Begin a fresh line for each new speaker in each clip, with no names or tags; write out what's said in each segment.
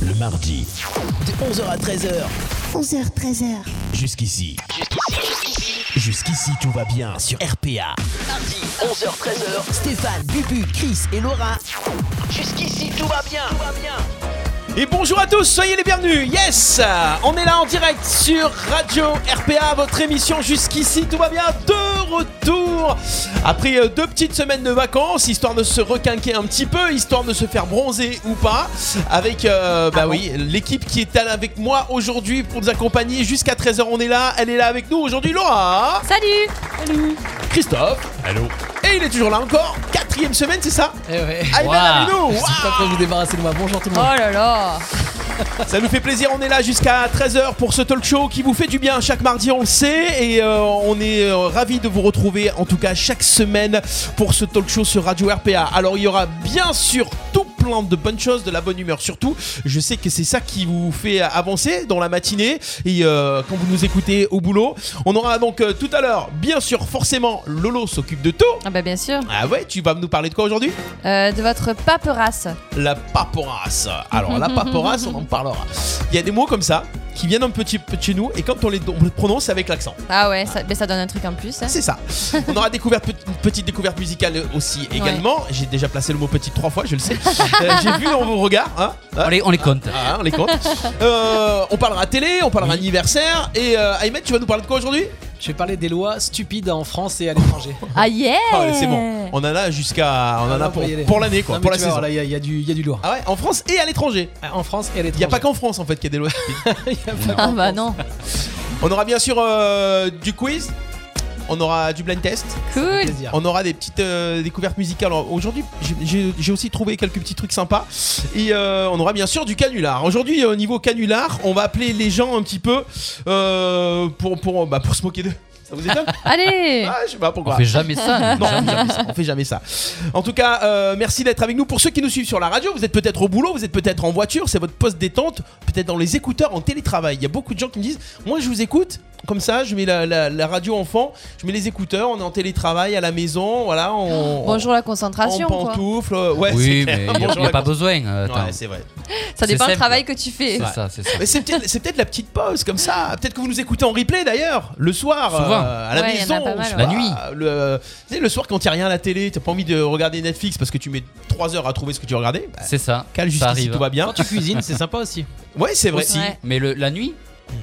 le mardi. De 11h à 13h.
11h, 13h.
Jusqu'ici. Jusqu'ici, tout va bien sur RPA. Mardi, 11h, 13h. Stéphane, Bubu, Chris et Laura. Jusqu'ici, tout va bien. Tout va bien.
Et bonjour à tous, soyez les bienvenus. Yes, on est là en direct sur Radio RPA, votre émission jusqu'ici, tout va bien. De retour après euh, deux petites semaines de vacances, histoire de se requinquer un petit peu, histoire de se faire bronzer ou pas, avec euh, bah oui l'équipe qui est là avec moi aujourd'hui pour nous accompagner jusqu'à 13h. On est là, elle est là avec nous aujourd'hui, Laura,
Salut Salut
Christophe,
Allô
et il est toujours là encore. Quatrième semaine, c'est ça
Eh ouais.
Ah, il est là avec nous.
Je suis pas prêt de vous débarrasser de moi. Bonjour tout le
Oh
monde.
là là
Ça nous fait plaisir, on est là jusqu'à 13h pour ce talk show qui vous fait du bien chaque mardi, on le sait, et euh, on est euh, ravis de vous retrouver en tout cas chaque semaine pour ce talk show sur Radio RPA. Alors il y aura bien sûr tout plein de bonnes choses, de la bonne humeur surtout. Je sais que c'est ça qui vous fait avancer dans la matinée et euh, quand vous nous écoutez au boulot. On aura donc euh, tout à l'heure, bien sûr, forcément, Lolo s'occupe de tout.
Ah bah bien sûr
Ah ouais, tu vas nous parler de quoi aujourd'hui
Euh, De votre paperasse.
la paporasse. Alors la paporasse, on en parlera. Il y a des mots comme ça qui viennent un petit peu de chez nous et quand on les, on les prononce c'est avec l'accent.
Ah ouais, ça, mais ça donne un truc en plus. hein.
C'est ça. On aura découvert pe- une petite découverte musicale aussi également. J'ai déjà placé le mot petite trois fois, je le sais. Euh, J'ai vu dans vos regards. hein. Hein
on les, on les compte.
Ah, on les compte. Euh, on parlera télé, on parlera anniversaire. Et euh, Ahmed, tu vas nous parler de quoi aujourd'hui
Je vais parler des lois stupides en France et à l'étranger.
Ah yeah
Ah ouais, C'est bon. On en a jusqu'à. On en a
Non,
pour,
faut y aller.
pour l'année, quoi.
Non, mais
Pour la
tu vas
saison.
voir, là, Il y, a- il y a du il y a du lourd.
Ah ouais, en France et à l'étranger.
En France et à l'étranger.
Il n'y a pas qu'en France en fait qu'il y a des lois.
Il y a pas
Ah
qu'en
bah
France.
non
On aura bien sûr euh, du quiz. On aura du blind test.
Cool
Plaisir.
On aura des petites euh, découvertes musicales. Aujourd'hui, j'ai- j'ai j'ai aussi trouvé quelques petits trucs sympas. Et euh, on aura bien sûr du canular. Aujourd'hui, au niveau canular, on va appeler les gens un petit peu euh, pour, pour, bah, pour se moquer d'eux. Ça vous étonne
Allez
Ah, je sais pas pourquoi.
On fait jamais ça.
Non, on fait jamais ça, on fait jamais ça. En tout cas, euh, merci d'être avec nous. Pour ceux qui nous suivent sur la radio, vous êtes peut-être au boulot, vous êtes peut-être en voiture, c'est votre poste détente, peut-être dans les écouteurs en télétravail. Il y a beaucoup de gens qui me disent Moi, je vous écoute. Comme ça, je mets la, la- la radio enfant, je mets les écouteurs, on est en télétravail à la maison, voilà, on,
Bonjour la
on
concentration quoi
pantoufle. euh, Ouais,
oui,
c'est clair.
mais il n'y a,
Bonjour, la
pas
con-
besoin. euh, Attends.
Ouais, c'est vrai.
Ça dépend
C'est
le
simple.
travail que tu fais.
c'est ça, c'est ça.
Mais c'est peut-être c'est peut-être la petite pause comme ça. Peut-être que vous nous écoutez en replay d'ailleurs, le soir,
Souvent.
euh, à la
Ouais, y en
maison,
a pas mal,
je sais
ouais. La
pas,
nuit.
Le, tu sais, le soir quand il y a rien à la télé, t'as pas envie de regarder Netflix parce que tu mets 3 heures à trouver ce que tu regardais. Bah,
C'est ça.
cale
ça
jusqu'ici,
arrive. hein.
tout va bien.
Quand tu cuisines, c'est sympa aussi.
Ouais, c'est vrai.
Aussi,
Ouais.
mais le, la nuit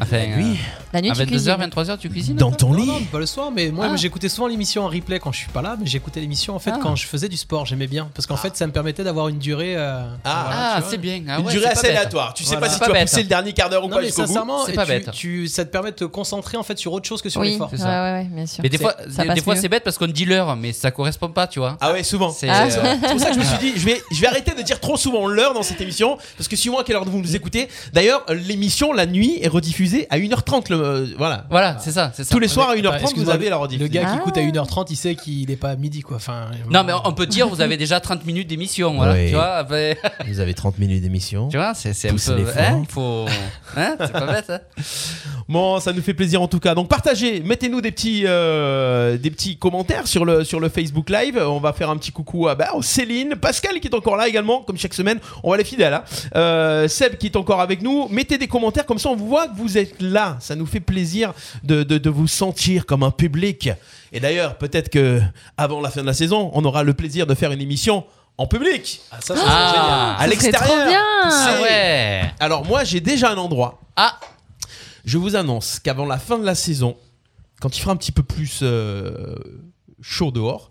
Enfin,
nuit.
La nuit
euh, à
tu cuisines.
22h, 23h, tu cuisines
Dans
toi
ton
Non, non,
lit.
pas le soir, mais moi
Ah.
j'écoutais souvent l'émission en replay quand je suis pas là, mais j'écoutais l'émission en fait
Ah.
quand je faisais du sport, j'aimais bien parce qu'en fait ça me permettait d'avoir une durée. euh,
Ah.
voilà,
Ah,
tu vois.
c'est bien. Ah
Une
ouais,
durée
c'est pas
assez
bête.
aléatoire. Tu sais
Voilà.
pas si
C'est pas
tu as
bête.
poussé le dernier quart d'heure ou
Non
pas
mais
jusqu'au bout.
sincèrement,
C'est
et
pas
tu-
bête.
tu- ça te permet de te concentrer en fait sur autre chose que sur
Oui,
l'effort.
ouais,
C'est
ouais,
ça.
ouais, bien sûr.
Mais des
C'est-
fois,
ça
des
passe
fois
mieux.
c'est bête parce qu'on dit l'heure, mais ça correspond pas, tu vois.
Ah ouais, souvent.
C'est
Ah.
euh,
C'est pour ça que je me suis dit, je vais, je vais arrêter de dire trop souvent l'heure dans cette émission, parce que suivant à quelle heure vous nous écoutez. D'ailleurs, l'émission, la nuit, est rediffusée à 1h30. Le, euh, voilà.
Voilà, c'est ça, c'est ça.
Tous les soirs à
Attends,
1h30, vous
excuse-moi,
avez la
Le
rediffusion.
gars qui
Ah.
écoute à 1h30, il sait qu'il est pas à midi quoi. Enfin, euh,
Non, mais on peut dire, vous avez déjà 30 minutes d'émission, voilà.
Oui.
Tu vois, ben,
Vous avez 30 minutes d'émission.
tu vois, c'est c'est un
Poussez les
peu.
fonds.
Hein, il faut. Hein, c'est pas bête. Hein.
Bon, ça nous fait plaisir en tout cas. Donc partagez, mettez-nous des petits, euh, des petits commentaires sur le, sur le Facebook Live. On va faire un petit coucou à bah, Céline, Pascal qui est encore là également, comme chaque semaine. On va les fidèles. hein. Euh, Seb qui est encore avec nous. Mettez des commentaires, comme ça on voit que vous êtes là. Ça nous fait plaisir de, de, de vous sentir comme un public. Et d'ailleurs, peut-être que avant la fin de la saison, on aura le plaisir de faire une émission en public,
Ah, ça, ça, c'est génial.
Ah,
à
Ce serait trop
l'extérieur.
bien.
C'est-
ah ouais.
Alors moi, j'ai déjà un endroit.
Ah,
Je vous annonce qu'avant la fin de la saison, quand il fera un petit peu plus euh, chaud dehors,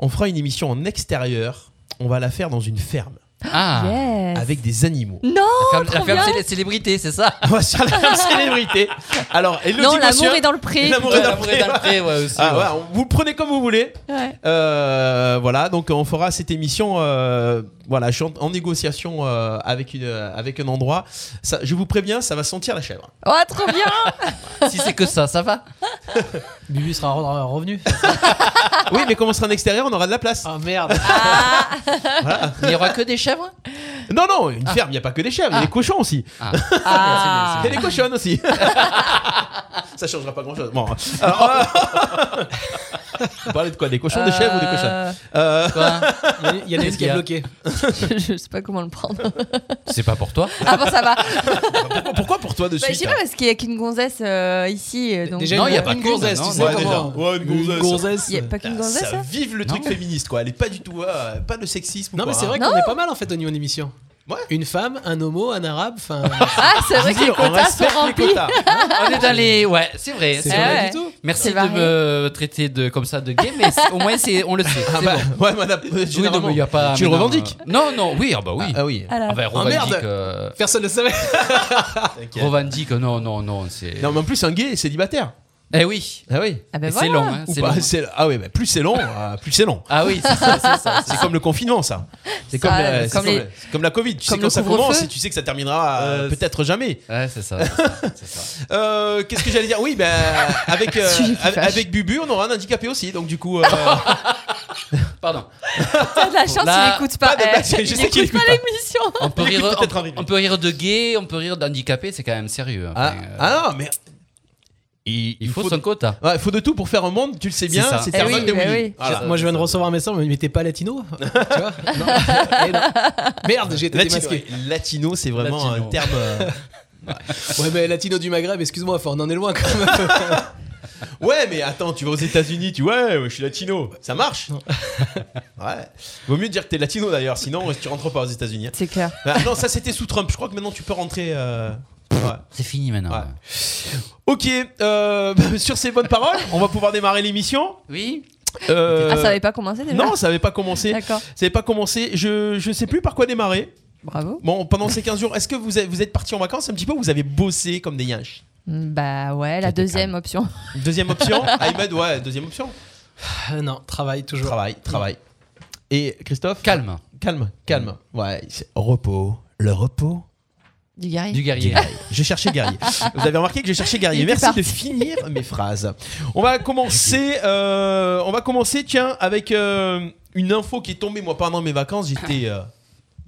on fera une émission en extérieur. On va la faire dans une ferme
ah.
Yes.
avec des animaux.
Non
La ferme-
trop
la ferme,
bien.
c'est les célébrités, c'est ça
On va faire la ferme célébrité. Alors, Elodie
Non, l'amour
Monsieur-
est dans le pré.
L'amour est
Ouais,
dans le
l'amour
pré,
est dans le
ouais.
pré, ouais, aussi.
Ah
ouais.
ouais, on- vous le prenez comme vous voulez.
Ouais.
Euh, voilà, donc on fera cette émission. euh, voilà, je suis en, en négociation euh, avec, une, euh, avec un endroit. Ça, je vous préviens, ça va sentir la chèvre.
Oh, trop bien
Si c'est que ça, ça va.
Bubu sera re- revenu.
Oui, mais comme on sera en extérieur, on aura de la place.
Ah merde.
Il n'y aura que des chèvres
Non, non, une
Ah.
ferme, il n'y a pas que des chèvres, il y a des cochons aussi.
Ah.
Il y a des cochons aussi. Ça changera pas grand chose. Bon. Alors, euh, Vous parlez de quoi Des cochons, des chèvres ou des cochons Euh,
Quoi
Il y a des qui
Qu'est-ce qu'il y
est
a
bloqué.
Euh, je, je sais pas comment le prendre.
C'est pas pour toi
Ah bon, ça va. Bah,
pourquoi, pourquoi pour toi de
je
suite
sais pas parce qu'il y a qu'une gonzesse euh, ici. euh, donc...
Déjà,
Non,
une-
il y a pas
une
qu'une,
gonzesse,
non,
tu sais
Ouais, déjà.
comment.
Ouais, une gonzesse.
Il y a pas qu'une
Ah,
gonzesse.
ça
hein
vive le truc
Non.
féministe quoi. Elle est pas du tout, euh, pas de sexisme. ou
Non, mais
quoi, hein.
c'est vrai
Non.
qu'on est pas mal en fait au niveau de l'émission.
Ouais.
Une femme, un homo, un arabe, enfin.
Ah, c'est vrai
Je
que les
dis, on
quotas sont
respecte les
remplis.
quotas.
On est dans les. Ouais, c'est vrai.
C'est
c'est
Ah
vrai.
pas
ouais.
du tout.
Merci
C'est
de
varié.
me traiter de comme ça de gay, mais c'est- au moins c'est on le sait.
Ah
c'est
bah,
bon.
ouais, madame. euh,
Oui, non,
généralement.
mais y a pas.
Tu le
mais non,
revendiques
euh, Non, non, oui, ah bah oui.
Ah oui.
Alors,
Ah bah, revendique.
merde.
euh,
Personne ne savait.
t'inquiète.
revendique, euh, non, non, non, c'est.
Non, mais en plus, un gay est célibataire.
Eh oui.
Ah oui.
Ah
Et
ben
C'est
voilà.
long, hein,
Ou
c'est
pas,
long.
c'est- Ah oui, mais plus c'est long, euh, plus c'est long.
Ah oui, c'est ça, c'est ça.
C'est comme le confinement, ça. C'est comme,
Ça,
la-
comme
c'est comme,
les-
la- comme la Covid. Tu sais
comme
quand
le
ça
couvre-feu.
commence et tu sais que ça terminera euh,
Euh,
peut-être jamais.
Ouais, c'est ça. c'est ça, c'est ça.
Euh, Qu'est-ce que j'allais dire Oui, ben avec, euh,
Sujet qui
avec,
fâche.
avec Bubu, on aura un handicapé aussi. Donc, du coup, euh,
Pardon.
T'as de la chance,
Là,
il écoute pas.
pas de-
eh,
bah, je sais
il
qu'il
écoute
écoute
pas l'émission.
On peut,
Il
rire,
écoute peut-être un
on,
rire.
on peut rire de gay, on peut rire d'handicapé, c'est quand même sérieux.
ah,
Enfin, euh,
ah non, mais. Il,
il faut
de...
son quota.
Ouais, il faut de tout pour faire un monde, tu le sais
C'est
bien.
ça.
C'est
Eh
Herman
oui,
de
bah
Willy.
oui.
Voilà.
Je- Moi, je viens de recevoir un message, mais t'es pas latino Tu vois Non. Eh non. Merde, j'ai été
Latino,
démasqué.
ouais. Latino, c'est vraiment
Latino.
un terme. euh,
Ouais, mais latino du Maghreb, excuse-moi, enfin, on en est loin quand même.
Eh
Ouais, mais attends, tu vas aux États-Unis, tu ouais, ouais, je suis latino, ça marche. Ouais. Vaut mieux dire que t'es latino d'ailleurs, sinon euh, tu rentres pas aux États-Unis. hein.
C'est clair.
Bah, non, ça c'était sous Trump. Je crois que maintenant tu peux rentrer. euh, ouais.
C'est fini maintenant.
Ouais. Ok, euh, bah, sur ces bonnes paroles, on va pouvoir démarrer l'émission.
Oui
Euh,
Ah, ça avait pas commencé déjà
Non, ça n'avait pas commencé.
D'accord.
Ça n'avait pas commencé. Je je sais plus par quoi démarrer.
Bravo.
Bon, pendant ces 15 jours, est-ce que vous êtes, vous êtes parti en vacances un petit peu ou vous avez bossé comme des yinches
Mm, Bah ouais, la
C'était
deuxième option.
Deuxième option Ahmed, ouais, deuxième option.
Euh, non, travaille toujours.
Travail, travail. Et Christophe
Calme.
Calme, calme. Ouais, c'est- repos. Le repos
Du Gary.
Du guerrier.
Je cherchais Guerrier. Vous avez remarqué que je cherchais Guerrier.
Il était
Merci
parti.
de finir mes phrases. On va commencer. euh, on va commencer, tiens, avec euh, une info qui est tombée. Moi, pendant mes vacances, j'étais, euh,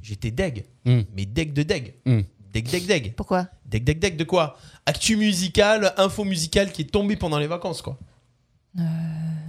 j'étais deg.
Hmm.
Mm.
Mais deg de deg.
Mm.
Deg, deg, deg.
Pourquoi
Deg, deg, deg de quoi Actu musicale, info musicale qui est tombée pendant les vacances, quoi.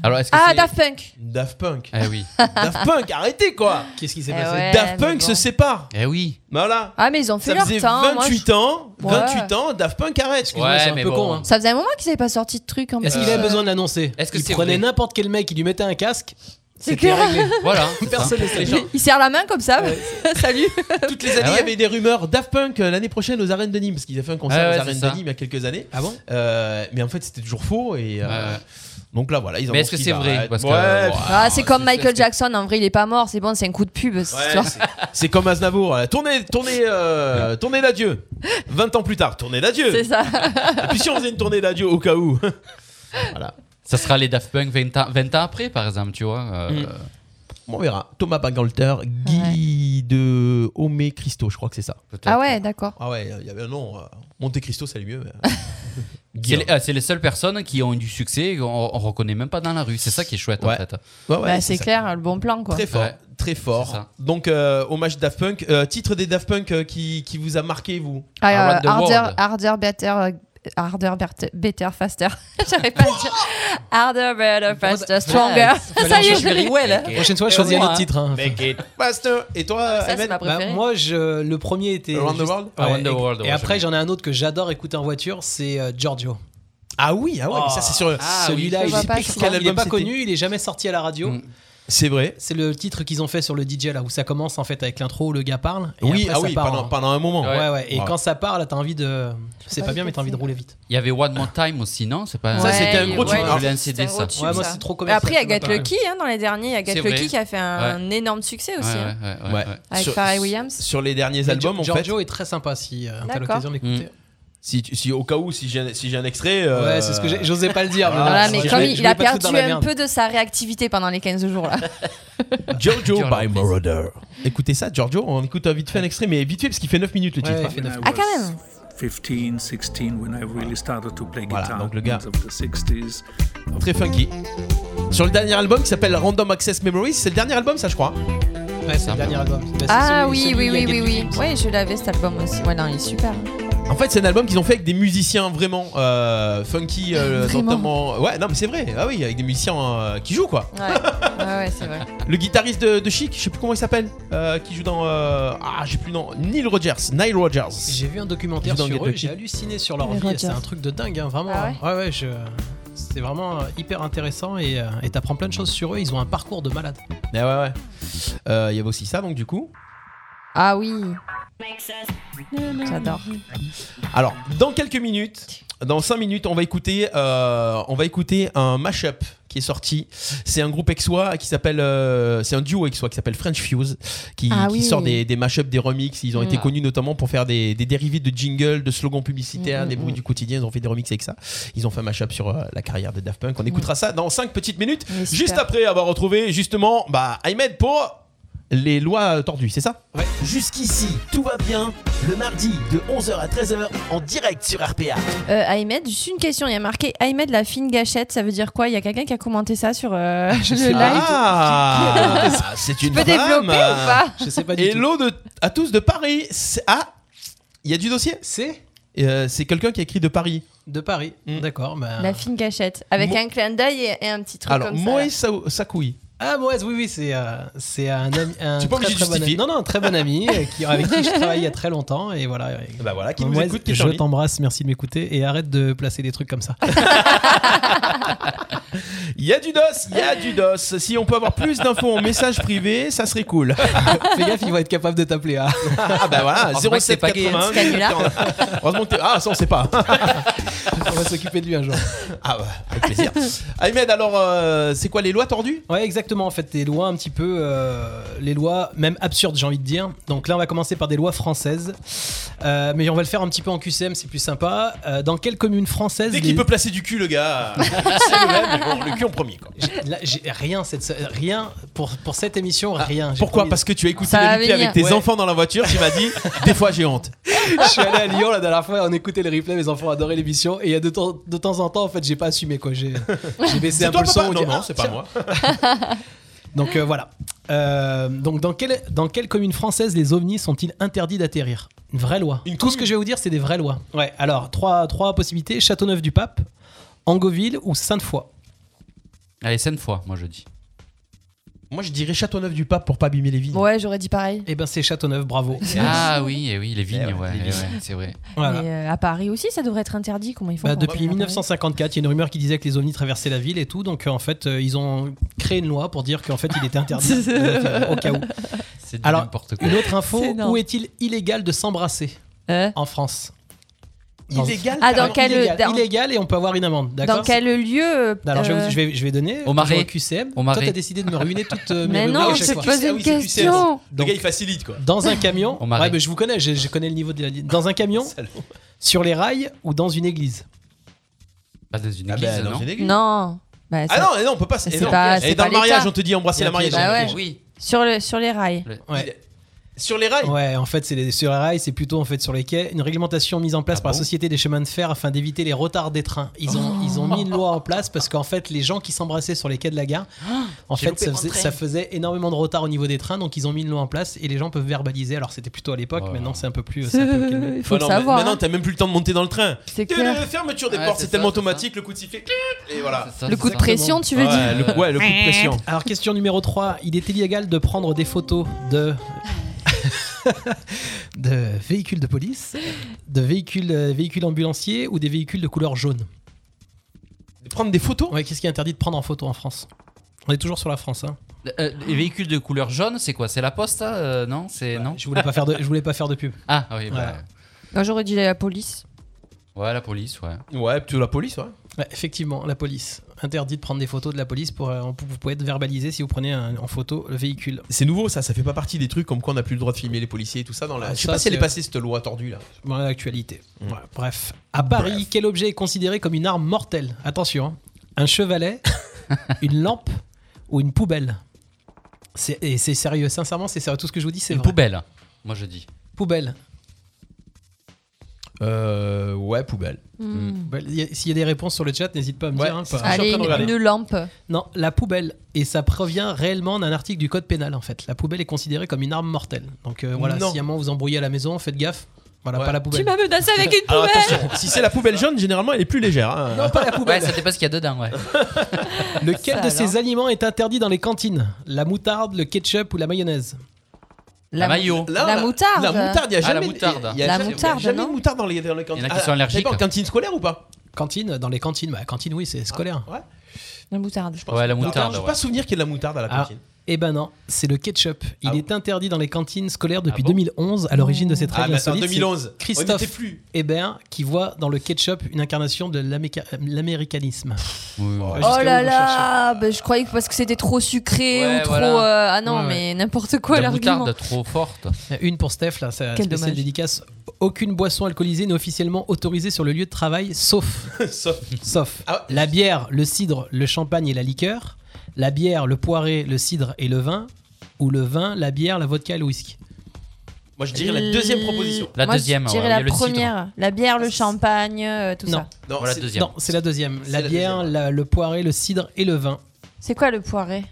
Alors, est-ce que
Ah,
c'est-
Daft Punk
Daft Punk.
Eh oui.
Daft Punk, arrêtez, quoi.
Qu'est-ce qui s'est
Eh
passé
ouais.
Daft
mais
Punk se
bon.
sépare.
Eh oui.
Voilà.
Ah, mais ils ont fait
Ça
leur
faisait
temps. moi, je-
28 ans,
Ouais.
28 ans, Daft Punk arrête.
Excuse-moi,
Ouais,
c'est un
mais
peu
bon.
con. hein.
Ça faisait un moment qu'ils avaient pas sorti de truc en
Est-ce
plus,
qu'il avait
euh,
besoin de l'annoncer
Est-ce que
Il
c'est
prenait
vrai
n'importe quel mec, il lui mettait un casque.
C'est
C'était
clair.
réglé.
Voilà.
Personne ne
Hein
savait.
Il serre la main comme ça. Salut.
Toutes les années, il
Ah ouais
y avait des rumeurs Daft Punk euh, l'année prochaine aux arènes de Nîmes, parce qu'ils avaient fait un concert
Ah ouais,
aux
c'est
arènes de
ça.
Nîmes il y a quelques années.
Ah bon
Euh, mais en fait, c'était toujours faux. Et, euh,
Ouais, ouais.
Donc là, voilà, ils ont bah,
Mais est-ce que c'est vrai Parce que, euh, wow,
Ah, c'est comme Michael
c'est-
Jackson. En vrai, il est pas mort. C'est bon, c'est un coup de pub. cette histoire.
c'est comme Aznavour. euh, Tournez, tournez, euh, tournée d'adieu. 20 ans plus tard, tournée d'adieu.
C'est ça.
Et puis si on faisait une tournée d'adieu au cas où. voilà,
Ça sera les Daft Punk 20 ans, 20 ans après, par exemple, tu vois. euh,
Mm. on verra. Thomas Bangalter, Guy de Homé Christo, je crois que c'est ça.
peut-être.
Ah ouais, d'accord.
Ah ouais, il y avait un nom. euh, Monte Cristo, c'est le mieux. mais- euh.
C'est
Guy,
les, ah, c'est les seules personnes qui ont eu du succès qu'on on reconnaît même pas dans la rue. C'est ça qui est chouette
Ouais.
en fait.
Ouais, ouais,
Bah,
c'est
c'est
ça.
clair, le bon plan quoi.
Très fort,
Ouais.
très
C'est
fort.
ça.
Donc, euh, hommage Daft Punk. Euh, titre des Daft Punk euh, qui, qui vous a marqué, vous
Ah, euh,
Around the
harder,
world.
harder, better, euh, harder, better, better, faster. J'arrivais pas à le dire. Harder, better, faster, stronger. Ça y est, je l'ai.
La prochaine fois, je choisis un
moi,
autre
hein.
titre. hein.
Make it faster. Et toi,
Ah, Ça, c'est
Ahmed
ma
Bah,
préférée.
moi, je, le premier était.
Around the
juste-
World
Ouais,
Around the
et-
World,
Et,
ouais,
après,
j'aime
j'en ai un autre que j'adore écouter en voiture, c'est euh, Giorgio.
Ah oui, ah ouais, mais ça, c'est sur.
Ah oui.
Celui-là,
Je
il
vois
est-
pas
il
sur quel
est
album
pas
c'était.
connu, il est jamais sorti à la radio.
Mm.
C'est vrai.
C'est le titre qu'ils ont fait sur le DJ là où ça commence en fait avec l'intro où le gars parle. Et
oui,
après,
ah
ça
oui,
part
pendant,
en-
pendant un moment.
Ouais.
Ouais, ouais. Et
Ouais.
quand ça part, là, t'as envie de. C'est
pas
pas bien, mais
lequel
t'as envie de
c'est.
rouler vite.
Il y avait One More Time aussi, non C'est pas.
Ça,
Ouais,
c'était un gros
ouais,
tube.
Je voulais un
c'était
CD,
un gros
ça.
tube,
Ouais, moi,
ça.
c'est trop
Et
commercial.
Bah, après, il y a Get
Ouais.
Lucky hein, dans les derniers. Il y a Get
C'est
Lucky
vrai.
qui a fait un énorme succès aussi. hein,
Ouais, ouais, ouais,
Ouais.
ouais.
Avec
Sur-
Pharrell Williams.
Sur les derniers
Mais
albums, en
Giorgio
fait.
est très sympa si euh, t'as
D'accord.
l'occasion d'écouter.
Si, tu- si, au cas où, si j'ai si j'ai un extrait. euh,
Ouais, c'est ce que j'ai- j'osais pas le dire.
Ah,
Voilà,
je
mais
voulais-
comme
je
il, il a perdu un peu de sa réactivité pendant les 15 jours là.
Giorgio
Giorgio.
by Moroder. Écoutez ça, Giorgio. On écoute euh, vite fait un extrait, mais vite fait, parce qu'il fait 9 minutes le titre.
Ouais,
hein.
il fait neuf.
Ah, quand même.
15, 16 when I really started to play
Voilà,
guitar.
donc le gars.
of the 60s.
Très funky. Sur le dernier album qui s'appelle Random Access Memories, c'est le dernier album, ça, je crois.
Ouais, c'est le dernier album. Bah, c'est
Ah
celui-
oui,
celui
oui,
où il y a
oui,
Get
oui,
Lucky.
oui. Oui, je l'avais cet album aussi. Ouais, non, il est super.
En fait, c'est un album qu'ils ont fait avec des musiciens vraiment euh, funky, euh,
Vraiment.
notamment. Ouais, non, mais c'est vrai. Ah oui, avec des musiciens euh, qui jouent quoi.
Ouais, ouais, ouais, c'est vrai.
Le guitariste de, de Chic, je sais plus comment il s'appelle, euh, qui joue dans. euh, Ah, j'ai plus le nom. Neil Rogers. Nile Rogers.
J'ai vu un documentaire
Dis donc,
sur
Get
eux,
Lucky.
j'ai halluciné sur leur
Les
vie.
Rogers.
C'est un truc de dingue, hein, vraiment.
Ah
ouais, ouais, je. C'est vraiment euh, hyper intéressant et euh, et t'apprends plein de choses sur eux. Ils ont un parcours de malade.
Eh Ouais, ouais, ouais. Euh, Il y avait aussi ça, donc du coup.
Ah oui. J'adore.
Alors, dans quelques minutes, dans 5 minutes, on va écouter, euh, on va écouter un mashup qui est sorti. C'est un groupe Aixois qui s'appelle, euh, c'est un duo Aixois qui s'appelle French Fuse, qui,
Ah
qui
oui.
sort des, des mashups, des remixes. Ils ont été
Mm.
connus notamment pour faire des, des dérivés de jingles, de slogans publicitaires,
Mm,
des
mm,
bruits
mm.
du quotidien. Ils ont fait des remixes avec ça. Ils ont fait un mashup sur euh, la carrière de Daft Punk. On écoutera ça dans 5 petites minutes,
Oui, super.
juste après avoir retrouvé justement bah, Ahmed pour les lois tordues, c'est ça
Jusqu'ici, tout va bien. Le mardi de 11h à 13h en direct sur RPA.
Euh, Ahmed, juste une question. Il y a marqué Ahmed la fine gâchette. Ça veut dire quoi Il y a quelqu'un qui a commenté ça sur euh, le live.
Ah, c'est une
Tu
femme.
peux développer ou pas
Je sais pas du tout.
Hello de, à tous de Paris. C'est- Ah, il y a du dossier
C'est
Euh, C'est quelqu'un qui a écrit de Paris.
de Paris.
Mm.
D'accord. bah-
La fine gâchette. Avec
Mo-
un clin d'œil et, et un petit truc
Alors,
comme ça.
Moe Sa- Sakoui.
Ah Moaz, oui, oui, c'est euh, c'est un ami. Un
Tu es pas
très,
obligé de
très bon ami-
justifier.
Non, non, un très bon ami euh, qui, avec qui je travaille il y a très longtemps. Et voilà. Et-
Eh ben
Bah voilà, qui nous
Moaz,
écoute, qui est
je
Charlie.
t'embrasse, merci de m'écouter et arrête de placer des trucs comme ça.
Il y a du dos, il y a du dos. Si on peut avoir plus d'infos en message privé, ça serait cool.
Fais gaffe, ils vont être capables de t'appeler. ah.
Ah
ben
bah
Oh,
voilà,
Heureusement que c'est pas gay, hein,
0781.
ce canular.
Heureusement que t'es- Ah, ça on sait pas.
On va s'occuper de lui un jour.
Ah bah, avec plaisir. Ahmed, alors, euh, c'est quoi les lois tordues
Ouais, exactement. En fait, les lois un petit peu, euh, les lois même absurdes, j'ai envie de dire. Donc là, on va commencer par des lois françaises, Euh, mais on va le faire un petit peu en QCM, c'est plus sympa. Euh, dans quelle commune française
Dès qu'il
les-
peut placer du cul, le gars, c'est le même, mais bon, le cul en premier. Quoi.
J'ai- Là, j'ai rien, cette, se- rien pour pour cette émission, rien. J'ai
Pourquoi
promis-
Parce que tu as écouté
Ça
la
va
lutte avec
venir.
tes
Ouais.
enfants dans la voiture, tu m'as dit, des fois j'ai honte.
je suis allé à Lyon la dernière fois, on écoutait le replay, mes enfants adoraient l'émission, et il y a de, temps- de temps en temps, en fait, j'ai pas assumé quoi. J'ai j'ai baissé
C'est
un
toi,
peu le son.
papa
on
Non,
dit,
non,
ah,
c'est pas
tiens.
moi.
Donc euh, voilà. Euh, donc dans quelle, dans quelle commune française les ovnis sont-ils interdits d'atterrir Une vraie loi.
Une
Tout ce que je vais vous dire, c'est des vraies lois. Ouais, alors trois, trois possibilités Châteauneuf-du-Pape, Angoville ou Sainte-Foy.
Allez, sainte fois, moi je dis.
Moi, je dirais Châteauneuf du Pape pour pas abîmer les vies.
Ouais, j'aurais dit pareil.
Eh ben c'est Châteauneuf, bravo.
Ah oui, eh oui, les vignes,
Eh ouais,
ouais,
les
eh
vignes.
ouais, c'est vrai.
Voilà.
Mais, euh, à Paris aussi, ça devrait être interdit. Comment ils font
Bah,
pour
depuis
rentrer à Paris
1954, il y a une rumeur qui disait que les ovnis traversaient la ville et tout. Donc euh, en fait, euh, ils ont créé une loi pour dire qu'en fait, il était interdit d'atterrir, au cas où.
C'est du
Alors,
n'importe quoi.
Une autre info
C'est énorme.
où est-il illégal de s'embrasser
Hein
en France Dans-
Illégal
Ah, dans
carrément.
quel-
illégal,
dans-
illégal et on peut avoir une amende. D'accord Bah,
Dans quel lieu
Alors je,
euh,
vais, je, vais, je vais donner
Au Marais.
je vais QCM.
Au Marais.
Toi, t'as décidé de me ruiner toute euh, mes
Mais
rubriques
non,
à
je
chaque
te
fois.
posais
Ah
une
oui, c'est
question.
Le gars, il facilite quoi.
Dans un camion.
Au Marais.
Ouais, mais je vous connais, je, je connais le niveau de la- Dans un camion,
Ah,
sur les rails ou dans une église.
Pas dans une
Ah
église,
bah, dans
non
une église.
Non. Bah,
Ah
ça-
non, eh non, on peut pas.
C'est
eh non.
pas-
Et
c'est
dans
pas
le mariage,
l'État.
on te dit embrasser
Il y a
la
un piège,
mariée.
Bah ouais.
Oui.
Sur, le, sur les rails.
Ouais.
Sur les rails.
Ouais, en fait, c'est les- sur les rails, c'est plutôt en fait sur les quais. Une réglementation mise en place
Ah
par
bon
la Société des chemins de fer afin d'éviter les retards des trains. Ils ont,
Oh.
ils ont mis une loi en place parce qu'en fait, les gens qui s'embrassaient sur les quais de la gare, en
Ah, j'ai
fait,
loupé
ça
mon
faisait,
train.
ça faisait énormément de retard au niveau des trains. Donc, ils ont mis une loi en place et les gens peuvent verbaliser. Alors, c'était plutôt à l'époque,
Voilà.
maintenant, c'est un peu plus. euh, c'est un peu calmé.
Il faut
Ah
le
non,
savoir.
Maintenant,
hein.
t'as même plus le temps de monter dans le train.
C'est clair.
Euh, Fermeture des
Ouais,
portes,
c'est
c'est tellement
ça, c'est
automatique. Le coup de sifflet. Et voilà.
C'est ça,
Le
c'est
coup de
ça.
pression, tu veux dire
Ouais, le- ouais, le coup de pression.
Alors, question numéro 3. Il est illégal de prendre des photos de. de véhicules de police, de véhicules, euh, véhicules ambulanciers ou des véhicules de couleur jaune.
De Prendre des photos
Ouais, qu'est-ce qui est interdit de prendre en photo en France On est toujours sur la France, hein.
Euh, les véhicules de couleur jaune, c'est quoi C'est la poste, ça euh, Non, c'est non.
Je voulais pas faire de, je voulais pas faire de pub.
Ah oui, bah,
Non, J'aurais dit la police.
ouais. la police, ouais.
Ouais, plutôt la police, ouais.
Ouais, effectivement, la police interdit de prendre des photos de la police pour, euh, vous pouvez être verbalisé si vous prenez un- en photo le véhicule.
C'est nouveau ça, ça fait pas partie des trucs comme quoi on n'a plus le droit de filmer les policiers et tout ça dans la.
Ah,
je sais
ça,
pas si elle est
c'est-
passée cette loi tordue là.
Bon, l'actualité.
Mm.
Ouais, bref, à Paris,
Bref.
quel objet est considéré comme une arme mortelle Attention, hein. un chevalet, une lampe ou une poubelle. C'est, et c'est sérieux, sincèrement, c'est sérieux. Tout ce que je vous dis, c'est
Une
vrai.
poubelle, moi je dis.
Poubelle.
Euh. Ouais, poubelle.
Hmm.
Poubelle. Il y a- S'il y a des réponses sur le chat, n'hésite pas à me
Ouais,
dire. hein,
c'est
pas-
ça.
Allez,
en train de regarder.
une lampe.
Non, la poubelle. Et ça provient réellement d'un article du code pénal, en fait. La poubelle est considérée comme une arme mortelle. Donc euh, voilà,
Non.
si à un moment vous embrouillez à la maison, faites gaffe. Voilà, pas la poubelle.
Tu m'as menacé avec une
Alors
poubelle.
attention, si c'est la poubelle jaune, généralement elle est plus légère. hein.
Non, pas la
Ouais,
poubelle.
ça dépend ce qu'il y a dedans, ouais.
Lequel
Ça
de
alors.
ces aliments est interdit dans les cantines La moutarde, le ketchup ou la mayonnaise
La maillot.
Là,
La
la-
moutarde.
La moutarde, il y a
Ah, la
jamais.
moutarde.
il y a
La
jamais-
moutarde,
il y a jamais
non
de moutarde dans les, dans les cantines.
Il y en a qui
Ah,
sont allergiques,
ça dépend,
hein.
cantine scolaire ou pas
Cantine, dans les cantines, bah, cantine oui, c'est scolaire.
Ouais.
La moutarde.
Je pense
Ouais, la
que- Attends,
moutarde,
Je ne
ouais.
pas souvenir qu'il y ait de la moutarde à la
Ah.
cantine.
Eh ben non, c'est le ketchup. Il
Ah bon
est interdit dans les cantines scolaires depuis
Ah bon
2011. À l'origine de cette
Ah,
règle
mais attends,
insolite, c'est
2011. On
Christophe.
n'était plus.
Hébert qui voit dans le ketchup une incarnation de l'améca- l'américanisme.
Oui, oui.
Jusqu'à
Oh
où
là
vous
là, bah, je croyais que parce que c'était trop sucré
Ouais,
ou trop.
voilà.
euh, ah non,
Ouais, ouais.
mais n'importe quoi
la
l'argument.
moutarde trop forte.
Il y en a Une pour Steph, là, c'est
Quel
spéciale
dommage.
dédicace. Aucune boisson alcoolisée n'est officiellement autorisée sur le lieu de travail, sauf,
Sauf-
sauf
Ah
la bière, le cidre, le champagne et la liqueur, la bière, le poiré, le cidre et le vin, ou le vin, la bière, la vodka et le whisky.
Moi, je dirais la deuxième proposition.
La
Moi,
deuxième,
Je
ouais,
dirais
il y a
la
le cidre.
première. La bière, le champagne, euh, tout
Non.
ça.
Non,
Voilà,
c'est-
deuxième.
Non, c'est la deuxième.
C'est
La
la
bière,
deuxième,
la- le poiré, le cidre et le vin.
C'est quoi le poiré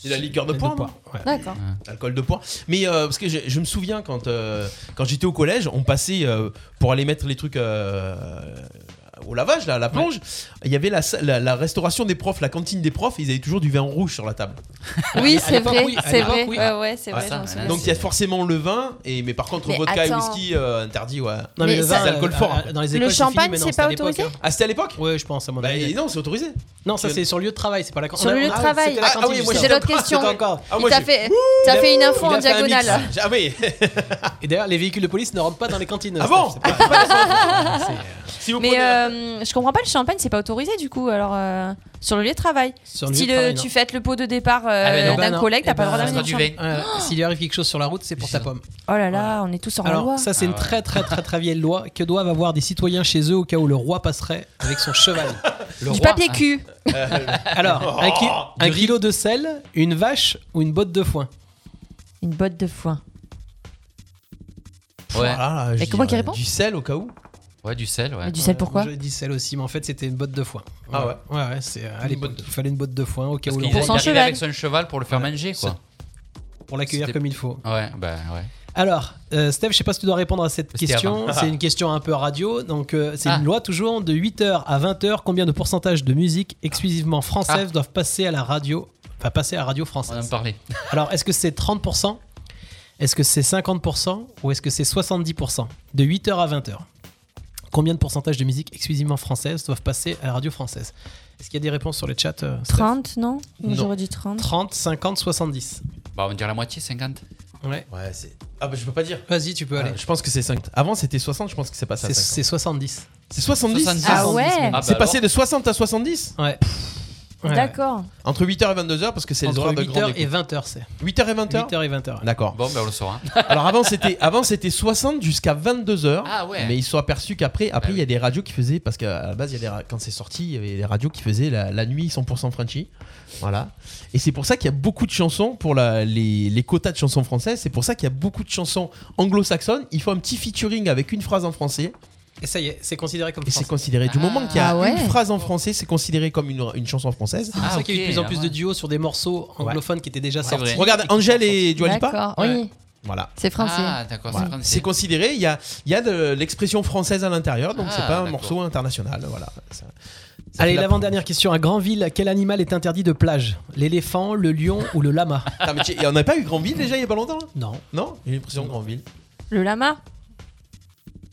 c'est la liqueur de poire. non
ouais.
D'accord.
Alcool de poids. Mais euh, parce que je, je me souviens quand, euh, quand j'étais au collège, on passait euh, pour aller mettre les trucs euh, au lavage, là, à la plonge. Il y avait la, sa- la, la restauration des profs, la cantine des profs, et ils avaient toujours du vin rouge sur la table.
Oui,
à
c'est
l'époque,
vrai.
oui, à
C'est
l'époque,
vrai.
oui.
Ouais, ouais, c'est
Ah,
vrai.
ça,
j'en
là,
souviens.
Donc il y a forcément le vin, et, mais par contre,
Mais
vodka et
attends.
whisky euh, interdit, ouais.
Non, mais
Mais
le
ça-
vin,
C'est alcool
euh,
fort,
à-
quoi.
dans les
Le
écoles, c'est
champagne,
filmé, mais non,
c'est pas
à l'époque,
autorisé
hein.
Ah, c'était à l'époque
Ouais, je pense, à mon
Bah
avis.
non, c'est autorisé.
Non, ça c'est sur lieu de travail, c'est pas la
Sur le lieu de
Ah,
travail.
c'était la
Ah, ah
cantine,
oui,
juste
moi,
avant.
C'est l'autre question.
C'était encore.
Ah,
Il
moi,
t'a
j'ai-
fait, t'as fait une info
Il
en
a fait un
diagonale.
mix.
Ah oui,
Et d'ailleurs, les véhicules de police ne rentrent pas dans les cantines.
Ah
ça,
bon
c'est pas- c'est, euh,
si vous
Mais
prenez-
euh, je comprends pas, le champagne, c'est pas autorisé du coup, alors euh, sur le lieu de travail.
sur le lieu
si
de
le-
travail, non.
tu fêtes le pot de départ euh,
Ah, mais non.
Bah,
d'un
non.
collègue, t'as
Eh
pas le
ben,
droit
Ça sera
d'amener
du
une chambre.
vin.
Euh, S'il lui arrive quelque chose sur la route, c'est pour ta pomme.
Oh là là, on est tous en loi.
Alors, ça, c'est
Ah
une
ouais.
très très très très vieille loi que doivent avoir des citoyens chez eux au cas où le roi passerait avec son cheval.
Le
Du
roi,
papier
hein.
cul.
Alors, un, ki-
Oh,
un kilo de sel, une vache ou une botte de foin
Une botte de foin.
Ouais.
Voilà, Ah, là, je
Et comment
dirais
qui répond
Du sel au cas où
ouais, du sel, ouais.
Mais du sel,
Euh,
pourquoi
moi, J'avais dit sel aussi, mais en fait, c'était une botte de foin.
Ah
Ouais, ouais, c'est euh, à l'époque,
botte de-
il fallait une botte de foin au cas
Parce
où le
qu'il
Pour
est
son
roi
arrivé
cheval.
avec son cheval pour le faire manger, quoi.
pour l'accueillir
c'était-
comme il faut.
Ouais, bah ouais.
Alors, euh, Steph, je sais pas si tu dois répondre à cette
C'était
question.
avant.
C'est une question un peu radio. Donc, euh, c'est
Ah.
une loi toujours de 8h à 20h. Combien de pourcentage de musique exclusivement française doivent passer à la radio Enfin, passer à la radio
On en
française.
parlait.
Alors, est-ce que c'est 30% Est-ce que c'est 50% Ou est-ce que c'est 70% De 8h à 20h. Combien de pourcentage de musique exclusivement française doivent passer à la radio française Est-ce qu'il y a des réponses sur le chat euh, Steph
30, non
Non.
J'aurais dit 30.
30, 50, 70.
Bah, on va dire la moitié, 50.
Ouais.
Ouais, c'est. Ah bah je peux pas dire.
Vas-y, tu peux aller.
Ah, je pense que c'est 5. Avant c'était 60, je pense que c'est passé à
C'est
50.
c'est 70.
C'est 70,
70.
Ah ouais
Ah,
C'est
bah
passé
alors.
de 60 à 70
Ouais. Ouais, ouais.
D'accord.
Entre 8h et 22h parce que c'est les
Entre
horaires de grande
8h et 20h, c'est.
8h et 20h
8h et 20h.
D'accord.
Bon, bah, on le saura.
Alors avant c'était avant c'était 60 jusqu'à 22h.
Ah ouais.
Mais ils se sont aperçus qu'après après
Bah
il y a des radios qui faisaient parce qu'à la base il y a des ra- quand c'est sorti, il y avait des radios qui faisaient la, la nuit 100% Frenchy. Voilà. Et c'est pour ça qu'il y a beaucoup de chansons pour la- les, les quotas de chansons françaises, c'est pour ça qu'il y a beaucoup de chansons anglo-saxonnes, il faut un petit featuring avec une phrase en français
Et ça y est, c'est considéré comme
et c'est
français.
considéré du
Ah.
moment qu'il y a
Ah ouais.
une phrase en français, c'est considéré comme une, une chanson française.
C'est pour
Ah,
ça qu'il y a eu de
ok,
plus en plus
ah
de
ouais.
duos sur des morceaux anglophones qui étaient déjà
C'est
sortis.
vrai.
Regarde Angèle et Dua Lipa.
D'accord,
Ouais.
oui.
Voilà.
C'est français.
Ah, d'accord,
Voilà.
c'est français.
C'est considéré, il y a, il y a de l'expression française à l'intérieur, donc
Ah,
c'est pas un
d'accord.
morceau international. Voilà. Ça- ça
Allez,
fait la
l'avant-dernière question. À Granville, quel animal est interdit de plage L'éléphant, le lion ou le lama
Attends, mais tu- et on n'a pas eu Grandville déjà il y a pas longtemps là
Non.
Non J'ai l'impression que Grandville.
Le lama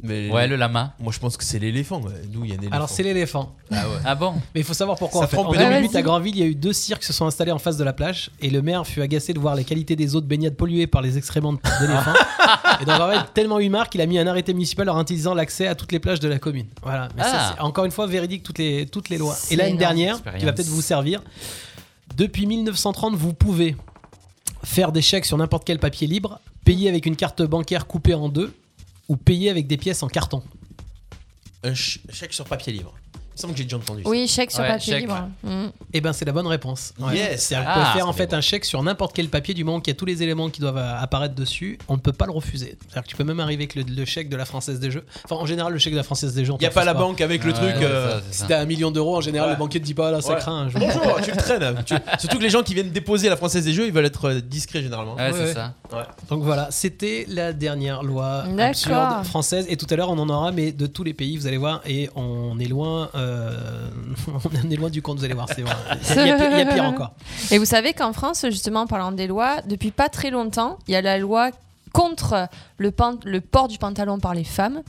Mais
Ouais, le lama.
moi je pense que c'est l'éléphant. ouais. D'où il y a un éléphant.
Alors, c'est l'éléphant.
Ah ouais.
Ah bon
Mais il faut savoir pourquoi.
Ça
en fait.
trompe
En
les
2008,
gens.
à Granville, il y a eu deux cirques qui se sont installés en face de la plage et le maire fut agacé de voir les qualités des eaux de baignade polluées par les excréments de- d'éléphants. et donc, en fait, tellement eu marre qu'il a mis un arrêté municipal leur interdisant l'accès à toutes les plages de la commune. Voilà. Mais ça,
Ah.
c'est encore une fois véridique toutes les, toutes les lois. Et
C'est
là, une
énorme.
dernière qui va
Expérience.
peut-être vous servir. Depuis 1930, vous pouvez faire des chèques sur n'importe quel papier libre, payer avec une carte bancaire coupée en deux ou payer avec des pièces en carton.
Un ch- chèque sur papier libre. Il me semble que j'ai déjà entendu ça.
Oui, chèque sur
Ouais,
papier
chèque,
libre. Mm.
Eh ben, c'est la bonne réponse.
Yes.
C'est-à-dire
Ah,
qu'on peut faire
c'est
en fait
bon.
un chèque sur n'importe quel papier du moment qu'il y a tous les éléments qui doivent euh, apparaître dessus. On ne peut pas le refuser. C'est-à-dire que tu peux même arriver avec le, le chèque de la Française des Jeux. Enfin, en général, le chèque de la Française des Jeux. on
Il n'y a
t'en
pas
fait
la banque avec le
Ah, Ouais,
truc.
ouais,
euh,
ça, c'est
Si
ça.
t'as un million d'euros, en général,
Ouais.
le banquier te dit pas là, ça
Ouais.
craint. je-
Bonjour, tu le traînes. hein. tu- Surtout que les gens qui viennent déposer à la Française des Jeux, ils veulent être euh, discrets généralement.
Ouais,
Ouais.
c'est ça.
Donc voilà, c'était la dernière loi
D'accord.
absurde française. Et tout à l'heure, on en aura, mais de tous les pays, vous allez voir. Et on est loin, euh, on est loin du compte, vous allez voir. C'est vrai. Il y, a- il y a pire- il y a pire encore.
Et vous savez qu'en France, justement, en parlant des lois, depuis pas très longtemps, il y a la loi contre le, pan- le port du pantalon par les femmes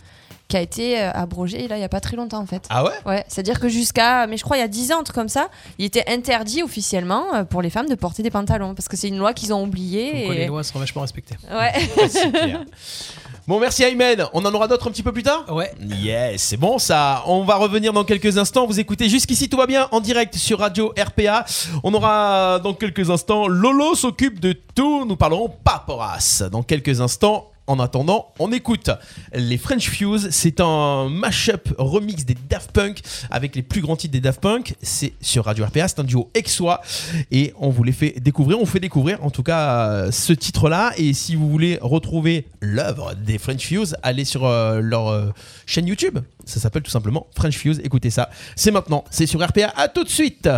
qui a été euh, abrogée, là, il y a pas très longtemps, en fait.
Ah ouais
Ouais, c'est-à-dire que jusqu'à, mais je crois il y a 10 ans, un truc comme ça, il était interdit officiellement euh, pour les femmes de porter des pantalons parce que c'est une loi qu'ils ont
Comme quoi,
oubliée.
les
Et...
lois seront vachement respectées.
Ouais.
C'est clair. Bon, merci Aymen. On en aura d'autres un petit peu plus tard
Ouais.
Yes, c'est bon ça. On va revenir dans quelques instants. Vous écoutez jusqu'ici, tout va bien en direct sur Radio RPA. On aura dans quelques instants Lolo s'occupe de tout. Nous parlerons paporas dans quelques instants. En attendant, on écoute les French Fuse. C'est un mash-up remix des Daft Punk avec les plus grands titres des Daft Punk. C'est sur Radio RPA. C'est un duo Aixois et on vous les fait découvrir. On vous fait découvrir en tout cas euh, ce titre-là. Et si vous voulez retrouver l'œuvre des French Fuse, allez sur euh, leur euh, chaîne YouTube. Ça s'appelle tout simplement French Fuse. Écoutez ça. C'est maintenant. C'est sur RPA. À tout de suite.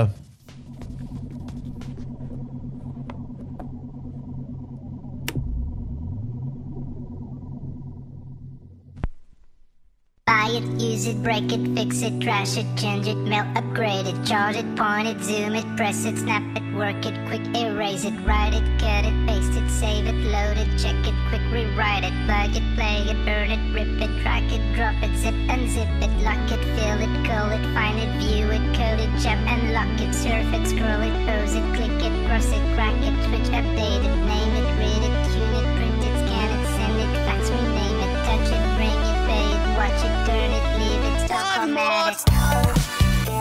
Buy it, use it, break it, fix it, trash it, change it, mail, upgrade it, charge it, point it, zoom it, press it, snap it, work it, quick erase it, write it, cut it, paste it, save it, load it, check it, quick rewrite it, plug it, play it, burn it, rip it, track it, drop it, zip and zip it, lock it, fill it, call it, find it, view it, code it, jump and lock it, surf it, scroll it, pose it, click it, cross it, crack it, switch, update it, name it, read it, tune it, print it, scan it, send it, fax, rename it, touch it, bring it, pay it, watch it, turn it, leave it, stop, format it.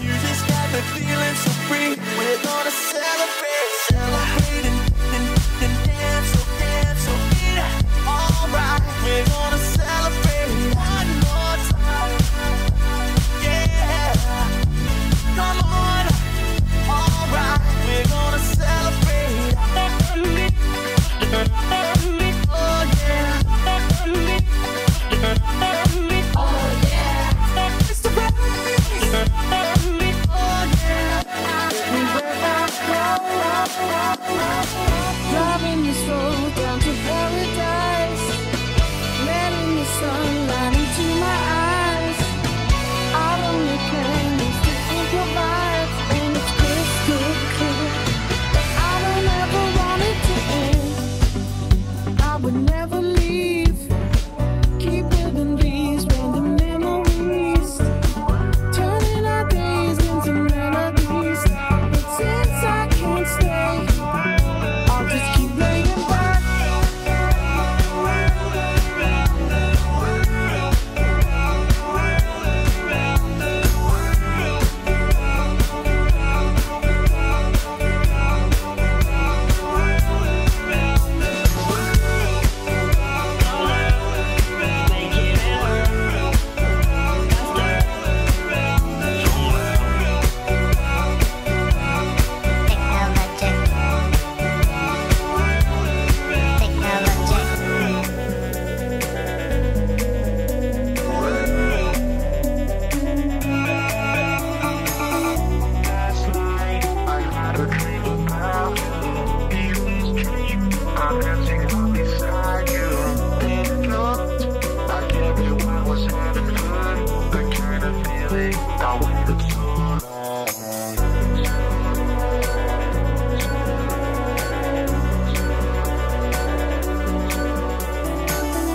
You just got me feeling so free. We're gonna celebrate, celebrate and, and, and dance, so dance, oh, so get alright. We're gonna celebrate one more time. Yeah, come on, alright. We're gonna celebrate. Oh yeah. Oh yeah. It's the best.
Driving me slow down to paradise. Letting the sunlight into my eyes. All of my pain is to think of us, and it's crystal clear. I don't ever want it to end. I would never leave. Keep building these random memories. Turning our days into melodies. But since I can't stay. I'll just keep laying back.
Technologic. Technologic.
I waited so long.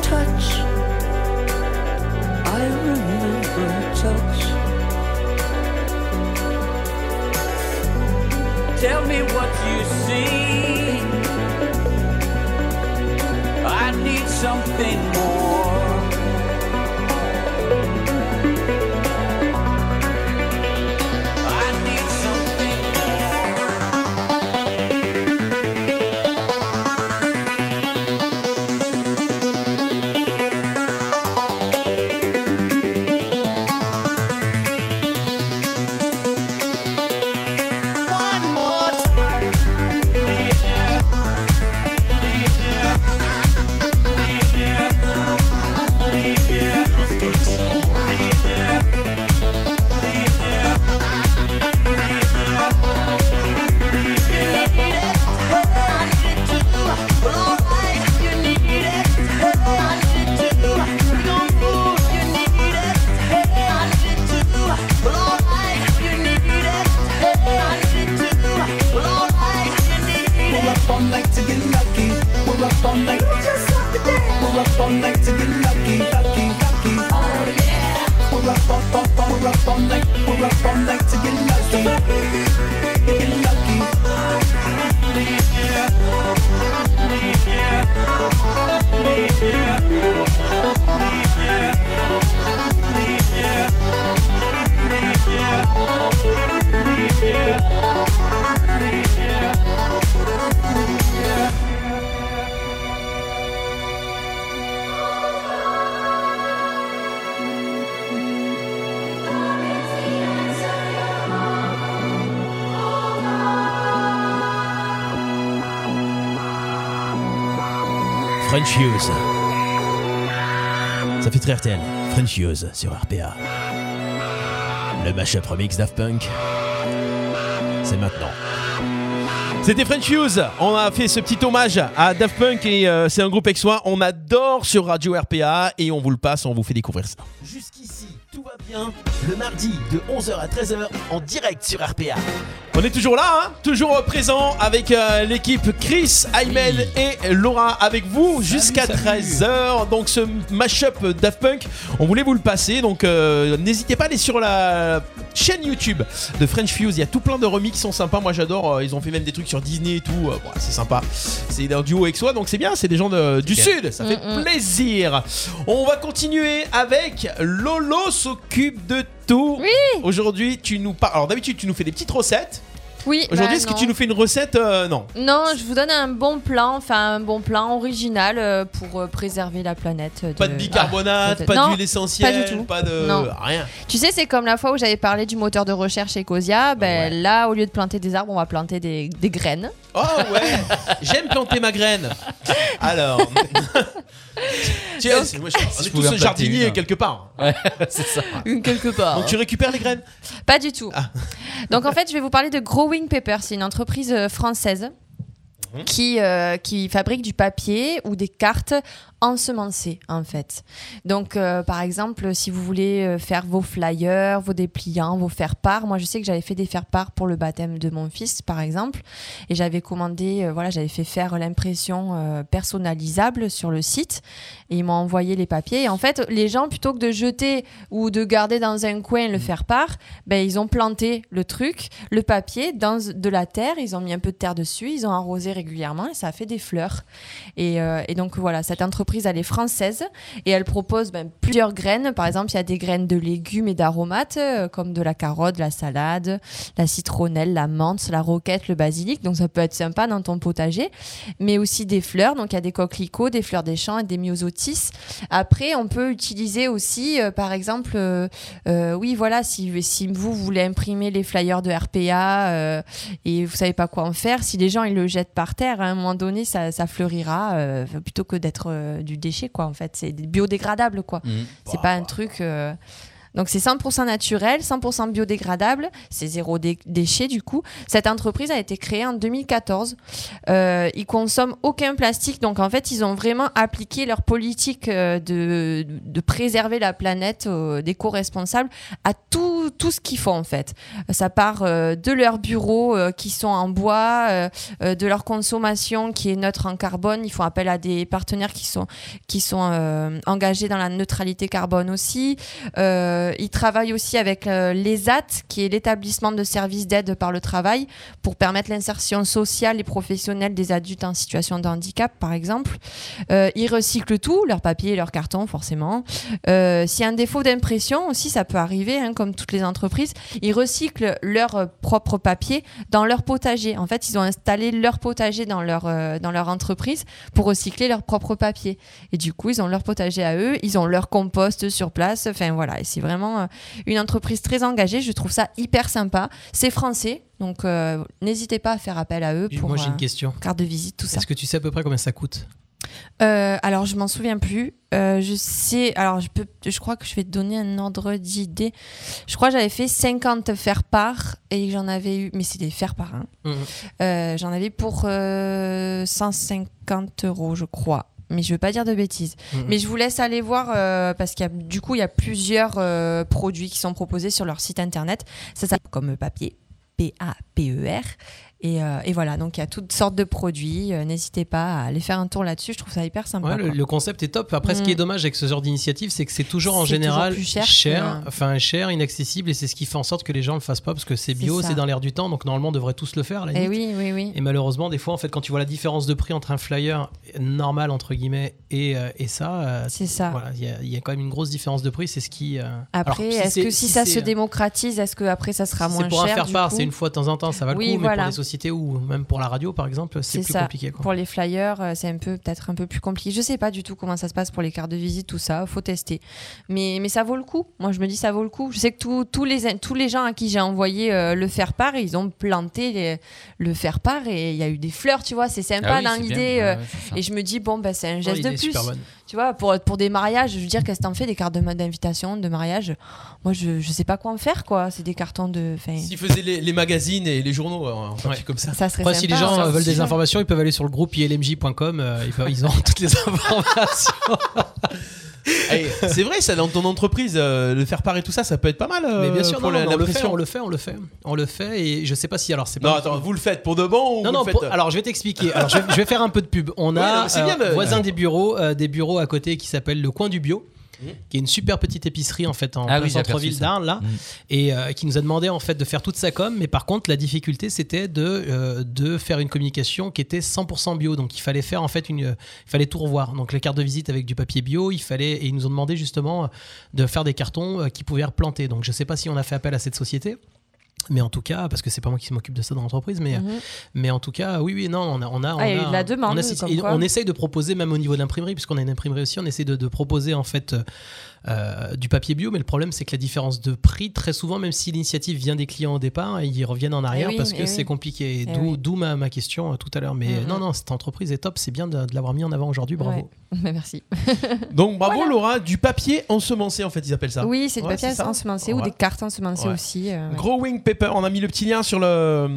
touch. I remember touch. Tell me what you see. I need something more. I need something more.
all night to be lucky, lucky, lucky. Oh yeah. We're up, up, up, up, we're up all night. We're up all night to get lucky. Get lucky.
French Hughes. Ça fait très RTL. French Hughes sur RPA. Le mashup remix Daft Punk. C'est maintenant.
C'était French Hughes. On a fait ce petit hommage à Daft Punk et euh, c'est un groupe aixois. On adore sur Radio RPA et on vous le passe, on vous fait découvrir ça.
Jusqu'ici, tout va bien. Le mardi de 11h à 13h en direct sur RPA.
On est toujours là, hein toujours présent avec euh, l'équipe Chris, Aymen et Laura avec vous jusqu'à 13h. Donc ce mashup Daft Punk, on voulait vous le passer. Donc euh, n'hésitez pas à aller sur la chaîne YouTube de French Fuse. Il y a tout plein de remix qui sont sympas. Moi j'adore. Euh, Ils ont fait même des trucs sur Disney et tout. Euh, bon, c'est sympa. C'est un duo avec soi, donc c'est bien. C'est des gens de- du
Nickel.
sud. Ça fait
Mm,
plaisir. On va continuer avec Lolo s'occupe de tout.
Oui.
Aujourd'hui, tu nous parles. Alors d'habitude, tu nous fais des petites recettes.
Oui,
Aujourd'hui,
bah
est-ce que
non.
tu nous fais une recette euh, Non.
Non, je vous donne un bon plan, enfin un bon plan original euh, pour euh, préserver la planète. euh,
Pas de bicarbonate,
peut-être.
pas
Non,
d'huile essentielle,
pas du tout.
pas de
Non.
rien.
Tu sais, c'est comme la fois où j'avais parlé du moteur de recherche Ecosia. Ben, Là, au lieu de planter des arbres, on va planter des, des graines.
Oh ouais, j'aime planter ma graine. Alors, tu vois, c'est- moi, je- on est
pouvais
tous
en planter
jardinier
une.
quelque part.
c'est ça.
Une quelque part.
Donc tu récupères les graines.
Pas du tout.
Ah.
Donc en fait, je vais vous parler de Growing Paper. C'est une entreprise euh, française qui, euh, qui fabrique du papier ou des cartes ensemencées en fait. Donc euh, par exemple, si vous voulez euh, faire vos flyers, vos dépliants, vos faire-part, moi je sais que j'avais fait des faire-part pour le baptême de mon fils par exemple et j'avais commandé euh, voilà, j'avais fait faire l'impression euh, personnalisable sur le site et ils m'ont envoyé les papiers et en fait, les gens plutôt que de jeter ou de garder dans un coin le faire-part, ben, ils ont planté le truc, le papier, dans de la terre, ils ont mis un peu de terre dessus, ils ont arrosé régulièrement et ça a fait des fleurs. Et, euh, et donc voilà, cette entreprise, elle est française et elle propose ben, plusieurs graines. Par exemple, il y a des graines de légumes et d'aromates euh, comme de la carotte, la salade, la citronnelle, la menthe, la roquette, le basilic. Donc ça peut être sympa dans ton potager. Mais aussi des fleurs. Donc il y a des coquelicots, des fleurs des champs et des myosotis. Après, on peut utiliser aussi, euh, par exemple, euh, euh, oui, voilà, si, si vous voulez imprimer les flyers de RPA euh, et vous savez pas quoi en faire, si les gens ils le jettent par terre, hein, à un moment donné, ça, ça fleurira euh, plutôt que d'être euh, du déchet, quoi. En fait, c'est biodégradable, quoi.
Mhm.
C'est pas un truc. euh, Donc c'est 100% naturel, 100% biodégradable, c'est zéro dé- déchet du coup. Cette entreprise a été créée en 2014. Euh, ils consomment aucun plastique, donc en fait ils ont vraiment appliqué leur politique euh, de, de préserver la planète euh, d'éco-responsable à tout, tout ce qu'ils font en fait. Ça part euh, de leurs bureaux euh, qui sont en bois, euh, euh, de leur consommation qui est neutre en carbone. Ils font appel à des partenaires qui sont qui sont euh, engagés dans la neutralité carbone aussi. Euh, ils travaillent aussi avec euh, l'ESAT, qui est l'établissement de services d'aide par le travail, pour permettre l'insertion sociale et professionnelle des adultes en situation de handicap, par exemple. Euh, ils recyclent tout, leur papier et leur carton, forcément. Euh, S'il y a un défaut d'impression aussi, ça peut arriver, hein, comme toutes les entreprises, ils recyclent leur euh, propre papier dans leur potager. En fait, ils ont installé leur potager dans leur, euh, dans leur entreprise pour recycler leur propre papier. Et du coup, ils ont leur potager à eux, ils ont leur compost sur place. Enfin voilà, et c'est vraiment euh, une entreprise très engagée. Je trouve ça hyper sympa. C'est français, donc euh, n'hésitez pas à faire appel à eux
Et
pour
Moi, j'ai
euh,
une question.
carte de visite, tout ça.
Est-ce que tu sais à peu près combien ça coûte
Euh, alors je m'en souviens plus. Euh, je sais, alors je peux, je crois que je vais te donner un ordre d'idée. Je crois que j'avais fait 50 faire part et que j'en avais eu, mais c'est des faire part. hein.
Mhm.
Euh, j'en avais pour euh, 150 euros, je crois. Mais je veux pas dire de bêtises.
Mhm.
Mais je vous laisse aller voir euh, parce qu'il y a du coup il y a plusieurs euh, produits qui sont proposés sur leur site internet. Ça s'appelle comme papier. P-A-P-E-R. Et, euh, et voilà, donc il y a toutes sortes de produits. Euh, N'hésitez pas à aller faire un tour là-dessus. Je trouve ça hyper sympa.
Ouais, le,
quoi.
le concept est top. Après, ce qui
Mm.
est dommage avec ce genre d'initiative, c'est que c'est toujours en
C'est toujours
général
plus cher que-
enfin cher, inaccessible, et c'est ce qui fait en sorte que les gens ne le fassent pas parce que c'est bio,
ça.
c'est dans l'air du temps, donc normalement on devrait tous le faire. à la
Eh
limite.
oui, oui, oui.
Et malheureusement, des fois, en fait, quand tu vois la différence de prix entre un flyer normal entre guillemets et, euh, et ça, euh,
C'est ça.
voilà, il y, a- il y a quand même une grosse différence de prix. C'est ce qui. euh, alors,
Après, est-ce
c'est-
que si, ça
c'est- euh,
se démocratise, est-ce que après ça sera
si
moins
C'est pour un
cher
faire
du
part,
coup
c'est une fois de temps en temps, ça va le
Oui,
coup, mais
voilà.
pour les sociétés ou même pour la radio, par exemple, c'est
C'est
plus
ça.
compliqué. Quoi.
Pour les flyers, euh, c'est un peu peut-être un peu plus compliqué. Je sais pas du tout comment ça se passe pour les cartes de visite, tout ça. Faut tester. Mais, mais ça vaut le coup. Moi, je me dis ça vaut le coup. Je sais que tous- tous les tous les gens à qui j'ai envoyé euh, le faire part, ils ont planté les- le faire part et il y a eu des fleurs, tu vois. C'est sympa
Ah oui,
dans
c'est
l'idée.
bien.
euh,
Ouais, ouais, c'est ça.
et je me dis bon, bah, c'est un
Oh,
geste
l'idée
de
est
plus.
super bonne.
Tu vois, pour, pour des mariages, je veux dire, qu'est-ce que t'en fais des cartes de- d'invitation, de mariage Moi, je, je sais pas quoi en faire, quoi. C'est des cartons de. enfin,
S'ils faisaient les, les magazines et les journaux, euh, un truc comme ça.
Ah, ça serait
Après,
sympa.
si les gens
ça
euh, veulent
aussi.
des informations, ils peuvent aller sur le groupe ilmj.com. euh, ils, peuvent- ils ont toutes les informations.
Eh, c'est vrai, ça dans ton entreprise, euh, le faire part et tout ça, ça peut être pas mal. euh,
Mais bien sûr,
pour
non, non,
la-
mais
la
on le fait, hein.
pression.
on le fait, on le fait, on le fait. Et je sais pas si alors c'est pas.
Non, attends, vous le faites pour de bon ou
Non,
vous
non,
le faites euh,
pour- alors je vais t'expliquer. Alors je vais, je vais faire un peu de pub. On
Ouais, non,
a
mais c'est bien de-
euh, voisin des bureaux, euh, des bureaux à côté qui s'appelle le Coin du Bio,
Mmh.
qui est une super petite épicerie en fait en
Ah
plein
oui, j'ai aperçu
centre-ville
ça.
d'Arles là,
Mm.
et euh, qui nous a demandé en fait de faire toute sa com. Mais par contre, la difficulté c'était de euh, de faire une communication qui était 100% bio. Donc il fallait faire en fait une, il fallait tout revoir. Donc les cartes de visite avec du papier bio, il fallait et ils nous ont demandé justement euh, de faire des cartons euh, qui pouvaient replanter. Donc je sais pas si on a fait appel à cette société. Mais en tout cas, parce que c'est pas moi qui m'occupe de ça dans l'entreprise, mais, euh,
Mhm.
mais en tout cas, oui, oui, non, on a, on a, on
Ah, il y a eu de la
un-
demande,
on, assiste-
comme
et
quoi.
on essaye de proposer même au niveau de l'imprimerie, puisqu'on a une imprimerie aussi, on essaye de, de proposer en fait euh, euh, du papier bio, mais le problème c'est que la différence de prix, très souvent, même si l'initiative vient des clients au départ, ils reviennent en arrière
Eh oui,
parce que
eh
c'est
oui.
compliqué. Et
Eh
D'où
oui.
d'où ma, ma question euh, tout à l'heure. Mais
Mhm.
non, non, cette entreprise est top, c'est bien de, de l'avoir mis en avant aujourd'hui, bravo.
Ouais. Mais Merci.
Donc bravo Laura, du papier ensemencé en fait, ils appellent
Ah.
ça.
Oui, c'est du
Ouais,
papier
c'est ça.
ensemencé ou
Ouais.
des cartes ensemencées
Ouais.
aussi. euh, ouais.
Growing Paper, on a mis le petit lien sur le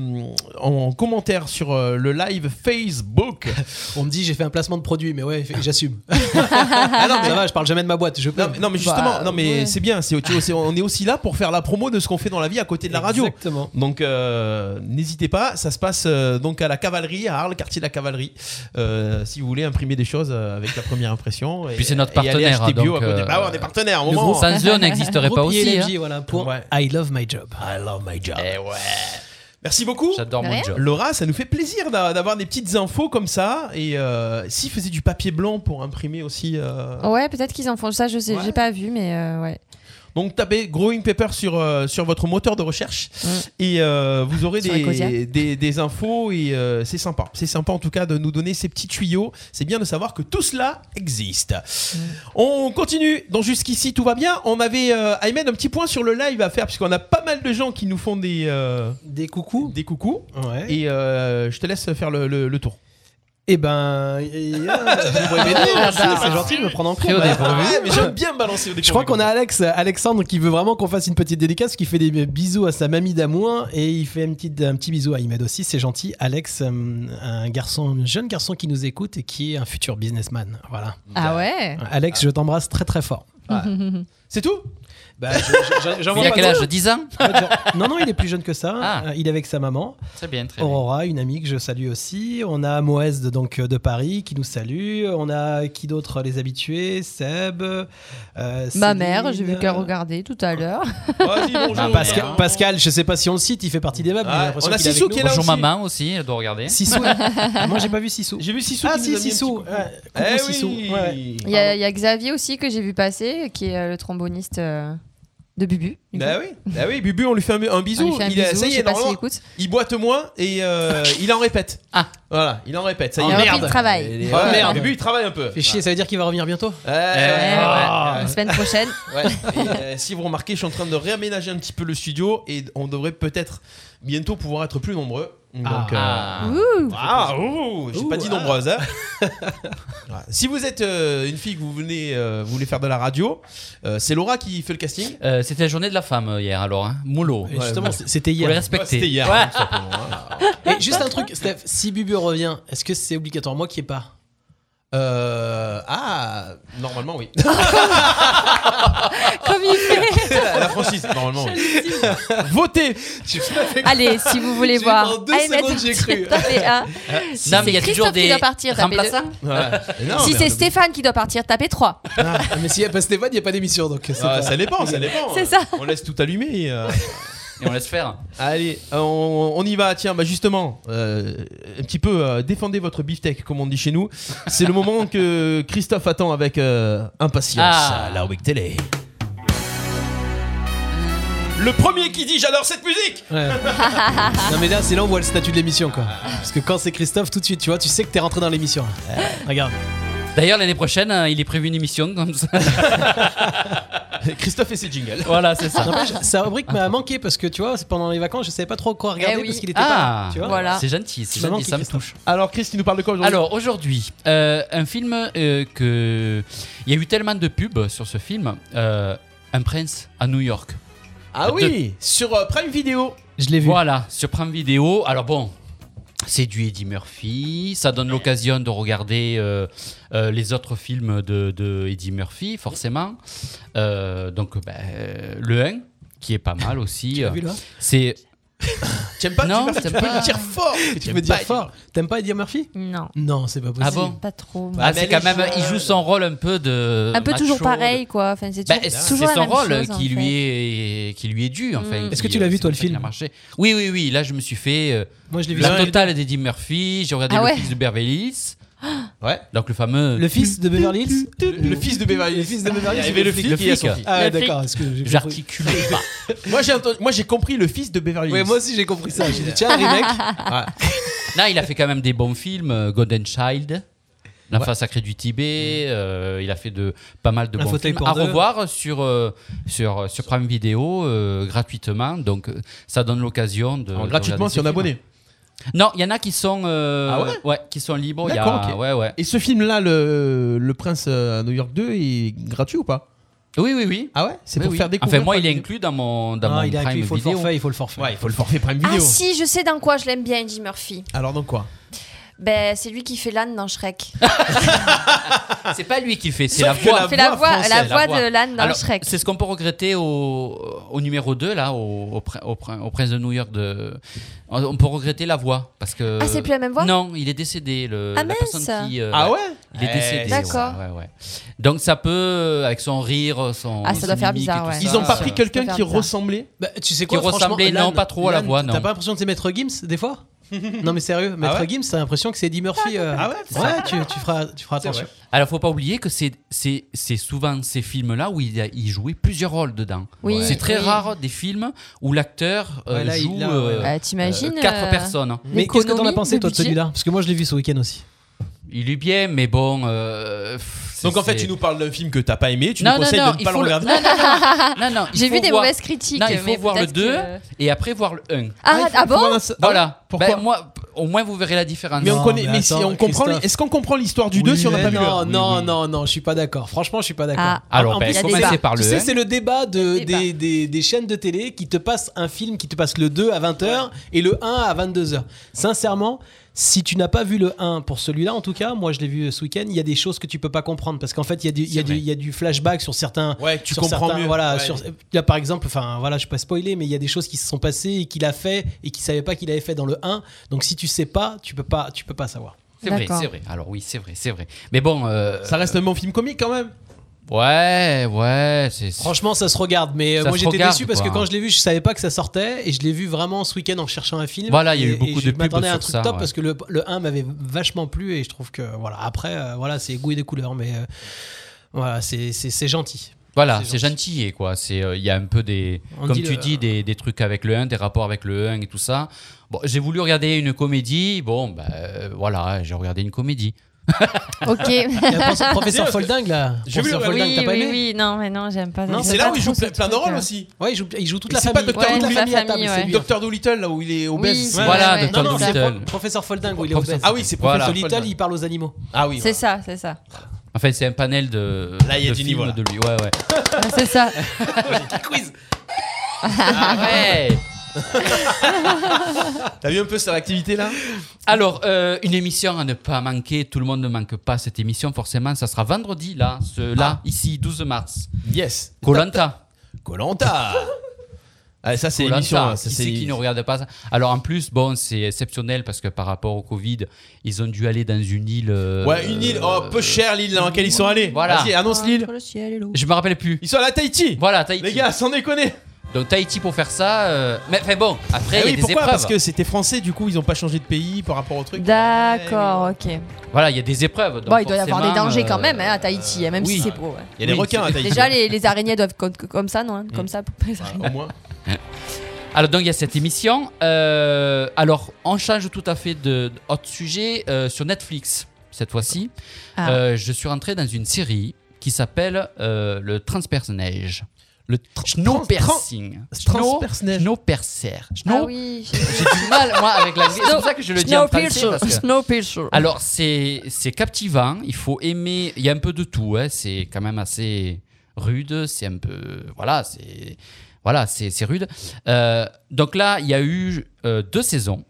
en commentaire sur euh, le live Facebook.
On me dit, j'ai fait un placement de produit, mais ouais, j'assume. ah non, mais ça va, je parle jamais de ma boîte, je
Non, mais- non, mais justement,
Bah,
non mais
ouais.
c'est bien, c'est tu vois, c'est- on est aussi là pour faire la promo de ce qu'on fait dans la vie à côté de la radio.
Exactement.
Donc euh, n'hésitez pas, ça se passe euh, donc à la Cavalerie, à Arles, quartier de la Cavalerie. Euh, si vous voulez imprimer des choses euh, avec la première impression. Et,
Puis c'est notre
et aller
partenaire,
acheter bio
donc,
à côté.
euh,
Bah ouais, on est partenaire. Au
Le
moment.
groupe sans eux n'existerait pas
Groupe
aussi.
ILMJ,
hein.
voilà, pour
Ouais.
I Love My Job.
I love my job.
Eh ouais,
Merci beaucoup.
j'adore
Rien.
mon job.
Laura, ça nous fait plaisir d'a- d'avoir des petites infos comme ça. Et euh, s'ils faisaient du papier blanc pour imprimer aussi. euh,
Ouais, peut-être qu'ils en font ça, je sais,
Ouais.
j'ai pas vu, mais euh, ouais.
Donc tapez Growing Paper sur, euh, sur votre moteur de recherche
Mm.
et euh, vous aurez
Sur Ecosia.
des, des, des infos et euh, c'est sympa. C'est sympa en tout cas de nous donner ces petits tuyaux. C'est bien de savoir que tout cela existe.
Mm.
On continue. Donc jusqu'ici tout va bien. On avait euh, Ayman un petit point sur le live à faire puisqu'on a pas mal de gens qui nous font des, euh,
Des coucous.
des coucous.
Ouais.
Et euh, je te laisse faire le, le- le tour.
Eh ben, et- vous pouvez m'aider, merci, c'est gentil de me prendre en compte.
Très honnête, bravo.
Ouais, Ah, mais j'aime bien balancer au
Je crois qu'on a Alex, Alexandre qui veut vraiment qu'on fasse une petite dédicace, qui fait des bisous à sa mamie d'amour et il fait un petit, un petit bisou à Ahmed aussi, c'est gentil. Alex, euh, un garçon, un jeune garçon qui nous écoute et qui est un futur businessman. Voilà.
Ah ouais
Alex, je t'embrasse très très fort.
C'est tout
Bah, je- je- je- j'en
Il
vois
a
pas
quel
d'autre.
âge 10 ans
Non, non, il est plus jeune que ça.
Ah.
Euh, Il est avec sa maman.
Très bien, très bien.
Aurora, une amie que je salue aussi. On a Moez de, donc, de Paris qui nous salue. On a qui d'autre Les habitués Seb. euh,
Ma
Céline.
mère, j'ai vu qu'elle regardait tout à l'heure.
Vas-y, bonjour. Hein.
Ah,
Pascal, Pascal, je sais pas si on le cite, il fait partie des meubles. mais j'ai
Ah,
l'impression
on a
qu'il est
Sissou
avec
qui est
nous.
là
Bonjour
aussi.
maman aussi, elle doit regarder.
Sissou. Ah, Moi, j'ai pas vu Sissou.
J'ai vu Sissou.
Ah,
qui
si,
nous a mis un
Sissou.
petit-
Ouais, coucou,
Eh
Sissou.
oui.
Ouais.
Il y, a- il y a Xavier aussi que j'ai vu passer, qui est euh, le tromboniste euh, de Bubu. du
Bah
coup.
oui, bah oui, Bubu, on lui fait un, un bisou.
On lui fait un
il est-
bisou,
ça y
je
est,
sais pas s'il
normalement,
écoute.
il boite moins et euh, il en répète.
Ah.
Voilà, il en répète. Ça y
Ah,
est.
Il a
merde.
repris le travail.
Il est-
Ah,
ouais,
merde.
Bubu, il travaille un peu.
Fait chier, ça veut dire qu'il va revenir bientôt
Ouais, ouais,
ouais.
ouais, ouais.
La semaine prochaine.
Ouais, et, euh, si vous remarquez, je suis en train de réaménager un petit peu le studio et on devrait peut-être bientôt pouvoir être plus nombreux. Donc, euh,
Ah.
Ouh.
Ah, ouh, j'ai
Ouh,
pas dit
ah.
nombreuses. hein. Ouais. Si vous êtes euh, une fille que vous venez, euh, vous voulez faire de la radio, euh, c'est Laura qui fait le casting.
Euh, C'était la journée de la femme euh, hier alors, hein. Moulot.
Et Justement,
ouais. bah,
c- c'était
Faut les
hier.
Ouais, C'était
respecter.
hier.
Ouais.
hein, tout simplement, hein.
Et juste un truc, Steph, si Bubu revient, est-ce que c'est obligatoire Moi qui ai pas.
Euh, ah, normalement oui.
Comme il
Ah.
fait.
La franchise, normalement oui. Votez
Allez, si vous voulez
J'ai-
voir.
pendant deux
Allez,
secondes,
mettre-
j'ai cru.
Tapez un. Si
Non, mais il y
c'est
a toujours
Christophe qui
des
doit partir, tapez deux.
remplaçants.
Ouais. Non,
Si
mais-
c'est Stéphane qui doit partir, tapez 3.
Ah, mais s'il n'y a pas Stéphane, il n'y a pas d'émission. Donc c'est
Ah,
pas-
ça dépend, ça dépend.
C'est ça.
On laisse tout allumer. euh.
Et on laisse faire.
Allez, euh, on, on y va. Tiens, bah justement, euh, un petit peu euh, défendez votre beefsteak, comme on dit chez nous. C'est le moment que Christophe attend avec euh, impatience.
Ah.
à La Week Télé. Le premier qui dit j'adore cette musique.
Ouais. non mais là c'est là on voit le statut de l'émission quoi. Parce que quand c'est Christophe tout de suite tu vois tu sais que t'es rentré dans l'émission. Regarde.
D'ailleurs, l'année prochaine, euh, il est prévu une émission comme ça.
Christophe et ses jingles.
voilà, c'est ça.
N'empêche, Sa rubrique m'a manqué parce que tu vois c'est pendant les vacances je savais pas trop quoi regarder
Eh oui.
parce qu'il était pas
Ah,
là, tu vois.
Voilà.
c'est gentil, c'est
Maman
gentil,
qui
ça me
Christophe.
touche.
Alors, Chris, tu nous parles de quoi aujourd'hui
Alors aujourd'hui, euh, un film euh, que il y a eu tellement de pubs sur ce film, euh, Un prince à New York.
ah oui, sur euh, Prime Video.
Je l'ai vu.
Voilà, sur Prime Vidéo. Alors bon, c'est du Eddie Murphy. Ça donne l'occasion de regarder euh, euh, les autres films de, de Eddie Murphy, forcément. Euh, donc ben, euh, le 1, qui est pas mal aussi.
T'as vu, là
C'est
T'aimes pas tu,
Non,
peux- tu
t'aimes
peux
pas. Ah,
le dire fort.
Ah. Tu veux dire fort. T'aimes pas Eddie Murphy
Non,
Non c'est pas possible.
Ah bon
pas trop.
ah, c'est
mais
quand
elle
même, il joue son rôle un peu de
un peu
macho,
toujours
de-
pareil, quoi. Enfin, c'est
Ben,
toujours,
c'est
toujours la
son
même
rôle
chose, en
qui lui
fait.
est qui lui est dû enfin.
Mm.
Est-ce
qui,
que tu l'as
euh,
vu,
c'est
toi, le
pour ça qu'il
film
a marché. Oui oui oui. Là je me suis fait euh,
Moi je l'ai vu.
la totale d'Eddie Murphy. J'ai regardé
Ah ouais.
le fils de Beverly Hills.
Ouais.
Donc le fameux.
Le fils de Beverly Hills.
Le, le fils de Beverly.
Le fils de Beverly
Il y
Hills.
avait le
le
flic,
flic.
et il y a son fils.
Ah
Le flic.
d'accord. Est-ce que j'ai compris
J'articule pas.
Moi j'ai entendu- moi j'ai compris le fils de Beverly.
Ouais,
Hills. Ah,
moi aussi Euh, j'ai compris ça. J'ai dit tiens remake.
non, il a fait quand même des bons films. euh, Golden Child. L'enfant sacré du Tibet, euh, il a fait de pas mal de
Un
bons
fauteuil
films
pour
à
deux.
revoir sur euh, sur sur Prime Video euh, gratuitement, donc euh, ça donne l'occasion de
Alors,
de
gratuitement
regarder
si on
ces
est
hein.
films.
abonné.
Non, il y en a qui sont euh,
Ah ouais
qui sont libres. il y a-
D'accord, ok.
ouais, ouais.
Et ce film là, le, le prince euh, à New York 2, est gratuit ou pas
Oui, oui, oui.
Ah ouais C'est
Oui,
pour
oui.
faire découvrir.
Enfin, moi, il est
Prime Video.
inclus dans mon,
Ah,
dans
Non
mon
il a
Prime
il faut le
Video.
forfait il faut le forfait.
Ouais, il faut le forfait Prime
Ah
Video.
si, je sais dans quoi je l'aime bien, Eddie Murphy.
Alors dans quoi
Ben, c'est lui qui fait l'âne dans Shrek.
C'est pas lui qui le fait, c'est la
que la
voix.
Il fait la voix,
française,
la voix
voix.
de l'âne dans
Alors,
Shrek.
C'est ce qu'on peut regretter au, au numéro 2, là, au, au, prin- au prin- au prince de New York. De... On- On peut regretter la voix. Parce que...
Ah, c'est plus la même voix
Non, il est décédé. Le,
Ah,
la
mince. Eh,
personne qui. euh,
Ah ouais
Il est décédé.
D'accord.
ouais, ouais, ouais. Donc, ça peut, euh, avec son rire, son.
Ah, ça doit
ses
faire
mimiques
bizarre,
et tout
ouais.
ça,
Ils ont pas
euh,
pris quelqu'un
Faut
qui
faire ça.
ressemblait
Bah, tu sais
Qui
quoi franchement,
ressemblait, non,
Lan-
pas trop à la
Lan,
voix, non.
T'as pas l'impression que c'est Maître Gims des fois Non mais sérieux, Maître
ouais
Gims, t'as l'impression que c'est Eddie Murphy. euh,
Ah ouais, c'est
Ah Ouais, tu, tu feras, tu feras attention.
Alors, faut pas oublier que c'est c'est c'est souvent ces films-là où il, a, il jouait plusieurs rôles dedans.
Oui,
C'est très
oui.
rare des films où l'acteur euh,
Ouais, là, il-
joue
là, ouais,
euh,
ouais.
Euh, T'imagines
euh, quatre
euh,
personnes.
Mais qu'est-ce que t'en as
l'économie,
pensé
le
toi de
budget
celui-là Parce que moi je l'ai vu ce week-end aussi.
Il est bien, mais bon. euh, pff,
Donc en fait,
c'est-
tu nous parles d'un film que t'as pas aimé, tu
Non,
nous
non,
conseilles
non,
de ne
il
pas le
faut le-
regarder.
non, non, non, non, non, il
J'ai
faut
vu des
voir-
mauvaises critiques.
Non, il
mais
faut voir le
peut-être
2
que-
et après voir le
Ah,
1.
il faut-
ah
il faut
bon
voir un-
Voilà.
Pourquoi
Ben, moi, p- au moins vous verrez la différence.
Mais on
Non,
connaît
mais
mais si
attends,
on comprend
Christophe.
est-ce qu'on comprend l'histoire du 2 si on n'a
Mais
pas vu le
Non,
un
non, non, non, je suis pas d'accord. Franchement, je suis pas d'accord.
Ah.
Alors,
En
ben,
plus,
il y a des
c'est
débats.
ça.
par le
Tu sais,
un.
c'est le débat de,
Le débat.
Des, des- des chaînes de télé qui te passent un film, qui te passe le 2 à 20h et le 1 à 22h. Sincèrement, si tu n'as pas vu le 1 pour celui-là, en tout cas, moi je l'ai vu euh, ce week-end, il y a des choses que tu peux pas comprendre parce qu'en fait, il y, a du- il y, a du-
vrai.
il y a du flashback sur certains.
Ouais, tu
sur
comprends
certains-
mieux.
Voilà,
Ouais.
sur, là, par exemple, enfin voilà, je peux pas spoiler, mais il y a des choses qui se sont passées et qu'il a fait et qu'il savait pas qu'il avait fait dans le 1. Donc si tu sais pas, tu peux pas, tu peux pas savoir.
C'est vrai,
D'accord.
c'est vrai. Alors oui, c'est vrai, c'est vrai. Mais bon, euh,
Ça reste un bon film comique quand même.
ouais, ouais, c'est.
Franchement, ça se regarde, mais euh,
Ça
moi
se
j'étais
regarde,
déçu parce que
quoi.
quand je l'ai vu, je savais pas que ça sortait et je l'ai vu vraiment ce week-end en cherchant un film.
Voilà, il y a
Et-
eu beaucoup
et
de
je m'attendais à un
pubs
truc
sur ça,
top
ouais.
parce que le, le 1 m'avait vachement plu et je trouve que voilà, après, euh, voilà, c'est goût et des couleurs, mais euh, voilà, c'est- c'est c'est gentil.
Voilà,
C'est
c'est gentil, et quoi. C'est, euh, il y a un peu des,
On
comme
dit
tu
le-
dis, des, des trucs avec le 1, des rapports avec le 1 et tout ça. Bon, j'ai voulu regarder une comédie. Bon, ben euh, voilà, j'ai regardé une comédie.
Ok.
Il y a professeur- professeur
Parce que-
Folding là,
J'ai vu
professeur
le-
Folding,
Oui,
t'as pas
oui,
aimé
oui, non, mais non, j'aime pas.
Non,
j'aime
C'est
pas
là où il
trop
joue plein
ce
plein de
truc-là.
rôles aussi.
Ouais, il joue, il joue toute
Et
la
c'est
famille.
pas Docteur
toute la
Who,
famille à
la
table,
famille,
c'est
ouais.
lui.
Docteur Dolittle là où il est obèse.
Ouais,
voilà,
ouais,
Dr.
ouais,
Non, non, c'est
Dolittle.
Pro- professeur Folding où il est
Professeur-
obèse.
Ah oui, c'est
Voilà.
Professeur
Dolittle,
Dolittle.
il parle aux animaux.
Ah oui.
C'est ça, c'est ça.
Enfin, c'est un panel de.
Là, il y a
de
du
films
niveau, là.
de lui. Ouais, ouais.
Ah, C'est ça.
Ah ouais
T'as vu un peu cette activité là
Alors, euh, une émission à ne pas manquer. Tout le monde ne manque pas cette émission, forcément. Ça sera vendredi, là, ce-
Ah.
là ici, 12 mars.
Yes.
Colanta.
Colanta. Ah, ça c'est
Koh-Lanta.
l'émission. hein. Ça,
Qui c'est
c'est-
qui ne regarde pas ça Alors, en plus, bon, c'est exceptionnel parce que par rapport au Covid, ils ont dû aller dans une île. euh,
Ouais, une île. Oh, peu chère l'île dans laquelle ils sont allés.
Voilà.
Vas-y, annonce l'île.
Je me rappelle plus.
Ils sont allés à Tahiti.
Voilà, Tahiti. Eh,
Les gars, sans déconner.
Donc, Tahiti pour faire ça. euh, Mais, mais bon, après,
Eh
il y a
oui,
des
pourquoi
épreuves.
Parce que c'était français, du coup, ils ont pas changé de pays par rapport au truc.
D'accord, ok.
Voilà, il y a des épreuves. donc
bon, il doit y avoir des
forcément,
dangers quand
euh,
même hein, à Tahiti, hein, même
oui.
si c'est beau. ouais.
Il y a des
Oui,
requins à Tahiti.
Déjà, les, les araignées doivent co- co- comme ça, non hein, Comme ça, pour pas les araignées.
Au moins.
Alors donc il y a cette émission. Euh, alors on change tout à fait de, autre sujet euh, sur Netflix cette fois-ci.
Ah.
Euh, je suis rentré dans une série qui s'appelle euh, le transpersonnage. Le snowpersing.
transpersonnage.
Snowpercer.
Ah
Snow.
oui.
J'ai du mal moi avec l'anglais. C'est pour ça que je le dis
Snow
en français.
Piercer.
parce que- Ah,
Snow Piercer.
alors c'est c'est captivant, il faut aimer, il y a un peu de tout, hein, c'est quand même assez rude, c'est un peu voilà c'est voilà c'est c'est rude. Euh, donc là il y a eu euh, deux saisons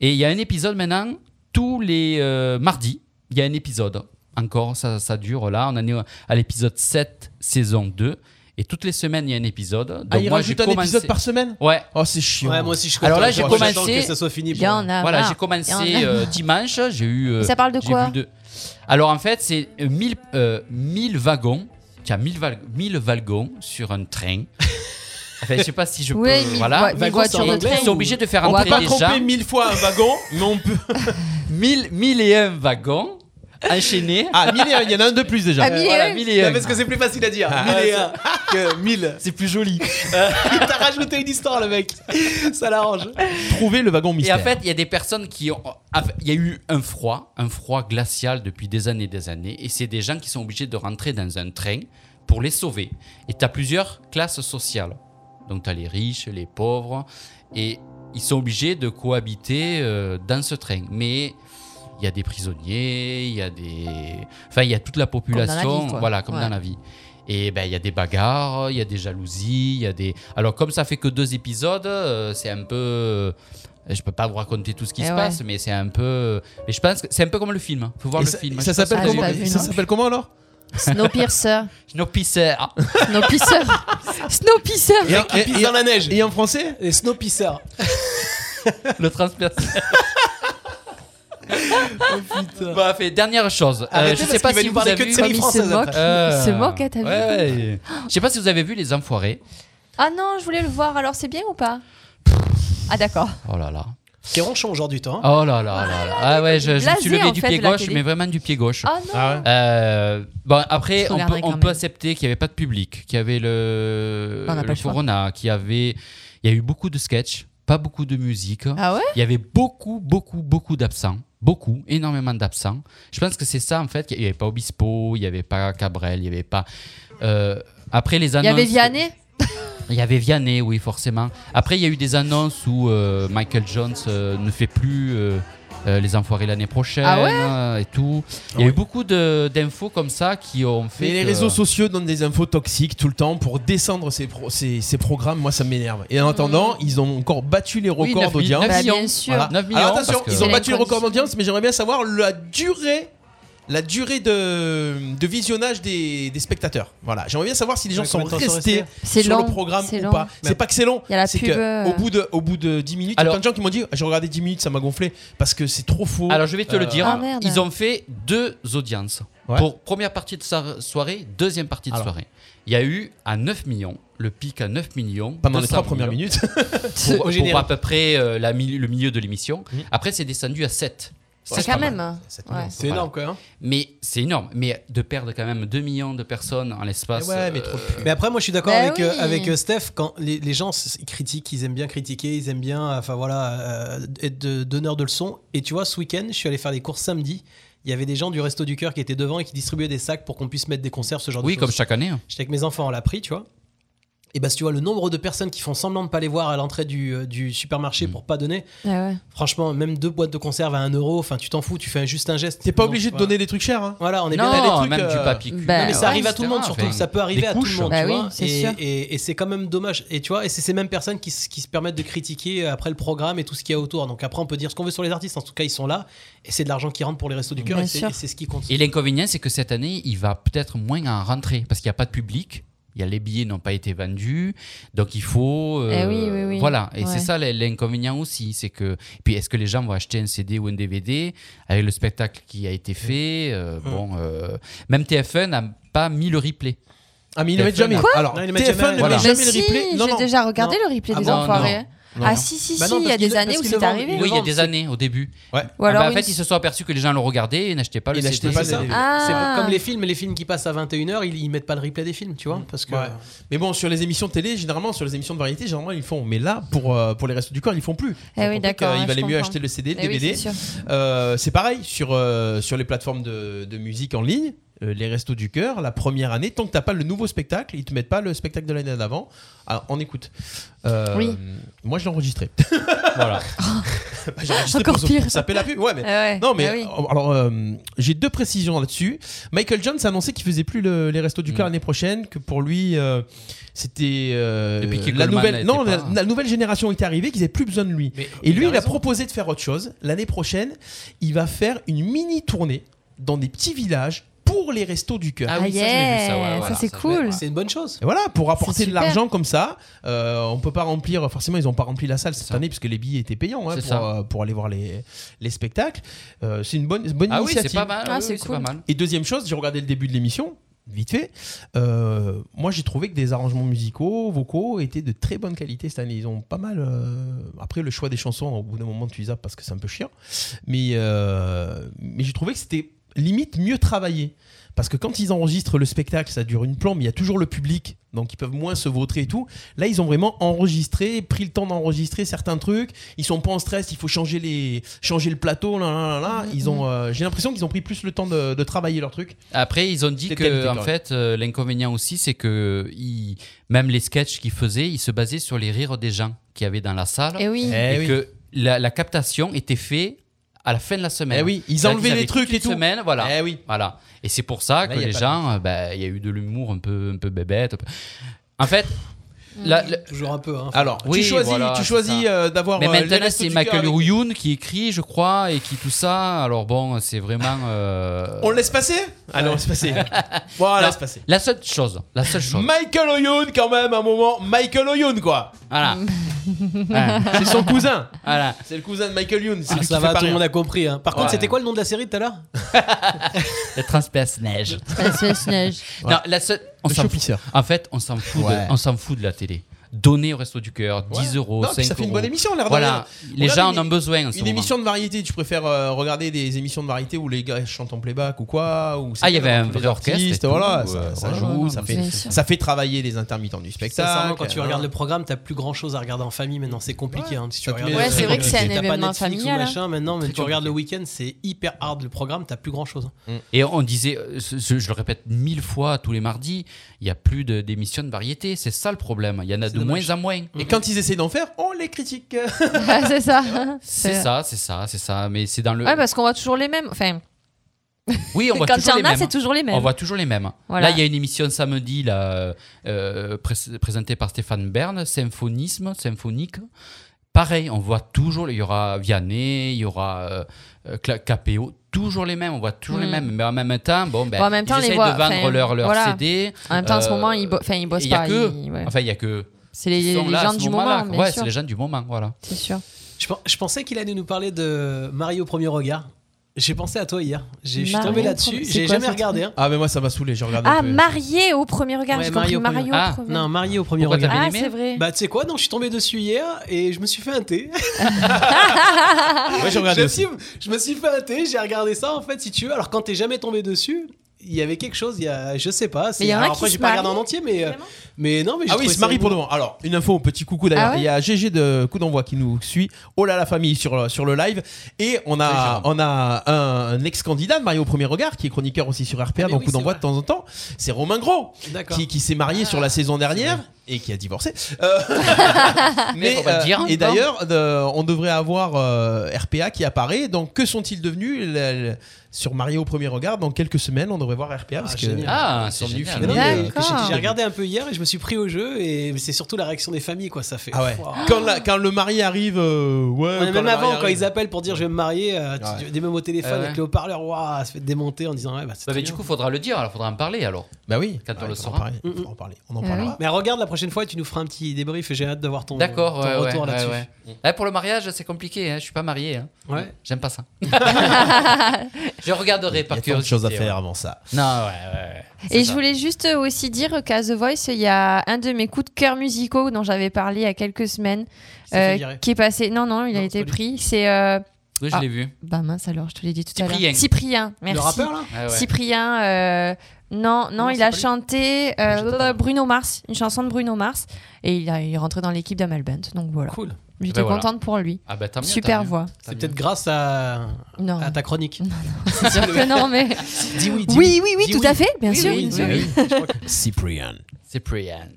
et il y a un épisode maintenant tous les euh, mardis il y a un épisode encore ça ça dure là on en est à l'épisode 7 saison 2 et toutes les semaines il y a un épisode. Donc
Ah, ils
moi, j'ai
rajoutent un
commencé-
épisode par semaine
Ouais.
Oh, c'est chiant.
Ouais, moi aussi, je suis
Alors
content.
là, j'ai
Moi, j'attends
commencé-
que ça soit fini.
Il
pour-
y en a.
Voilà,
marre.
j'ai commencé
Il y Ah, en a
euh,
marre.
dimanche, j'ai eu. euh,
Ça parle de
j'ai
quoi
vu deux- Alors en fait, c'est 1000 euh, 1000 wagons. Tiens, 1000 val- 1000 wagons sur un train. Enfin, je sais pas si je peux.
Oui, mille-
voilà.
ouais, mille Wagons, voitures c'est en de anglais train.
Ils sont obligés de faire
On peut
entrer
pas
les
tromper
gens.
mille fois un wagon, mais on peut.
1000 1000 et un wagons enchaînés.
Ah, mille et un, il y en a un de plus déjà.
Ah, mille et
Voilà,
un.
1000 et un.
Parce que c'est plus facile à dire.
Ah,
1000 et un
Euh,
que 1000.
C'est plus joli.
T'as rajouté une histoire, le mec. Ça l'arrange.
Trouver le wagon
Et
mystère.
en fait, il y a des personnes qui ont. Il y a eu un froid, un froid glacial depuis des années et des années. Et c'est des gens qui sont obligés de rentrer dans un train pour les sauver. Et tu as plusieurs classes sociales. Donc tu as les riches, les pauvres. Et ils sont obligés de cohabiter euh, dans ce train. Mais. Il y a des prisonniers, il y a des. Enfin, il y a toute la population.
vie, quoi.
voilà, comme
Ouais.
dans la vie. Et ben, il y a des bagarres, il y a des jalousies, il y a des. Alors, comme ça fait que deux épisodes, euh, c'est un peu. euh, Je peux pas vous raconter tout ce qui
Eh
se
ouais.
passe, mais c'est un peu. Mais je pense que c'est un peu comme le film. hein. Faut voir
Et
le
ça-
film.
Ça
Je sais
s'appelle
pas
Ah,
si
j'ai
comment
pas
vous
vu,
avez
Ça
non.
s'appelle comment alors
Snow Piercer.
Snowpiercer. Ah.
Snow Piercer. Snow Piercer.
Et en- et-
Pisse
Ah, et-
dans la neige.
et en français
Les snowpisseurs.
le transpercer. Bah, fait, dernière chose. Euh,
Oh, Arrêtez
je sais
parce qu'il
pas
va
si
nous
vous
parler que
avez
de
vu.
séries
Comme il se
françaises
moque.
après.
Euh,
Il se moque, hein, t'as vu
ouais, ouais. Je sais pas si vous avez vu Les Enfoirés.
Ah non, je voulais le voir, alors c'est bien ou pas Ah d'accord.
Oh là là.
Qui ronchon aujourd'hui, toi. hein.
Oh là là là là. Ah ouais, je, je me suis
Blasé,
levé
en
du
fait,
pied
de la
gauche,
télé.
mais vraiment du pied gauche.
Ah non
Ah ouais
Euh, bon, après,
Je
on peut,
regarderai
on
quand
peut
même.
accepter qu'il n'y avait pas de public, qu'il y avait le,
On n'a
le
pas le choix.
Corona, qu'il y avait. Il y a eu beaucoup de sketchs, pas beaucoup de musique.
Ah ouais
Il y avait beaucoup, beaucoup, beaucoup d'absents. Beaucoup, énormément d'absents. Je pense que c'est ça, en fait. qu'il y- Il n'y avait pas Obispo, il n'y avait pas Cabrel, il n'y avait pas. euh, après les
Il
annonces.
y avait Vianney
Il y avait Vianney, oui, forcément. Après, il y a eu des annonces où euh, Michael Jones euh, ne fait plus euh, euh, les enfoirés l'année prochaine
Ah ouais
euh, et tout. Il y a eu beaucoup de- d'infos comme ça qui ont
Ah
fait.
Et les
que- euh,
réseaux sociaux donnent des infos toxiques tout le temps pour descendre ces, pro- ces, ces programmes. Moi, ça m'énerve. Et en attendant, ils ont encore battu les
Oui,
records
9 000,
d'audience.
Bah,
9 000,
bien sûr.
voilà. 9 000,
Alors attention,
parce que-
ils ont
C'est
battu le record
l'incondition.
d'audience, mais j'aimerais bien savoir la durée, la durée de, de visionnage des, des spectateurs. Voilà, j'aimerais bien savoir si les gens
Ouais,
sont
combien de temps ils sont
restés
C'est
sur
long,
le programme
c'est
ou
long.
pas. C'est pas que c'est long,
Il y a la
c'est
pub, euh.
que au bout de au bout de 10 minutes, il y a
Alors-
plein de gens qui m'ont dit j'ai regardé 10 minutes, ça m'a gonflé parce que c'est trop faux.
Alors je vais te le
Euh,
dire,
Ah, merde.
ils ont fait deux audiences.
Ouais.
Pour première partie de sa soirée, deuxième partie de
Alors.
soirée. Il y a eu à 9 millions, le pic à 9 millions.
pendant les
200
trois premières
millions.
minutes.
pour,
Au
pour
générique.
à peu près euh, la mi- le milieu de l'émission.
Mhm.
Après, c'est descendu à 7.
C'est quand même.
C'est
Ouais.
C'est énorme, quoi. hein.
Mais c'est énorme. Mais de perdre quand même 2 millions de personnes en l'espace.
Ouais, mais
euh,
trop de pub.
Mais après, moi, je suis d'accord
Bah
avec, euh,
oui.
avec euh, Steph. Quand les, les gens s- ils critiquent, ils aiment bien critiquer, ils aiment bien, enfin voilà, euh, être de- donneur de leçons. Et tu vois, ce week-end, je suis allé faire des courses samedi. Il y avait des gens du Resto du Cœur qui étaient devant et qui distribuaient des sacs pour qu'on puisse mettre des concerts, ce genre
Oui,
de
comme
choses.
chaque année. hein.
J'étais avec mes enfants, on l'a pris, tu vois. Et bah, si tu vois le nombre de personnes qui font semblant de pas les voir à l'entrée du, euh, du supermarché pour pas donner,
Ah ouais.
franchement, même deux boîtes de conserve à 1 euro, enfin, tu t'en fous, tu fais juste un geste.
T'es pas
Donc,
obligé de
voilà.
donner des trucs chers. Hein.
Voilà, on est bien
non,
à des trucs.
même du
euh,
papier cul.
bah,
non, mais ça
ouais,
arrive à tout le monde, surtout.
Enfin,
Ça peut arriver
des
à tout le
couches.
monde,
Bah
tu
oui,
vois.
c'est
Et,
sûr.
et- et c'est quand même dommage. Et tu vois, et c'est ces mêmes personnes qui, s- qui se permettent de critiquer euh, après le programme et tout ce qu'il y a autour. Donc après, on peut dire ce qu'on veut sur les artistes. En tout cas, ils sont là. Et c'est de l'argent qui rentre pour les restos du cœur.
Bien
Et c'est
sûr.
et c'est ce qui compte.
Et l'inconvénient, c'est que cette année, il va peut-être moins en rentrer parce qu'il n'y a pas de public. Il y a les billets n'ont pas été vendus, donc il faut. euh,
Eh oui, oui, oui.
Voilà,
Ouais.
et c'est ça l'in- l'inconvénient aussi, c'est que. Puis est-ce que les gens vont acheter un CD ou un DVD avec le spectacle qui a été fait euh,
Mm.
Bon, euh, même TF1 n'a pas mis le replay.
Ah, mais il ne met
TF1,
jamais.
non.
Alors,
Non,
TF1
il
ne
met jamais.
met
Voilà.
jamais
Mais
le
si,
replay. Non,
j'ai
non.
déjà regardé le replay
Ah
des
bon,
enfoirés.
Non,
Ah
non.
si, si, si,
Bah non,
il y a
parce qu'ils
des
le-
années
parce
où
qu'ils
c'est
le vendent.
arrivé.
Ils
Oui, il y a
vendent,
des
c'est-
années au début.
Ouais.
Ou alors
Ah bah, en
une-
fait, ils se sont aperçus que les gens le regardaient et n'achetaient pas
Ils
le
n'achetaient
CD.
pas
C'est ça.
les DVD.
C'est
Ah.
comme les films, les films qui passent à 21h, ils, ils mettent pas le replay des films, tu vois, parce que
Ouais. Mais bon, sur les émissions de télé, généralement, sur les émissions de variété, généralement, ils font. Mais là, pour, euh, pour les restos du corps, ils font plus.
Eh
Ils
oui,
ont compris
d'accord,
qu'il
je
valait mieux
comprends.
acheter le CD, le
Eh oui,
DVD.
c'est sûr.
Euh, c'est pareil sur, euh, sur les plateformes de, de musique en ligne. euh, les restos du cœur, la première année, tant que t'as pas le nouveau spectacle, ils te mettent pas le spectacle de l'année d'avant Ah, en écoute. Euh,
Oui. Oh.
Moi, je l'ai enregistré.
Voilà.
Bah, j'ai enregistré
Encore
pour-
pire.
pour saper la pub. Ouais, mais
Ah ouais.
non,
Bah
mais
Ah oui.
euh, alors euh, j'ai deux précisions là-dessus. Michael Jones a annoncé qu'il faisait plus le- les restos du cœur
Mm.
l'année prochaine, que pour lui euh, c'était euh,
Depuis que
la
Coleman
nouvelle
n'était
non
pas-
la, la nouvelle génération était arrivée, qu'ils avaient plus besoin de lui.
Mais-
Et lui, il a,
raison.
proposé de faire autre chose. L'année prochaine, il va faire une mini tournée dans des petits villages pour les restos du cœur.
Ah
Ah
oui, ça, je l'ai vu, ça, ouais,
yeah, ça,
voilà,
c'est
ça, je l'ai-
cool.
c'est une bonne chose.
Et voilà, pour apporter
C'est
de
super.
l'argent comme ça, euh, on peut pas remplir, forcément ils ont pas rempli la salle cette
ça.
année puisque les billets étaient payants hein,
C'est
pour,
ça.
euh, pour aller voir les, les spectacles. Euh, c'est une bonne, bonne
Ah oui,
initiative.
c'est pas mal.
Ah,
oui,
c'est
oui,
cool.
pas mal.
Et deuxième chose, j'ai regardé le début de l'émission, vite fait. Euh, moi, j'ai trouvé que des arrangements musicaux, vocaux, étaient de très bonne qualité cette année. Ils ont pas mal. euh, Après, le choix des chansons, au bout d'un moment, tu les zappes parce que c'est un peu chiant. Mais, euh, mais j'ai trouvé que c'était limite mieux travaillé. Parce que quand ils enregistrent le spectacle, ça dure une plombe, il y a toujours le public, donc ils peuvent moins se vautrer et tout. Là, ils ont vraiment enregistré, pris le temps d'enregistrer certains trucs. Ils sont pas en stress, il faut changer, les, changer le plateau, là, là, là, là. Ils ont, euh, j'ai l'impression qu'ils ont pris plus le temps de, de travailler leur truc.
Après, ils ont dit
C'était
que,
qualité,
en
quand
fait, euh, l'inconvénient aussi, c'est que ils- même les sketchs qu'ils faisaient, ils se basaient sur les rires des gens qu'il y avait dans la salle.
Et oui.
Et
Eh oui.
que la, la captation était faite à la fin de la semaine.
Eh oui, ils
C'est-à-dire
enlevaient
qu'ils
les
avaient
trucs
toute
et tout.
Une semaine, voilà.
Eh oui.
Voilà. Et c'est pour
Là,
ça que
y a
les
pas
gens, euh, bah, il y a eu de l'humour un peu, un peu bébête. un peu- En fait,
Mm.
la- la-
Toujours un peu. hein.
Alors,
Oui,
tu choisis,
voilà,
tu
c'est
choisis
ça.
euh, d'avoir.
mais
euh, les
maintenant,
restos
c'est
du cœur
Michael
avec-
Youn qui écrit, je crois, et qui tout ça. Alors bon, c'est vraiment. euh,
On le laisse passer Allez, on laisse passer. bon, on
Non.
laisse passer.
La seule chose, la seule chose.
Michael O'Youn, quand même, un moment. Michael O'Youn, quoi.
Voilà. Voilà.
C'est son cousin.
voilà.
C'est le cousin de Michael Youn. C'est
Ah,
lui
ça
qui fait
va,
pas
tout le
rire.
monde a compris. hein. Par
Ouais.
contre, c'était quoi le nom de la série tout à l'heure
Le transperce neige.
neige.
Non, la seule. On
Le
s'en fout.
chopisseur.
En fait, on s'en fout,
Ouais.
de, on s'en fout de la télé. Donner au resto du cœur 10 euros,
Non,
5
puis ça fait
euros.
une bonne émission, l'air de rien.
Voilà, les
Regarde
gens en
une-
ont besoin en ce
Une
moment.
émission de variété, tu préfères euh, regarder des émissions de variété où les gars chantent en playback ou quoi ou c'est
Ah, il y
bien
avait un
d'avoir tous
vrai
les
orchestre et
artistes,
tout,
Voilà,
euh,
ça, ça
voilà,
joue,
non,
ça,
mais
fait,
c'est sûr.
ça fait travailler les intermittents du spectacle.
Sincèrement, quand tu
euh,
regardes le programme, t'as plus grand chose à regarder en famille maintenant. C'est compliqué. hein, si tu
Ça te
regardes-
met- Ouais, c'est vrai que
c'est un
T'as pas
événement
Netflix
familial, hein.
Ou machin, maintenant, mais
Très
tu regardes le week-end, c'est hyper hard le programme. T'as plus hein. grand chose.
Et on disait, euh, ce- ce- je le répète mille fois tous les mardis, il n'y a plus de- d'émissions de variété. C'est ça le problème. Il y en a de
dommage.
moins en moins.
Et quand ils essaient d'en faire, on les critique.
Ah, c'est ça.
C'est ça, c'est ça, c'est ça. Mais c'est dans le.
Ouais, parce qu'on voit toujours les mêmes. Enfin,
Oui, on voit
quand il y
toujours les
en a,
mêmes. hein.
c'est toujours les mêmes.
On voit toujours les mêmes.
Voilà.
Là, il y a une émission samedi là, euh, pré- présentée par Stéphane Bern, Symphonisme, Symphonique. Pareil, on voit toujours, il y aura Vianney, il y aura euh, euh, Cla- Capéo, toujours les mêmes, on voit toujours les
Mm.
mêmes. Mais en même temps, bon, ben,
Bon, en même temps, on
ils
les
essayent
voit,
de vendre
enfin,
leur, leur
voilà.
CD.
En même temps, en ce
euh,
moment, ils, bo- enfin, ils bossent
et il y a
pas.
que-
ils- ouais.
Enfin, il y a que.
C'est
qui
les,
sont
les
là à
gens
ce
du
moment-là,
moment,
quoi.
bien
Ouais,
sûr.
c'est les gens du moment, voilà.
C'est sûr.
Je, pen- je pensais qu'il allait nous parler de Mario Premier Regard. J'ai pensé à toi hier. J'ai- Je suis
Mario
tombé
Premier-
là-dessus.
c'est
J'ai
quoi,
jamais
ce
regardé. hein.
Ah, mais moi, ça m'a saoulé. J'ai regardé. un
Ah,
peu.
marié au premier regard.
Ouais,
J'ai compris
marié au premier-
Mario
Ah,
au premier.
hein. Non, Mario Premier
Pourquoi
Regard.
t'avais-
ah,
aimé
c'est vrai.
Bah, tu sais quoi, non, je suis tombé dessus hier et je me suis fait un thé.
Ouais, j'ai regardé aussi.
J'assume, je me suis fait un thé, j'ai regardé ça en fait, si tu veux. Alors, quand t'es jamais tombé dessus, il y avait quelque chose, il y a, je sais pas. c'est-
Mais il y en a
alors
qui
après,
se
j'ai pas regardé en
marient,
entier, mais, euh, mais non, mais j'ai
Ah oui,
trouvé
il se
ça
marie pour le
rigolo.
moment. Alors, une info, petit coucou d'ailleurs.
Ah ouais
Il y a GG de Coup d'envoi qui nous suit. Oh là la famille sur, sur le live. Et on a, on a un, un ex-candidat de Mario au premier regard qui est chroniqueur aussi sur RPA,
Ah, mais
donc
oui,
Coup
c'est
d'envoi
vrai.
de temps en temps. C'est Romain Gros
D'accord.
qui, qui s'est marié sur la saison dernière. et qui a divorcé. Euh,
Mais on va le dire,
et
hein.
d'ailleurs, de- on devrait avoir euh, RPA qui apparaît. Donc, que sont-ils devenus la- la- sur Mario au premier regard Dans quelques semaines, on devrait voir RPA parce que
génial.
Ah,
ils sont
c'est
venus
génial.
filmer, euh,
D'accord.
j'ai-
J'ai
j'ai regardé-
regardé un peu hier et je me suis pris au jeu et c'est surtout la réaction des familles quoi ça fait.
Ah ouais.
Wow.
Quand, la- quand le mari arrive, euh, ouais.
Ouais,
quand le
même
mari
avant, quand
arrive.
ils appellent pour dire je vais me marier, euh, tu-
Ouais.
des mêmes au téléphone
Ah ouais.
avec le haut-parleur, waouh, se fait démonter en disant ouais, bah, c'est
Bah,
très
mais du
bien.
coup, faudra le dire, alors faudra en parler alors.
Bah oui.
Quand on
Ouais,
le
en
saura.
parler- On va en parler. On en
Ah
parlera.
Mais regarde la prochaine fois, tu nous feras un petit débrief et j'ai hâte d'avoir ton,
D'accord,
ton
ouais, ouais,
retour
ouais,
là-dessus.
ouais. Ouais, pour le mariage, c'est compliqué. Hein. Je suis pas marié. Hein.
Ouais.
J'aime pas ça. je regarderai
Il y
par
a tant de
curiosité.
choses à
ouais.
faire avant ça.
Non, ouais, ouais, ouais.
Et
C'est
je
ça.
voulais juste aussi dire qu'à The Voice, il y a un de mes coups de cœur musicaux dont j'avais parlé il y a quelques semaines
Ça fait
euh,
virer.
qui est passé. Non, non, il
Non,
a
c'est
été
pas
pris. C'est. euh,
Oui, je
Ah.
l'ai vu.
Bah mince alors, je te l'ai dit tout à
Cyprien.
l'heure. Cyprien, merci.
Le rappeur là
Ouais, ouais.
Cyprien, euh, non, non,
Non,
il
c'est
a
pas lui.
chanté euh,
Je sais pas.
Bruno Mars, une chanson de Bruno Mars, et il, a- il est rentré dans l'équipe d'Amal Bent, donc voilà.
Cool.
J'étais
voilà.
contente pour lui.
Ah bah, tant mieux,
Super
tant mieux.
voix.
Tant
C'est
mieux.
peut-être grâce à,
Non,
à ta chronique.
c'est sûr que non, mais.
Dis oui, dis
Oui, oui, oui,
Dis
tout
oui.
à fait, bien
Oui,
sûr.
oui,
bien
oui,
sûr.
oui.
Cyprien.
Cyprien.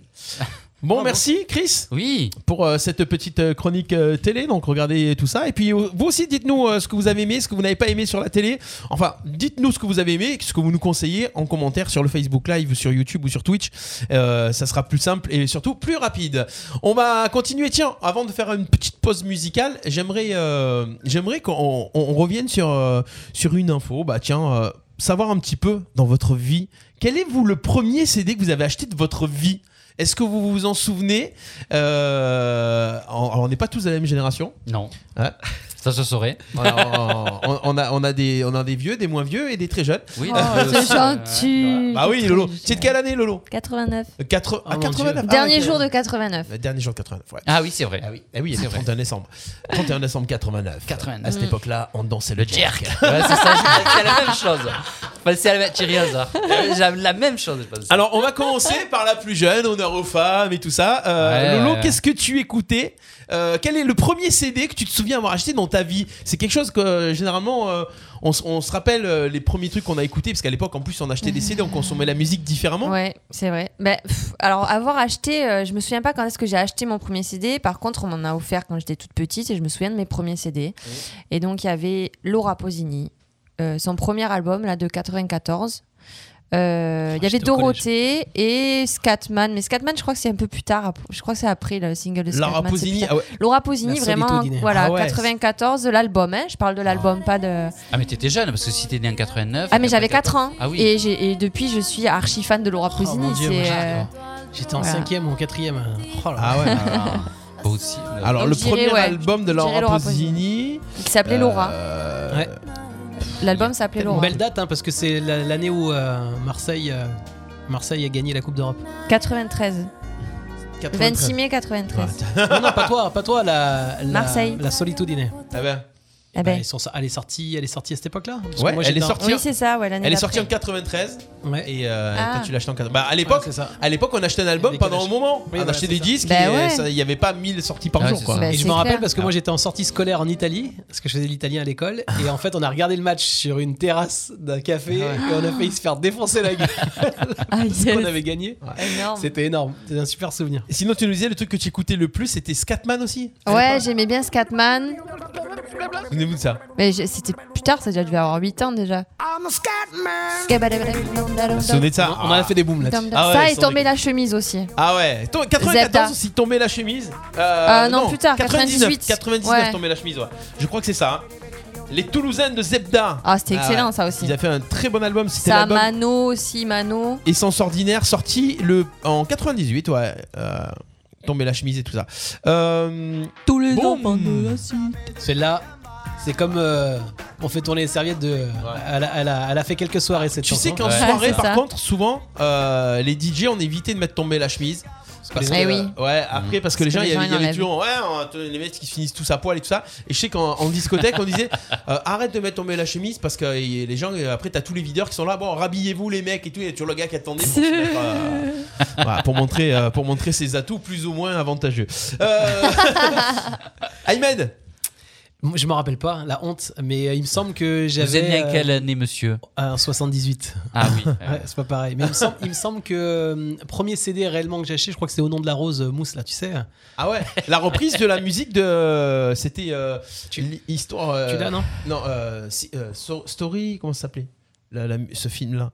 Bon, merci, Chris.
Oui.
pour euh, cette petite euh, chronique euh, télé. Donc regardez tout ça. Et puis euh, vous aussi, dites-nous euh, ce que vous avez aimé, ce que vous n'avez pas aimé sur la télé. Enfin, dites-nous ce que vous avez aimé, ce que vous nous conseillez en commentaire sur le Facebook Live, ou sur YouTube ou sur Twitch. Euh, ça sera plus simple et surtout plus rapide. On va continuer. Tiens, avant de faire une petite pause musicale, j'aimerais, euh, j'aimerais qu'on on- on revienne sur, euh, sur une info. Bah tiens. euh, Savoir un petit peu dans votre vie, quel est vous le premier CD que vous avez acheté de votre vie Est-ce que vous vous en souvenez euh, en- alors, on n'est pas tous de la même génération.
Non.
Ouais.
Ça se saurait.
Alors, on, on a, on, a des, on a des vieux, des moins vieux et des très jeunes.
Oui.
Oh, c'est gentil.
Bah oui, Lolo. C'est de quelle année, Lolo
89.
Quatre-
Oh
ah,
mon
89. Ah,
Dernier
ok.
jour de 89.
Le dernier jour de 89. Ouais.
Ah oui, c'est vrai.
Ah oui, ah oui, il est
C'est
le
vrai.
31 décembre. 31 décembre 89.
89.
À
Mm.
cette époque-là, on dansait le jerk.
Ouais, c'est ça, je pensais à la même chose. Je pensais à la même Thierry Hazard. J'avais la même chose, je pensais.
Alors, on va commencer par la plus jeune, honneur aux femmes et tout ça. Euh,
Ouais,
Lolo,
ouais.
qu'est-ce que tu écoutais Euh, Quel est le premier CD que tu te souviens avoir acheté dans ta vie C'est quelque chose que euh, généralement euh, on, se- on se rappelle euh, les premiers trucs qu'on a écoutés, parce qu'à l'époque en plus on achetait des CD, on consommait la musique différemment.
Ouais, c'est vrai. Bah, pff, alors, avoir acheté, euh, je me souviens pas quand est-ce que j'ai acheté mon premier CD. Par contre, on m'en a offert quand j'étais toute petite et je me souviens de mes premiers CD. Et donc, il y avait Laura Pausini, euh, son premier album, là, de 94. Euh, Il y avait
Ah, j'étais au
Dorothée et Scatman. Mais Scatman, je crois que c'est un peu plus tard. ap- Je crois que c'est après le single de Scatman.
Lara
c'est plus
Pausini,
tard.
ah ouais.
Laura Pausini,
euh, La solito
vraiment,
dîner.
voilà,
Ah ouais.
94, l'album. Hein, je parle de l'album, pas de.
Ah, mais t'étais jeune, parce que si t'es né en 89.
Ah, mais j'avais 4 ans.
Ah oui.
et, j'ai- et depuis, je suis archi fan de Laura
Oh
Pausini.
mon Dieu, moi,
c'est.
j'adore.
euh,
J'étais en
voilà.
cinquième ou en quatrième. Oh là là.
Ah ouais.
Ah, pas aussi. euh,
Alors
Donc,
le
je dirais,
premier
ouais.
album de
Je dirais
Laura
Laura
Pausini.
qui s'appelait Laura.
euh,
Ouais.
L'album s'appelait Laura.
Belle date hein, parce que c'est la- l'année où euh, Marseille, euh, Marseille a gagné la Coupe d'Europe.
93. 26 mai 93.
Non, non, pas toi, pas toi, la, la,
Marseille.
la Solitudine.
ah ben,
Ah
Bah,
ben.
ils sont- elle, est sortie, elle est sortie à cette époque-là Parce que
Ouais,
moi,
elle
j'étais
est
en-
sortie.
Oui, c'est ça, ouais, l'année
Elle est sortie en
d'après.
93
Ouais.
et euh,
Ah.
toi, tu l'as acheté en 93. Bah à
Ouais,
l'époque,
Ah, c'est ça.
À l'époque, on achetait un album
Avec
pendant
un
un moment.
Oui,
on
voilà,
achetait
c'est
des
ça. Ah
disques
Bah
et euh,
ouais.
ça- il n'y avait pas 1000 sorties par
Ouais,
jour.
c'est
Quoi.
ça.
Bah,
Et
c'est
je me rappelle
clair.
parce que
Ah.
moi j'étais en sortie scolaire en Italie, parce que je faisais l'italien à l'école, et en fait on a regardé le match sur une terrasse d'un café,
Ah
et on a failli se faire défoncer la gueule.
Ah,
parce qu'on avait gagné.
Énorme.
C'était énorme, c'était un super souvenir.
Et Sinon, tu nous disais le truc que tu écoutais le plus, c'était Scatman aussi.
Ouais, j'aimais bien Scatman.
Souvenez-vous de ça.
Mais je- c'était plus tard, ça devait avoir 8 ans déjà.
Souvenez de ça.
On a fait des booms là.
Ah ouais,
ça
sans
est tombé la chemise aussi.
Ah ouais. To- 94
Zebda.
aussi, tomber la chemise. Euh,
Euh, non, plus tard,
99,
98.
99
Ouais.
tomber la chemise, ouais. Je crois que c'est ça. hein. Les Toulousaines de Zebda.
Ah, c'était
Ah
excellent
ouais.
ça aussi.
Ils ont fait un très bon album. C'était
Ça,
l'album Euh,
Mano aussi, Mano.
Essence Ordinaire, sorti le... en 98, ouais. Euh, tomber la chemise et tout ça. Euh,
Tous les
Bon.
Celle-là, c'est comme euh, on fait tourner les serviettes de. Elle, a, elle a- elle a fait quelques soirées cette
Tu sais
chanson.
qu'en
Ouais,
soirée,
c'est
par
ça.
contre, souvent, euh, les DJ ont évité de mettre tomber la chemise. Parce
que
que,
les- Eh oui.
Ouais, après, parce que les gens, il y avait- il y avait
enlèvent.
toujours ouais, on- les mecs qui finissent tous à poil et tout ça. Et je sais qu'en en discothèque, on disait euh, arrête de mettre tomber la chemise parce que euh, y- les gens, euh, après, t'as tous les videurs qui sont là. Bon, rhabillez-vous, les mecs et tout. Il y a toujours le gars qui attendait pour, se mettre, euh, voilà, pour montrer, euh, pour montrer ses atouts plus ou moins avantageux. Euh... Aymed,
Moi, Je me rappelle pas, la honte, mais euh, il me semble que j'avais.
Vous êtes né en
euh,
quelle année, monsieur
En 78.
Ah oui.
Ouais, c'est pas pareil. Mais il me semble, il me semble que euh, premier CD réellement que j'ai acheté, je crois que c'est Au nom de la rose euh, mousse là, tu sais.
Ah ouais, la reprise de la musique de. C'était. euh, l'histoire. euh,
tu l'as, non
Non, euh, si- euh, So- Story, comment ça s'appelait La- la mu- Ce film-là.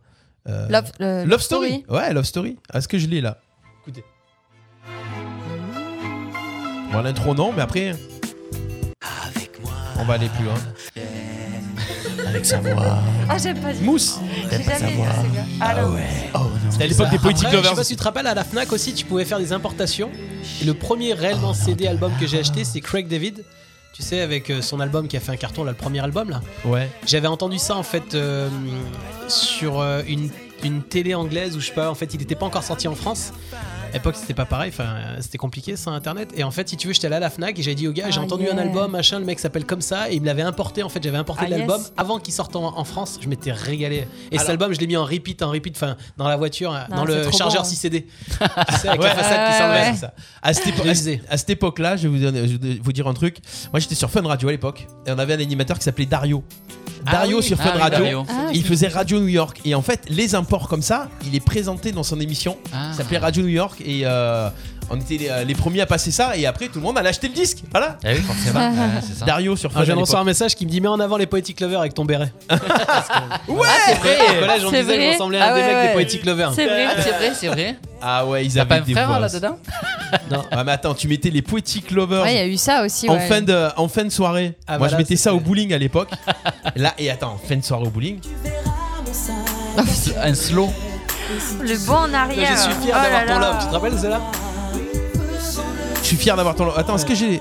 Euh,
Love, euh,
Love Story. Ouais, Love Story. Est-ce que je l'ai là Écoutez. Bon, l'intro non, mais après. hein. On va aller plus loin. Avec sa voix.
Ah, j'aime pas du
Mousse
J'ai jamais aimé ce gars. Ah, non.
C'était à l'époque des Poetic
Après, Je sais
Lovers.
pas si tu te rappelles, à la Fnac aussi, tu pouvais faire des importations. Et le premier réellement
Ah,
CD album que j'ai acheté, c'est Craig David. Tu sais, avec euh, son album qui a fait un carton, là, le premier album, là.
Ouais.
J'avais entendu ça, en fait, euh, sur euh, une, une télé anglaise, ou je sais pas, en fait, il n'était pas encore sorti en France. À l'époque, c'était pas pareil, enfin, euh, c'était compliqué sans internet. Et en fait, si tu veux, j'étais allé à la Fnac et j'avais dit au gars, j'ai
Ah,
entendu
yeah.
un album, machin, le mec s'appelle comme ça, et il me l'avait importé, en fait, j'avais importé
Ah,
l'album
yes.
avant qu'il sorte en, en France. Je m'étais régalé. Et cet
Alors-
album, je l'ai mis en repeat, en repeat, enfin, dans la voiture,
Non,
dans
c'est
le
trop
chargeur
bon.
6 CD. tu sais, avec
Ouais.
la façade qui
Ouais,
s'enlève.
ouais.
C'est ça. À cette, épo-
Je
à-
lisais.
à cette époque-là, je vais vous, donner- je vais vous dire un truc. Moi, j'étais sur Fun Radio à l'époque et on avait un animateur qui s'appelait Dario.
Ah
Dario
oui.
sur Fun
Ah oui,
Radio.
Dario.
Ah,
Il faisait Radio New York et en fait les imports comme ça, il est présenté dans son émission.
Ah.
Ça s'appelait Radio New York et euh, on était les, les premiers à passer ça et après tout le monde allait acheter le disque. Voilà.
Ah oui, forcément. Ouais, c'est ça.
Dario sur Fun.
Ah, je viens
à
de
l'époque.
recevoir un message qui me dit Mets en avant les Poetic Lovers avec ton béret.
Ouais.
Au collège, on
C'est
disait que
vrai
je ressemblais à
Ah
un des
ouais,
mecs
ouais.
des Poetic Lovers.
C'est vrai.
C'est vrai, c'est vrai.
Ah ouais, ils
T'as
avaient
pas un
des
frère
voix.
là-dedans
Ah mais attends, tu mettais les Poetic Lovers.
Ouais, il y a eu ça aussi.
En
ouais.
fin, de, en fin de soirée.
Ah,
Moi,
voilà,
je mettais ça au
c'était-
bowling à l'époque. Là, et attends, fin de soirée au bowling.
Un slow.
Le bon en
Je
arrière.
suis fier
Oh
d'avoir
là
ton
là.
love. Tu te rappelles, celle-là
Je suis fier d'avoir ton. Attends, est-ce que j'ai.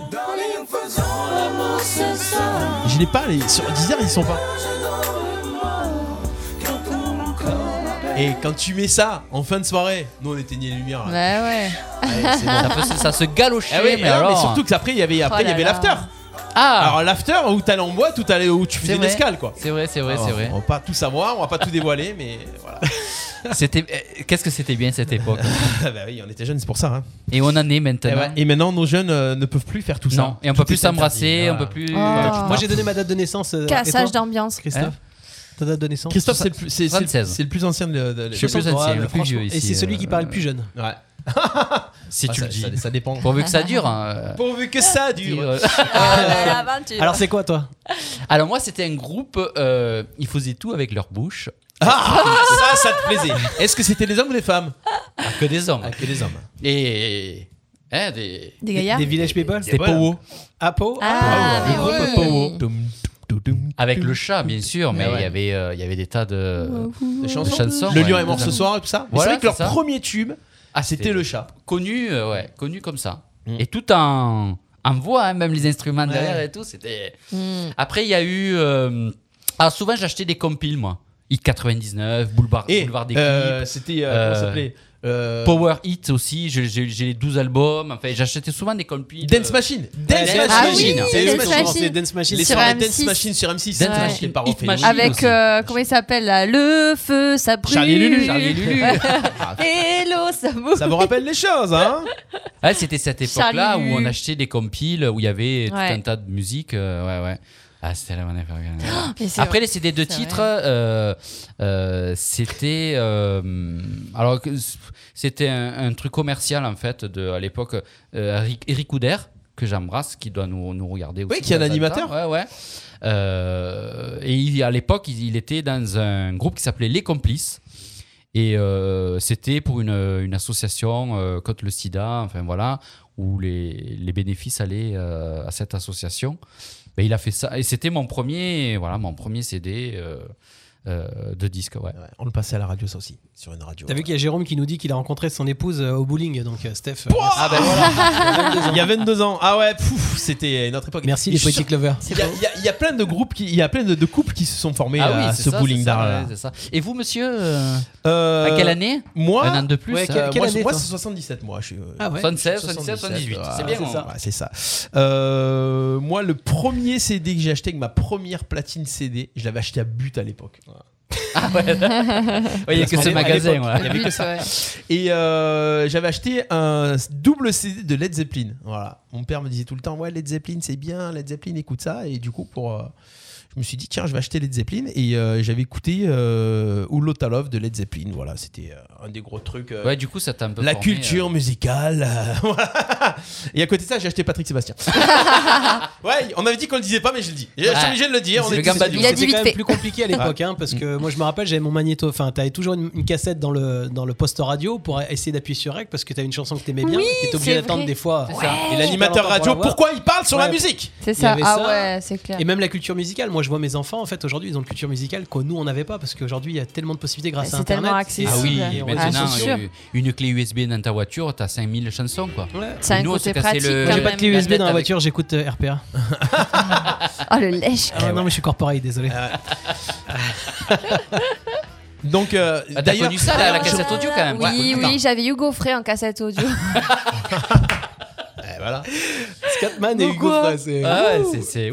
Je l'ai pas, les... sur Deezer, ils sont pas. Et quand tu mets ça en fin de soirée, nous on éteignait les lumières. Là.
Bah ouais.
Ouais, c'est bon.
Ça, peut- ça se galochait,
Ah oui, mais,
mais
non,
alors.
mais surtout que après il y avait après
Oh
il y
là
avait
là.
l'after.
Ah
Alors l'after où t'allais en boîte, où t'allais où tu faisais
C'est
une
vrai.
escale quoi.
C'est vrai, c'est vrai,
Alors,
c'est vrai.
On va pas tout savoir, on va pas tout dévoiler, mais voilà.
C'était, euh, qu'est-ce que c'était bien cette époque
Ah bah oui, on était jeunes, c'est pour ça. hein.
ben, Et on en est maintenant.
Eh ouais, Et maintenant nos jeunes euh, ne peuvent plus faire tout ça.
non, et on peut
Tout
plus
est interdit, Ah,
s'embrasser, on
voilà.
peut plus.
Oh.
Enfin,
Moi, j'ai donné ma date de naissance. euh, et
Cassage Hein
toi
d'ambiance.
Christophe Ta date de naissance
Christophe, c'est le plus- c'est- c'est le
76.
c'est le plus ancien de. de- de-
Je suis le plus
Ouais,
ancien,
mais
le plus
franchement-
vieux ici.
Et c'est celui
euh,
qui paraît le plus jeune.
Ouais.
Si
Ah,
tu
ça-
le dis.
ça- ça dépend.
Pourvu que ça dure. hein. Euh,
Pourvu que ça dure.
Ah, bah, l'aventure.
Alors, c'est quoi, toi
Alors moi, c'était un groupe. euh, ils faisaient tout avec leur bouche.
Ah, ça, ça te plaisait. Est-ce que c'était les hommes ou les femmes
Ah, que des hommes.
que les hommes.
Et hein, des.
Des gaillards.
Des Village People
C'était
voilà.
Powo.
Apo
Ah, mais oui.
Ah,
Avec le chat, bien sûr, mais
Ah
Mais
il
ouais.
y avait, euh, il y avait des tas de,
Les
de
chansons.
chansons.
Le
ouais,
lion est mort
notamment.
ce soir et tout ça. Mais
Voilà,
c'est vrai que leur
c'est ça.
premier tube,
Ah,
c'était le chat.
connu, euh, ouais, connu comme ça.
Mm.
Et tout en, en voix, hein, même les instruments derrière et tout, c'était.
Hmm.
Après, il y a eu. euh, Alors, souvent, j'achetais des compiles, moi. Hit 99, Boulevard,
Et
Boulevard des
euh,
Clips,
c'était. euh, comment ça
Euh,
s'appelait Euh,
Power Hit aussi. J'ai- J'ai j'ai les 12 albums. Enfin, j'achetais souvent des compiles.
Dance
euh,
Machine.
Ah,
Dance
Dance
Machine.
Machine.
C'est
Dance
eux qui ont
Machine.
commencé.
C'est Dance Machine.
Les
Sur
soirées
M6.
Dance Machine sur M6.
Dance
Ouais.
Machine.
Les parents
Hit
phénoménales.
Machine.
Avec,
aussi.
euh, comment il s'appelle là Le feu, ça brûle.
Charlie Lulu.
Charlie Lulu.
Hello, ça mouille.
Ça vous rappelle les choses, hein
Ah, c'était cette époque-là où
Charlie
on
Lulu.
achetait des compiles, où il y avait
Ouais.
tout un tas de musique. euh, ouais, ouais. Ah, c'était la bonne époque.
Mais c'est
Après
vrai.
les CD de
C'est
titres,
vrai.
euh, euh, c'était euh, alors que c'était un, un truc commercial en fait de à l'époque euh, Eric, Eric Ouder que j'embrasse qui doit nous, nous regarder aussi.
Oui, qui est un
de temps en
animateur.
temps. Ouais ouais. Euh, et il- à l'époque il, il était dans un groupe qui s'appelait Les Complices. Et euh, c'était pour une, une association euh, contre le sida, enfin voilà, où les, les bénéfices allaient euh, à cette association. Ben, il a fait ça. Et c'était mon premier, voilà, mon premier CD euh, euh, de disque. Ouais.
Ouais, On le passait à la radio, ça aussi. Sur une radio.
T'as vu qu'il y a Jérôme qui nous dit qu'il a rencontré son épouse euh, au bowling, donc euh, Steph. euh,
Oh
Ah ben voilà. Il y a 22 ans. Ah ouais, pouf, c'était une autre époque.
Merci
Et
les
je suis sûr-
Poetic Lovers.
Il y, a- il y a- il y a plein de groupes qui, il y a plein de, de couples qui se sont formés
euh,
à
Ah c'est
ce
ça,
bowling
c'est ça,
d'art. là.
ouais, c'est ça. Et vous, monsieur, euh,
Euh,
à quelle année
Moi,
Un an de plus
ouais,
ça
quelle-
euh, moi,
année,
moi
toi
c'est 77 moi. Je suis, euh,
Ah ouais
76, 77, 78.
ouais,
c'est bien. hein. on-
ouais, c'est ça. Euh, moi, le premier CD que j'ai acheté avec ma première platine CD, je l'avais acheté à But à l'époque. Voilà.
Ah Il n'y a que ce magasin. ouais.
Il y avait que ça.
Ouais.
Et euh, j'avais acheté un double CD de Led Zeppelin. Voilà. Mon père me disait tout le temps Ouais, Led Zeppelin, c'est bien, Led Zeppelin, écoute ça. Et du coup, pour. euh, je me suis dit, tiens, je vais acheter Led Zeppelin. Et euh, j'avais écouté euh, Ulo Talov de Led Zeppelin. Voilà, c'était euh, un des gros trucs. euh,
Ouais, du coup, ça t'a un peu.
la
formé,
culture musicale. euh, voilà. et à côté de ça, j'ai acheté Patrick Sébastien. ouais, on avait dit qu'on le disait pas, mais je le dis. Je suis
Ouais.
obligé de le dire.
C'est
on
le
est tous-
gambadou.
Il a dit
C'était
vite
quand
fait.
même plus compliqué à l'époque, hein, parce que moi je me rappelle, j'avais mon magnéto. Enfin, t'avais toujours une, une cassette dans le, dans le poste radio pour essayer d'appuyer sur REC parce que t'avais une chanson que t'aimais bien.
Oui,
et t'étais obligé
c'est
d'attendre
vrai.
des fois.
C'est ça.
Et
Animateur radio,
pourquoi
pourquoi il parle sur
Ouais.
la musique
C'est
Il y
ça.
avait
Ah
ça.
ouais, c'est clair.
Et même la culture musicale. Moi, je vois mes enfants, en fait, aujourd'hui, ils ont une culture musicale que nous, on n'avait pas, parce qu'aujourd'hui, il y a tellement de possibilités grâce
C'est
à Internet.
tellement
euh.
accessible.
Ah oui,
Et on est
maintenant,
Ah, c'est
euh, une clé USB dans ta voiture, t'as 5000 chansons, quoi.
Ouais.
C'est un
Nous, on
côté
s'est cassé
pratique.
le-
quand
Euh, J'ai pas
même.
de clé USB dans la
Avec-
voiture, j'écoute euh, RPA.
Oh le lèche.
Ah, Non, mais je suis corporate, désolé.
Donc, euh,
Ah, T'as
d'ailleurs,
connu ça, la, la cassette audio, quand même.
Oui,
Ouais.
oui, j'avais Hugo Frey en cassette audio.
Eh, voilà.
Scatman et Hugo Frey, c'est-
Ah ouais, c'est- c'est.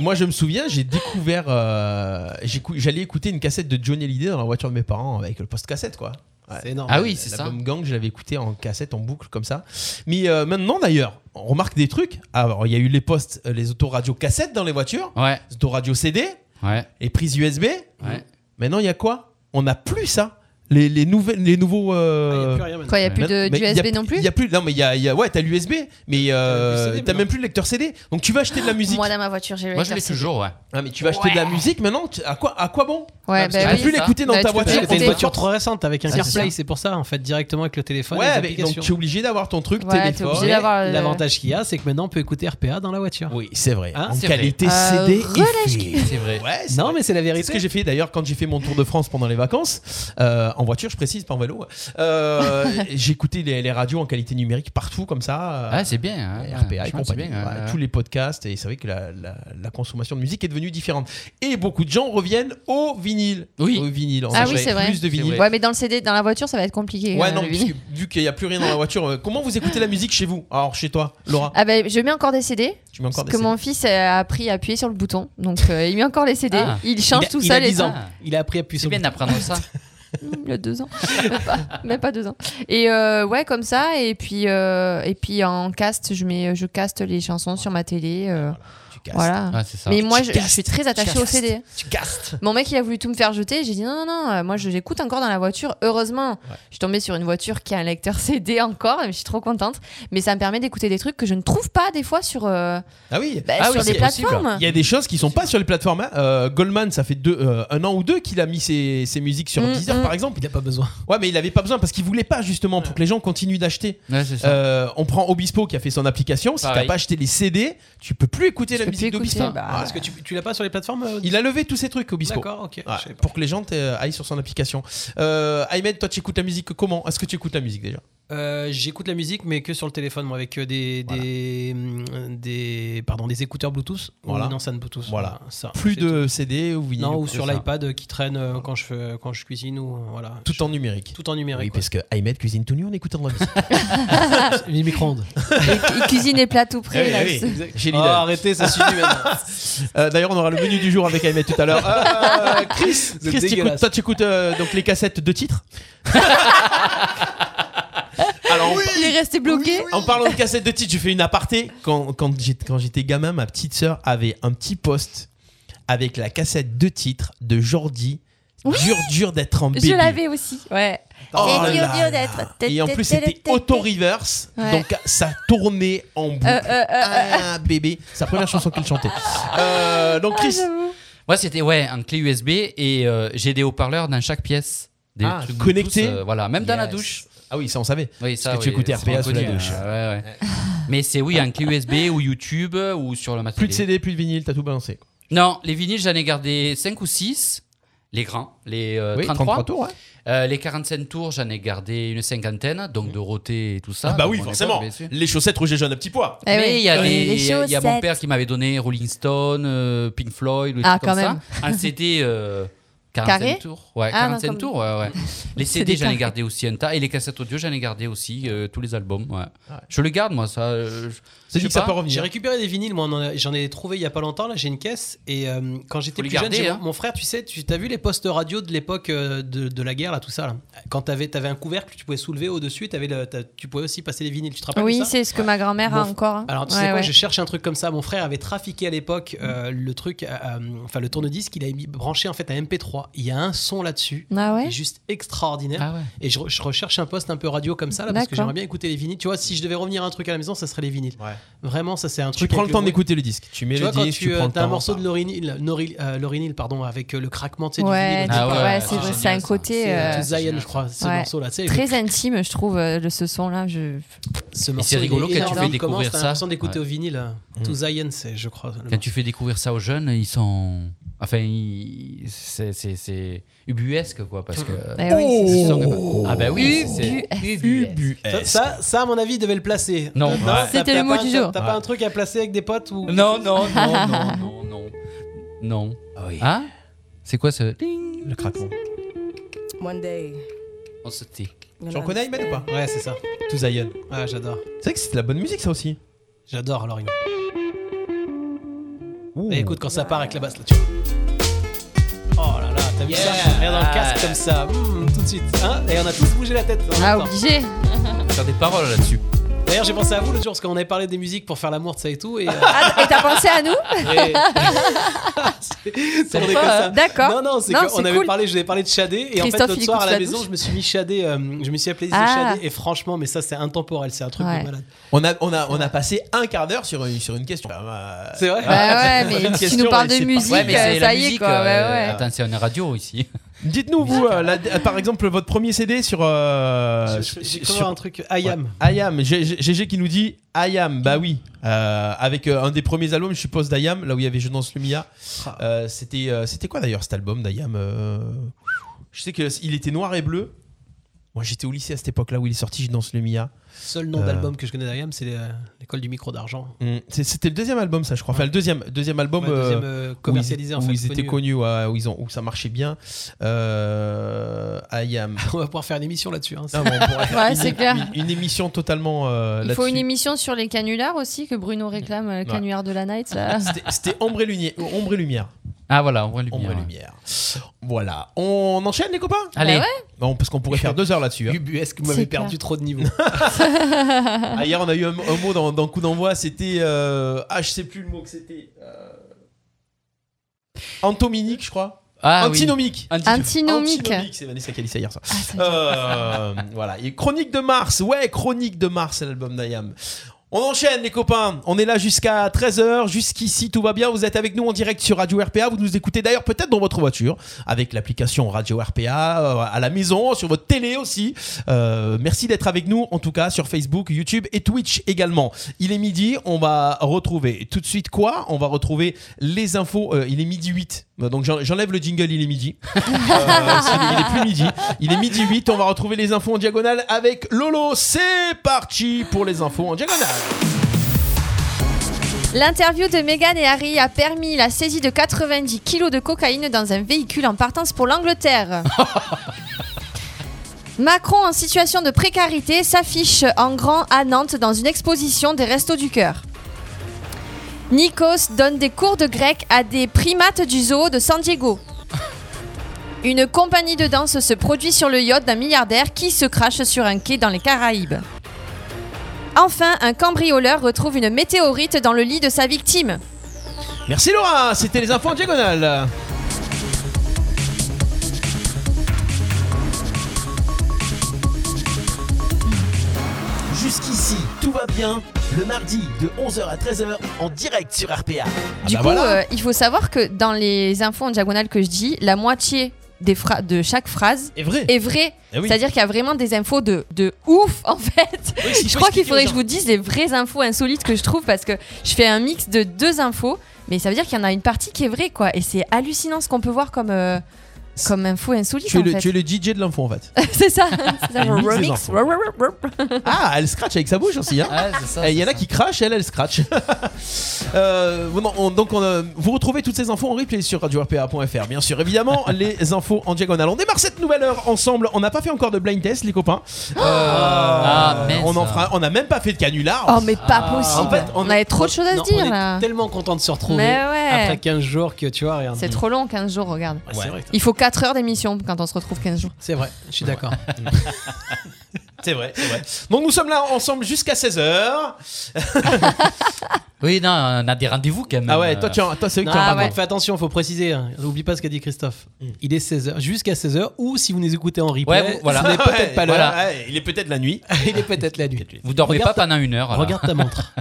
Moi, je me souviens, j'ai découvert. euh, j'écou- J'allais écouter une cassette de Johnny Hallyday dans la voiture de mes parents avec le post-cassette, quoi. Ouais.
C'est énorme.
Ah oui, c'est ça.
L'album Gang, je l'avais écouté en cassette, en boucle, comme ça. Mais euh, maintenant, d'ailleurs, on remarque des trucs. Alors, il y a eu les postes, euh, les autoradios cassettes dans les voitures,
Ouais,
les autoradios CD,
ouais,
les prises USB.
ouais.
Maintenant, il y a quoi On n'a plus ça. Les, les, nouvelles, les nouveaux.
Ah, y a
euh,
plus rien, maintenant.
Quoi, il n'y a plus
mais-
de
mais y a-
d'USB non
Il
plus
y a plus. Non, mais il y a, il y a- ouais, t'as l'USB, mais
T'as le
euh,
CD,
t'as
mais
même plus le lecteur CD. Donc tu vas acheter de la musique.
Moi, dans ma voiture, j'ai le
Moi, je l'ai
cassette.
toujours, ouais.
Ah, mais tu vas acheter de la musique maintenant tu- À quoi, à quoi bon
Ouais, bah
parce que-
Tu
oui.
peux plus
ça.
l'écouter dans
Bah,
ta
tu peux
voiture.
Parce que T'as une
Téléphone.
voiture trop récente avec un
Ah, c'est
CarPlay, c'est pour ça en fait, directement avec le téléphone.
Ouais,
les
avec- donc
applications.
tu es obligé d'avoir ton truc
Ouais, t'es
téléphone.
obligé d'avoir le-
L'avantage qu'il y a, c'est que maintenant on peut écouter RPA dans la voiture.
Oui, c'est vrai.
Hein,
en
c'est vrai.
qualité
Euh,
CD et
relâche-
film.
C'est vrai.
Ouais, c'est
Non,
vrai.
mais c'est la
C'est ce que
vérité.
j'ai fait d'ailleurs quand j'ai fait mon tour de France pendant les vacances, euh, en voiture, je précise, pas en vélo. Euh, J'écoutais les, les radios en qualité numérique partout comme ça. euh,
Ah, c'est bien. hein.
RPA et
Franchement, c'est
compagnie,
bien. euh,
voilà,
ouais.
tous les podcasts et c'est vrai que la, la- la consommation de musique est devenue différente et beaucoup de gens reviennent au vinyle
Oui.
au vinyle on
Ah oui,
achète
c'est vrai.
plus de vinyle
vrai.
Ouais, mais dans le CD, dans la voiture, ça va être compliqué.
ouais
euh,
non
le
parce
vinyle.
que vu qu'il n'y a plus rien dans la voiture euh, comment vous écoutez la musique chez vous alors chez toi Laura
Ah ben, je mets encore des CD
tu mets encore
parce
des
que
CD?
mon fils euh, a appris à appuyer sur le bouton, donc euh, il met encore les CD.
Ah.
il change
Il a-
tout
il a
seul. et
10 ans.
Ah.
Il a appris à appuyer
C'est
sur le
bien d'apprendre ça.
Hum, Il a deux ans, même pas, même pas deux ans. Et euh, ouais, comme ça. Et puis euh, et puis en cast, je mets, je caste les chansons sur ma télé. euh,
tu castes
voilà.
Ouais, c'est ça.
Mais moi, je,
castes,
je suis très attachée au
castes.
CD.
tu castes
Mon mec, il a voulu tout me faire jeter. J'ai dit non, non, non, euh, moi, je l'écoute encore dans la voiture. Heureusement, je suis tombée sur une voiture qui a un lecteur CD encore. et Je suis trop contente. Mais ça me permet d'écouter des trucs que je ne trouve pas des fois sur, euh,
ah oui
bah,
Ah oui,
sur
c'est
des
possible.
plateformes.
Il y a des choses qui sont pas sur les plateformes. hein. Euh, Goldman, ça fait deux, euh, un an ou deux qu'il a mis ses, ses musiques sur
Mm,
Deezer,
mm.
par exemple.
Il n'a pas besoin.
Ouais, mais il avait pas besoin parce qu'il voulait pas justement pour que les gens continuent d'acheter.
Ouais, c'est ça.
Euh, on prend Obispo qui a fait son application. Si t'as
Pareil.
pas acheté les CD, tu peux plus écouter
Tu
la
peux
musique
plus écouter,
d'Obispo.
bah,
Voilà.
Parce que tu, tu l'as pas sur les plateformes euh,
Il a levé tous ces trucs, Obispo.
D'accord, ok.
Ouais,
je savais pas.
pour que les gens t'aient- aillent sur son application. Euh, Ahmed, toi, tu écoutes la musique comment Est-ce que tu écoutes la musique déjà
Euh, J'écoute la musique, mais que sur le téléphone, moi, avec euh, des, des, hum, des, pardon, des écouteurs Bluetooth
Voilà.
ou une enceinte Bluetooth.
Voilà.
Ça,
Plus
Ah, c'est
de CD ou
tout.
vinyle
Non,
ou
ou
quoi
sur
que ça.
l'iPad euh, qui traîne euh, quand, je, fais- quand je cuisine ou euh, voilà.
Tout en numérique.
tout en
Oui,
numérique.
parce que Ahmed cuisine tout nu en écoutant de la musique.
quoi. Les micro-ondes.
Il cuisine les plats tout près. là,
Eh oui,
c'est-
Chez
Oh,
Lidl.
arrêtez, ça suffit maintenant.
Euh, D'ailleurs, on aura le menu du jour avec Ahmed tout à l'heure. Euh, Chris,
C'est
Chris t'écoutes-
dégueulasse.
toi, tu écoutes euh, donc les cassettes de titres Alors, on-
Il est resté bloqué.
en parlant de cassettes de titres, je fais une aparté. Quand, quand j'ai- quand j'étais gamin, ma petite sœur avait un petit poste avec la cassette de titres de Jordi. Dur, dur d'être en bébé.
Je l'avais aussi. Ouais.
Oh là
dur, dur
là.
d'être.
Et en plus, c'était auto-reverse.
Ouais.
Donc, ça tournait en boucle.
Euh, euh, euh,
Ah, bébé. C'est la première chanson qu'elle chantait. Euh, donc, Chris,
Ah, J'avoue.
Moi, c'était ouais, en clé USB et euh, j'ai des haut-parleurs dans chaque pièce. Des
Ah,
trucs
connectés.
Bluetooth, euh, voilà, même dans la
Yes.
douche.
Ah oui, ça on savait.
Oui, ça,
que tu
oui,
écoutais
c'est
RPA sous la
reconnu,
douche.
euh, ouais, ouais. Mais c'est oui, un clé USB ou YouTube ou sur le
Plus
matériel.
de CD, plus de vinyle, t'as tout balancé.
Non, les vinyles, j'en ai gardé 5 ou 6. Les grands, les euh, 33.
tours, ouais.
Euh, les 45 tours, j'en ai gardé une cinquantaine, donc Dorothée et tout ça.
Ah bah
donc
oui,
mon époque,
forcément.
bien sûr.
Les chaussettes rouges et jaunes à petits pois.
Eh
Mais
oui.
il y, avait,
Les
il y a- il y a mon
chaussettes.
père qui m'avait donné Rolling Stone, euh, Pink Floyd, ou des
Ah,
trucs comme
quand
ça. Un CD euh, Quarantaine
Carré
tours. Ouais,
Ah,
quarantaine
comme-
tours, ouais, ouais. Les
C'est
CD,
des
j'en ai
carrés.
gardé aussi un tas. Et les cassettes audio, j'en ai gardé aussi, euh, tous les albums. ouais. Je le garde, moi, ça. euh, je-
C'est dit
je sais
que ça
pas.
peut
J'ai
revenir.
récupéré des vinyles, moi on en a- j'en ai trouvé il y a pas longtemps, là j'ai une caisse et euh, quand j'étais
Faut les
plus jeune,
garder,
j'ai-
hein.
mon frère, tu sais, tu as vu les postes radio de l'époque euh, de, de la guerre, là tout ça, là. quand tu avais, un couvercle, tu pouvais soulever au-dessus, t'avais le- t'as- tu pouvais aussi passer les vinyles, tu te rappelles de
Oui,
ça
c'est ce que ma grand-mère a
Bon,
encore. hein.
Alors tu sais
Ouais,
quoi,
ouais.
je cherche un truc comme ça. Mon frère avait trafiqué à l'époque euh, le truc, euh, euh, enfin le tourne-disque, il avait mis, branché en fait un MP3. Il y a un son là-dessus,
Ah
qui est
ouais
juste extraordinaire.
Ah ouais.
Et je, re- je recherche un poste un peu radio comme ça là, parce que
D'accord.
j'aimerais bien écouter les vinyles. Tu vois, si je devais revenir à un truc à la maison, ça serait les vinyles.
Ouais.
Vraiment, ça c'est un
Tu
truc.
prends
avec
le temps
bruit.
d'écouter le disque. Tu mets
Tu
le
vois quand
disque,
tu
tu
euh,
prends le
t'as un
temps.
morceau de Lauryn Hill, Noril- euh, Lauryn Hill, pardon, avec euh, le craquement tu sais,
Ouais,
du vinyle.
tu-
Ah ouais,
ouais,
c'est
c'est vrai,
génial,
c'est un
ça.
côté
C'est, euh,
euh,
Zion, je crois, ce
Ouais.
morceau là. tu sais, avec-
très intime, je trouve, euh, de ce son-là. Je...
ce
Et
morceau,
c'est
il est
rigolo quand tu
énorme.
fais
Il
découvrir
commence, t'as
ça.
l'impression d'écouter
Ouais.
au vinyle. euh, To Zion, c'est, je crois. le
Quand tu fais découvrir ça aux jeunes, ils sont. Enfin, ils- c'est- c'est c'est ubuesque, quoi, parce que.
Eh oui, c'est
Ils sont- Ah, bah oui, c'est.
Oh. Ubuesque.
Ubuesque.
Eh,
Ça, ça, ça, à mon avis, devait le placer.
Non,
T'as-
ouais.
t'as-
C'était
t'as
le mot
pas-
du
t'as-
jour.
T'as pas un truc à placer avec des potes ou
Non, non, non, non, non, non. Non. Hein C'est quoi ce.
Le craquement.
One day.
On se tait.
Tu reconnais Ayman ou pas
Ouais, c'est ça.
To Zion.
Ouais, Ah, j'adore.
C'est vrai que c'est de la bonne musique ça aussi.
J'adore Lorraine.
Ouh.
Et Eh, écoute, quand ça part avec la basse, là, tu vois. Oh là là, t'as vu ça Et dans le casque comme ça, hmm, tout de suite. Hein Et on a tous bougé la tête. en
Ah,
même temps.
obligé
Faire des paroles là-dessus.
D'ailleurs, j'ai pensé à vous l'autre jour parce qu'on avait parlé des musiques pour faire l'amour, de ça et tout. Et, euh,
Ah, Et t'as pensé à nous
et- c'est on est comme ça.
D'accord.
Non, non, c'est
Non,
qu'on
c'est
avait
cool.
parlé, je vous avais parlé de Shadé, et en fait,
Christophe,
l'autre
il
soir à la
écoute la
maison,
douche.
je me suis mis Shadé, euh, je me suis appelé
Ah.
Shadé, et franchement, mais ça, c'est intemporel, c'est un truc
Ouais.
de malade.
On a, on, a, on a passé un quart d'heure sur une, sur une question. Euh,
C'est vrai
Bah ouais,
Une
mais si tu
question,
nous parles
et c'est
de
pas-
musique,
Ouais, mais c'est
euh,
la
ça y est,
musique.
quoi.
euh,
ouais, ouais.
Attends, c'est une radio ici.
Dites-nous, vous, euh, la- euh, par exemple, votre premier CD sur.
Bah,
euh,
Je- je- J'ai
sur-
couvert un truc, I am.
Ouais. I am. G- G- GG qui nous dit I am. Bah oui. Euh, avec euh, un des premiers albums, je suppose, d'Ayam, là où il y avait Je danse le Mia. Euh, c'était, euh, c'était quoi d'ailleurs cet album d'Ayam Je sais qu'il était noir et bleu. Moi j'étais au lycée à cette époque-là où il est sorti Je danse le Mia.
Seul nom
Euh.
d'album que je connais d'Ayam, c'est euh, l'école du micro d'argent.
Mm. C'est- C'était le deuxième album, ça, je crois. Enfin, le deuxième, deuxième album.
Ouais, deuxième,
euh,
euh,
où ils-
commercialisé en
où
fait.
ils étaient
connu.
connus, ouais, où, ils ont, où ça marchait bien. Euh, I am.
On va pouvoir faire une émission là-dessus. hein.
Non, mais on pourrait faire
Ouais,
une-
c'est clair.
Une, une émission totalement euh,
Il faut
là-dessus.
une émission sur les canulars aussi, que Bruno réclame, euh, le
Ouais.
canular de la night. ça.
Ah, C'était- C'était Ombre et Lumière. euh, Ombre et Lumière.
Ah, voilà, on voit lumière.
Ombre et Lumière. Voilà. On enchaîne, les copains
Allez,
Bah
Non, parce qu'on pourrait faire deux heures là-dessus. hein.
Ubuesque, vous
C'est
m'avez
clair.
perdu trop de niveau.
Ah, hier, on a eu un, un mot dans, dans Coup d'envoi. C'était. euh, ah, je sais plus le mot que c'était. euh, Antominique, je crois.
ah oui.
Antinomique.
Antinomique.
c'est Vanessa qui a dit ça hier, ça.
Ah, ça-
Euh, voilà. Et Chronique de Mars. Ouais, Chronique de Mars, c'est l'album d'Ayam. On enchaîne les copains, on est là jusqu'à 13h, jusqu'ici tout va bien, vous êtes avec nous en direct sur Radio RPA, vous nous écoutez d'ailleurs peut-être dans votre voiture, avec l'application Radio RPA, euh, à la maison, sur votre télé aussi. Euh, merci d'être avec nous en tout cas sur Facebook, YouTube et Twitch également. Il est midi, on va retrouver tout de suite quoi On va retrouver les infos, euh, il est midi 8, donc j'en- j'enlève le jingle, il est midi. Euh, c'est- il est plus midi. Il est midi 8. On va retrouver les infos en diagonale avec Lolo. C'est parti pour les infos en diagonale.
L'interview de Meghan et Harry a permis la saisie de 90 kilos de cocaïne dans un véhicule en partance pour l'Angleterre. Macron en situation de précarité s'affiche en grand à Nantes dans une exposition des Restos du Cœur. Nikos donne des cours de grec à des primates du zoo de San Diego. Une compagnie de danse se produit sur le yacht d'un milliardaire qui se crache sur un quai dans les Caraïbes. Enfin, un cambrioleur retrouve une météorite dans le lit de sa victime.
Ah Merci Laura. C'était les infos en diagonale.
Jusqu'ici, tout va bien. Le mardi de 11h à 13h en direct sur RPA.
Du
bah
coup,
voilà.
euh, il faut savoir que dans les infos en diagonale que je dis, la moitié des phra- de chaque phrase
C'est vrai.
est vraie.
Eh oui.
C'est-à-dire qu'il y a vraiment des infos de, de ouf, en fait.
Oui, s'il
Je
faut
crois qu'il
expliquer
faudrait
aux
que je vous dise les vraies infos insolites que je trouve parce que je fais un mix de deux infos, mais ça veut dire qu'il y en a une partie qui est vraie, quoi. Et c'est hallucinant ce qu'on peut voir comme. euh, comme un fou insolite
Tu es,
en
le,
fait.
tu es le DJ de l'info en fait.
c'est ça, c'est ça.
Elle mixe les
Remix.
infos.
Ruh, ruh, ruh, ruh.
Ah, elle scratch avec sa bouche aussi. Hein.
Ouais, Ah, c'est ça,
Et Il y en
c'est
a
ça.
qui crachent, elle, elle scratch. Euh, bon, non, on- donc, on, euh, vous retrouvez toutes ces infos en replay sur radio-rpa.fr. Bien sûr, évidemment, les infos en diagonale. On démarre cette nouvelle heure ensemble. On n'a pas fait encore de blind test, les copains. Euh,
Ah, mince.
on en fera. On n'a même pas fait de canular.
Oh mais pas possible.
En fait,
on,
on
avait trop de choses à
Non,
se dire
on est
là.
tellement content de se retrouver
Mais ouais.
après 15 jours que tu vois, regarde.
C'est trop long 15 jours, regarde.
Ouais, C'est vrai.
Il faut 4 heures d'émission quand on se retrouve 15 jours.
C'est vrai, je suis d'accord.
C'est vrai, c'est vrai. Donc, nous sommes là ensemble jusqu'à 16h.
Oui, non, on a des rendez-vous quand même.
Ah ouais, toi, tu en- toi c'est eux qui
Non,
en parlent.
par
ouais.
contre, fais attention, faut préciser. hein. N'oublie pas ce qu'a dit Christophe.
Mm.
Il est 16h, jusqu'à 16h, ou si vous nous écoutez en replay,
Ouais, voilà.
ce n'est peut-être pas l'heure.
Voilà.
Ouais, il est peut-être la nuit.
Il est peut-être la nuit.
Vous dormez
Regarde
pas pendant une heure. alors.
Regarde ta montre.